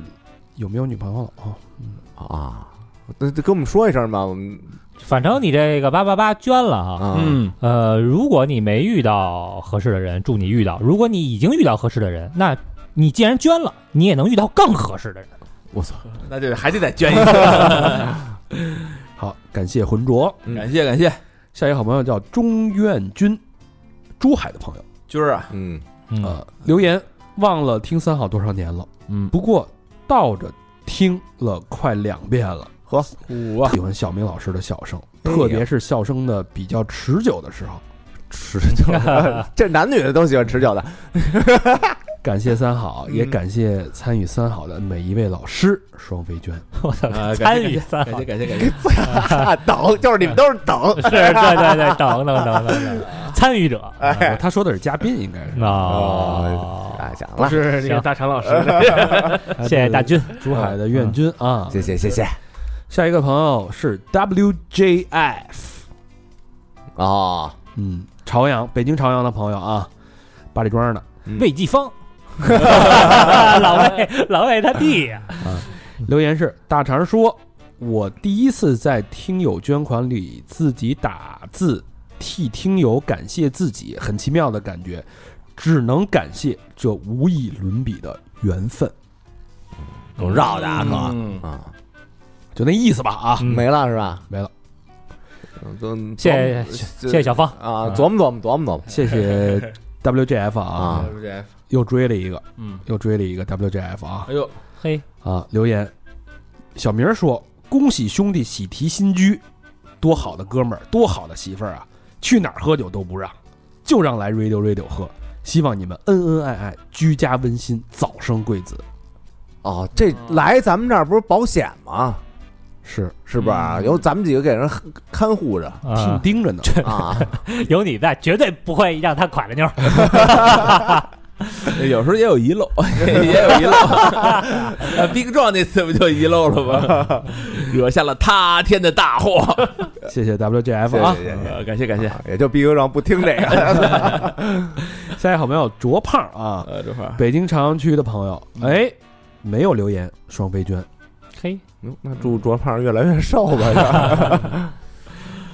A: 有没有女朋友了啊？
B: 啊，那那跟我们说一声吧，我们
E: 反正你这个八八八捐了哈。
B: 啊，
C: *laughs* 嗯，
E: 呃，如果你没遇到合适的人，祝你遇到；如果你已经遇到合适的人，那你既然捐了，你也能遇到更合适的人。
C: 那就还得再捐一个。
A: 好，感谢浑浊。
B: 嗯
C: 感谢感谢，
A: 下一个好朋友叫钟愿君，珠海的朋友，
C: 军儿啊，
B: 嗯，
E: 嗯，
A: 呃，留言忘了听三好多少年了，
C: 嗯，
A: 不过倒着听了快两遍了。
B: 呵，
C: 我
A: 喜欢小明老师的笑声，
B: 哎呀
A: 特别是笑声的比较持久的时候。
B: 持久，这男女的都喜欢持久的，
A: 感谢三好，也
D: 嗯
A: 感谢参与三好的每一位老师，双飞娟。
E: 我操，
B: 啊
E: 参与三
B: 感
E: 好
B: 谢感谢感谢，
E: *laughs*
B: 等就是你们都是等，
E: 是，对对对，等等等等等，参与者
A: 啊他说的是嘉宾，应该是。
E: 哦，
B: 啊，行
D: 不
B: 了，
D: 是那个
E: 行
D: 大长老师，
A: 哎
E: 谢谢大，军，
A: 对对珠海的愿君啊。
B: 谢谢谢谢
A: 下一个朋友是 WJF，
B: 哦，
A: 嗯，朝阳，北京朝阳的朋友啊，八里庄的。
E: 魏继芳，老魏老魏他弟呀，
A: 留言是大肠说，我第一次在听友捐款里自己打字替听友感谢自己，很奇妙的感觉，只能感谢这无以伦比的缘分，
B: 够绕的啊哥
G: 嗯，
B: 啊，
A: 就那意思吧
E: 嗯
A: 啊。
B: 嗯没了是吧？嗯
A: 没了，
B: 都
E: 谢谢谢谢小芳，
B: 啊，琢磨琢磨琢磨
A: 谢 *laughs* 谢 WJF
B: 琢磨
A: 啊，
B: 啊，
A: 又追了一个，
G: 嗯，
A: 又追了一个 WJF 啊
G: 哎呦，
E: 嘿，
A: 啊！留言，小明说：“恭喜兄弟喜提新居，多好的哥们儿，多好的媳妇儿啊！去哪儿喝酒都不让，就让来 radio radio 喝。希望你们恩恩爱爱，居家温馨，早生贵子。
B: 哦，这来咱们这儿不是保险吗？
A: 是
B: 是不是啊？有咱们几个给人看护着
A: 挺
E: 啊
A: 盯着呢，
B: 啊，
E: 有你在，绝对不会让他垮着妞儿。
C: 哎有时候也有遗 *laughs* 漏，也有遗漏。呃，Big John 那次不就遗漏了吗？ *laughs* 惹下了塌天的大祸。
A: 谢谢 WJF
B: 谢
A: 啊！
B: 谢谢谢。
C: 呃，感谢感谢。
B: 也就逼哥让不听这 *laughs* 个，
A: 下一个好朋友卓胖啊，
C: 呃，这会儿
A: 北京朝阳区的朋友，哎，没有留言，双飞娟，
E: 嘿，
B: 嗯那祝卓胖越来越瘦吧，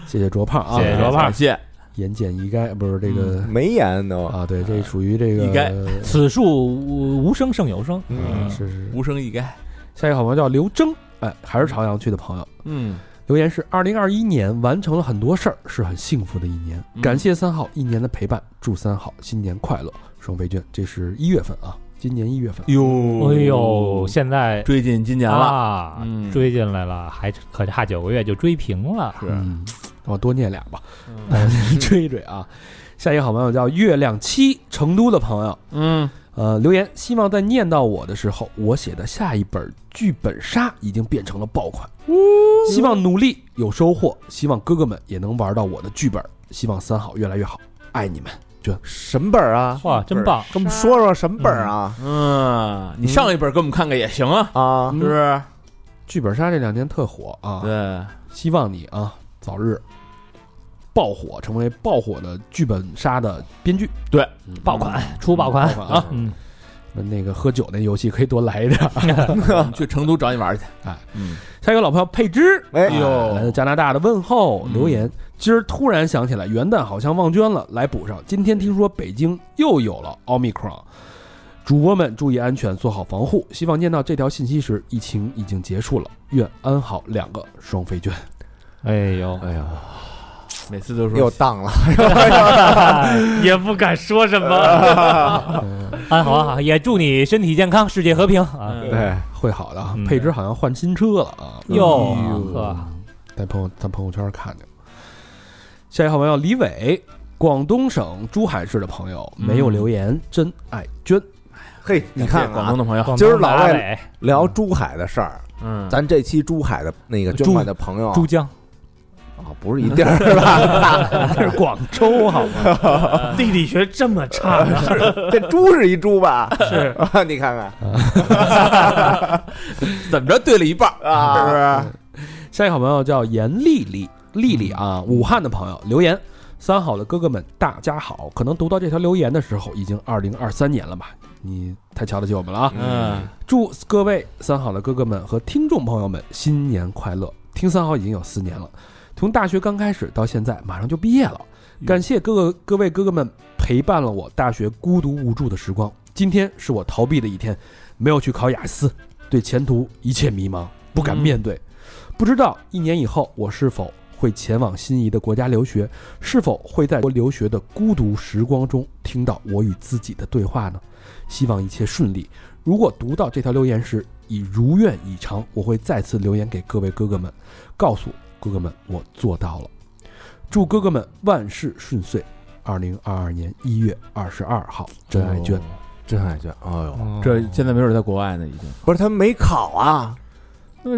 A: 谢谢卓胖啊，
E: 谢谢卓
C: 感谢
A: 言简意赅，不是这个
B: *laughs* 没盐都
A: 啊，对，这属于这个
C: 意赅
E: 此树无无声胜有声，
A: 嗯，是是。
C: 无声一改。
A: 下一个好朋友叫刘征，哎，还是朝阳区的朋友，
G: 嗯，
A: 留言是：二零二一年完成了很多事儿，是很幸福的一年。
G: 嗯
A: 感谢三好一年的陪伴，祝三好新年快乐，双倍券。这是一月份啊，今年一月份。
C: 哟
E: 哎呦，现在
C: 追进今年了，
E: 啊
G: 嗯
E: 追进来了，还可差九个月就追平了。
C: 是
A: 嗯，我多念俩吧，哎 *laughs* 追一追啊。下一个好朋友叫月亮七，成都的朋友，
G: 嗯，
A: 呃，留言希望在念到我的时候，我写的下一本剧本杀已经变成了爆款。希望努力有收获，希望哥哥们也能玩到我的剧本，希望三好越来越好，爱你们。
B: 什么本儿啊？
E: 哇，真棒！
B: 跟我们说说什么本儿啊？
C: 嗯，你上一本给我们看看也行啊，
B: 啊
A: 嗯
C: 是不是？
A: 剧本杀这两年特火啊，
C: 对，
A: 希望你啊早日爆火，成为爆火的剧本杀的编剧，
C: 对
A: 嗯，
E: 爆款出爆款
A: 爆款
E: 啊！嗯，
A: 那个喝酒那游戏可以多来一点。
C: 我们去成都找你玩去。嗯
A: 下一个老朋友佩芝，
B: 哎
A: 啊来自加拿大的问候
C: 嗯
A: 留言，今儿突然想起来元旦好像忘捐了，来补上。今天听说北京又有了奥密克戎，主播们注意安全，做好防护。希望念到这条信息时，疫情已经结束了，愿安好两个双飞娟。
E: 哎呦，
B: 哎呀，
C: 每次都
B: 又
C: 说
B: 当了，
E: 哎 *laughs*
D: 也不敢说
A: *laughs*
D: 什么。
E: 安好安好，也祝你身体健康，世界和平啊！
C: 嗯
B: 对，
A: 会好的啊
E: 嗯，
A: 佩芝好像换新车了啊！
E: 哟
A: 哎呦
E: 呵
A: 在朋友在朋友圈看见了。下一个好朋友李伟，广东省珠海市的朋友没有留言，真爱娟。
B: 嘿，你看
C: 谢谢广
B: 啊
C: 东，的朋友，
E: 广
B: 今儿
E: 东的
B: 老
E: 阿
B: 外
E: 伟、
B: 聊珠海的事儿，
C: 嗯，
B: 咱这期珠海的那个捐款的朋友
E: 珠江、
B: 啊，不是一地儿是吧？ *laughs*
A: 这是广州好吗？
E: *laughs*
H: 地理学这么差呢，
A: *laughs*
B: 这猪是一猪吧？
H: 是
B: 啊， *laughs* 你看看
C: 怎么着对了一半儿，是不
B: 啊，
C: 是？
A: 下一个好朋友叫严丽丽，丽丽啊，武汉的朋友留言。三好的哥哥们，大家好！可能读到这条留言的时候，已经二零二三年了吧？你太瞧得起我们了啊！
C: 嗯，
A: 祝各位三好的哥哥们和听众朋友们新年快乐！听三好已经有四年了，从大学刚开始到现在，马上就毕业了。感谢各个各位哥哥们陪伴了我大学孤独无助的时光。今天是我逃避的一天，没有去考雅思，对前途一切迷茫，不敢面对。不知道一年以后我是否会前往心仪的国家留学，是否会在留学的孤独时光中听到我与自己的对话呢？希望一切顺利。如果读到这条留言时已如愿以偿，我会再次留言给各位哥哥们，告诉哥哥们我做到了。祝哥哥们万事顺遂。二零二二年一月二十二号，真爱娟，
B: 真爱卷，哎呦，
E: 嗯
C: 这现在没准在国外呢，已经。
B: 不是他没考啊？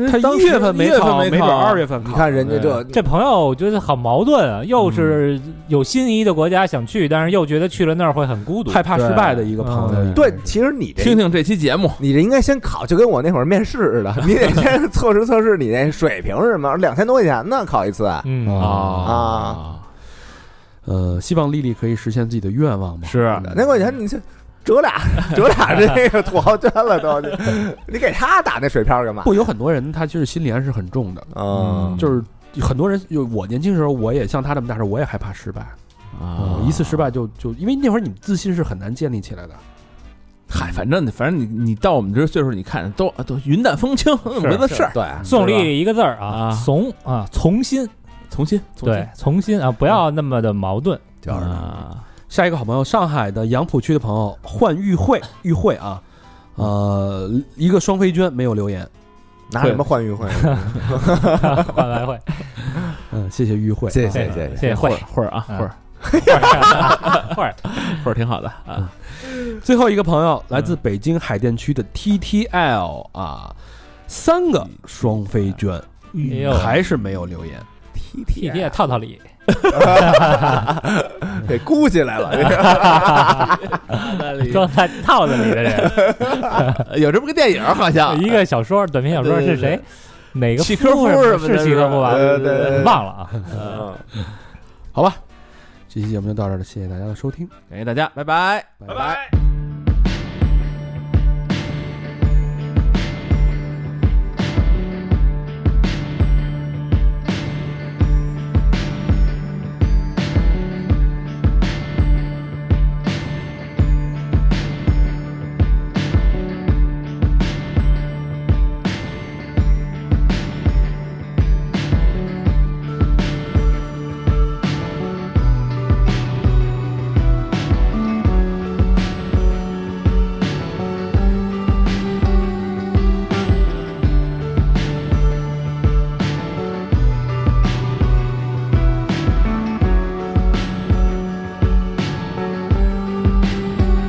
C: 他
A: 当
C: 一
A: 时
C: 月份没
A: 一月份
C: 考，
A: 没
C: 没准
A: 考
C: 二月份考。
B: 你看人家这
E: 这朋友我觉得好矛盾
A: 嗯
E: 啊，又是有心仪的国家想去，但是又觉得去了那儿会很孤独。
A: 害怕失败的一个朋友，
E: 嗯
B: 对，其实你
C: 听
B: 这
C: 听这期节目，
B: 你这应该先考，就跟我那会儿面试似的，你得先测试测试你那水平是什么，两千多块钱呢，考一次。
E: 嗯
B: 啊
A: 啊。呃，希望丽丽可以实现自己的愿望吧。
D: 是
B: 两千块钱你这折俩折俩这个土豪捐了都，你给他打那水漂干嘛？
A: 不，有很多人他其实心理暗示很重的，
B: 嗯，
A: 就是很多人，就我年轻时候，我也像他这么大时候，我也害怕失败，呃
C: 啊
A: 一次失败就就因为那会儿你自信是很难建立起来的。
C: 嗨，反正反正你你到我们这岁数，你看都都云淡风轻，没
B: 没
C: 的事儿。
B: 嗯对，
E: 送丽丽一个字儿啊，
C: 啊
E: 怂啊，从心，
C: 从新，从新
E: 对，从心啊，不要那么的矛
B: *laughs*
E: 盾。
B: 就是
C: 啊，
A: 下一个好朋友，上海的杨浦区的朋友幻玉慧，玉慧啊，呃，一个双飞娟没有留言，
B: 拿什么换运会？
E: 换来会，
A: 嗯，谢谢玉慧，
E: 谢
B: 谢谢谢谢。
E: 谢谢
C: 会
B: *laughs*
E: 会
C: 儿会儿啊，会
E: 嗯
C: 儿
E: 会儿，
C: 会儿挺好的啊。
A: 最后一个朋友来自北京海淀区的 TTL 啊，三个双飞娟嗯
E: 哎呦，
A: 还是没有留言，
B: T
E: 体贴套套
B: *laughs*
E: 里，
B: 给箍起来了，这个
E: 装在套子里的
B: *laughs*
E: 人，
C: 有这么个电影，好像
E: 一个小说短篇小说是谁？哪个
C: 契诃夫
E: 夫
C: 什么的
E: 是契诃夫吧？
B: 对对对对
E: 忘了啊。
A: 好吧，这期节目就到这儿了，谢谢大家的收听，
C: 感谢大家，拜拜。
A: 拜
D: 拜。拜。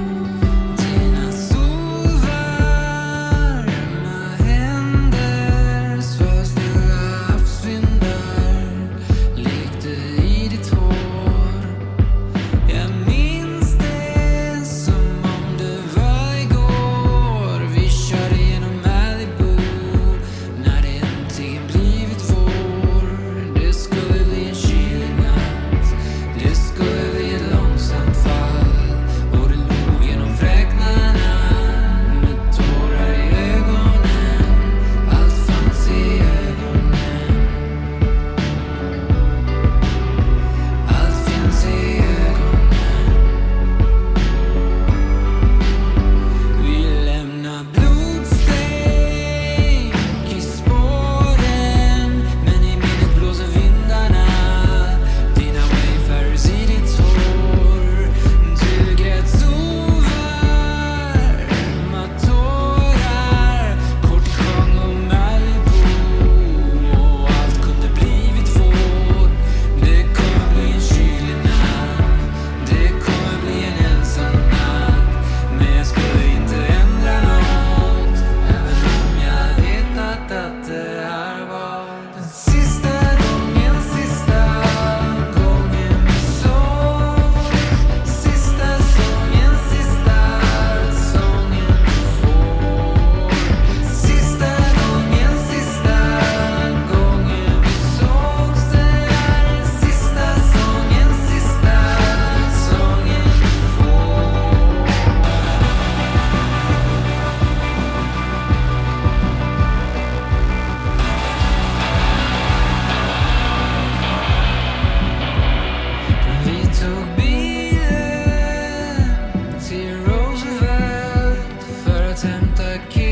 I: Tina Suvar my händers fast i havsvindar lekte i ditt hår. Jag minns det som om det var igår. Vi körde genom Malibu när det äntligen blivit vår. Det skulle bli en kylig natt. Det skulle bli ett långsamt fall. Och det log genom fräknarna med tårar i ögonen. Allt fanns i ögonen. Allt finns i ögonen. Vi lämnar blodstänk i spåren Men i minnet blåser vindarna Dina wayfarers i ditt hår Du grät sovarma tårar Kortkång och Malibu Och allt kunde blivit vår Det kommer bli en kylig natt Det kommer bli en ensam natt Men jag skulle inte ändra nåt Även om jag vetat att det här var Den sista gången, sista gången vi såg Sista sången, sista sången vi får Sista gången, sista gången vi sågs Det här är sista sången, sista sången vi får Vi tog bilen till Roosevelt för att hämta killen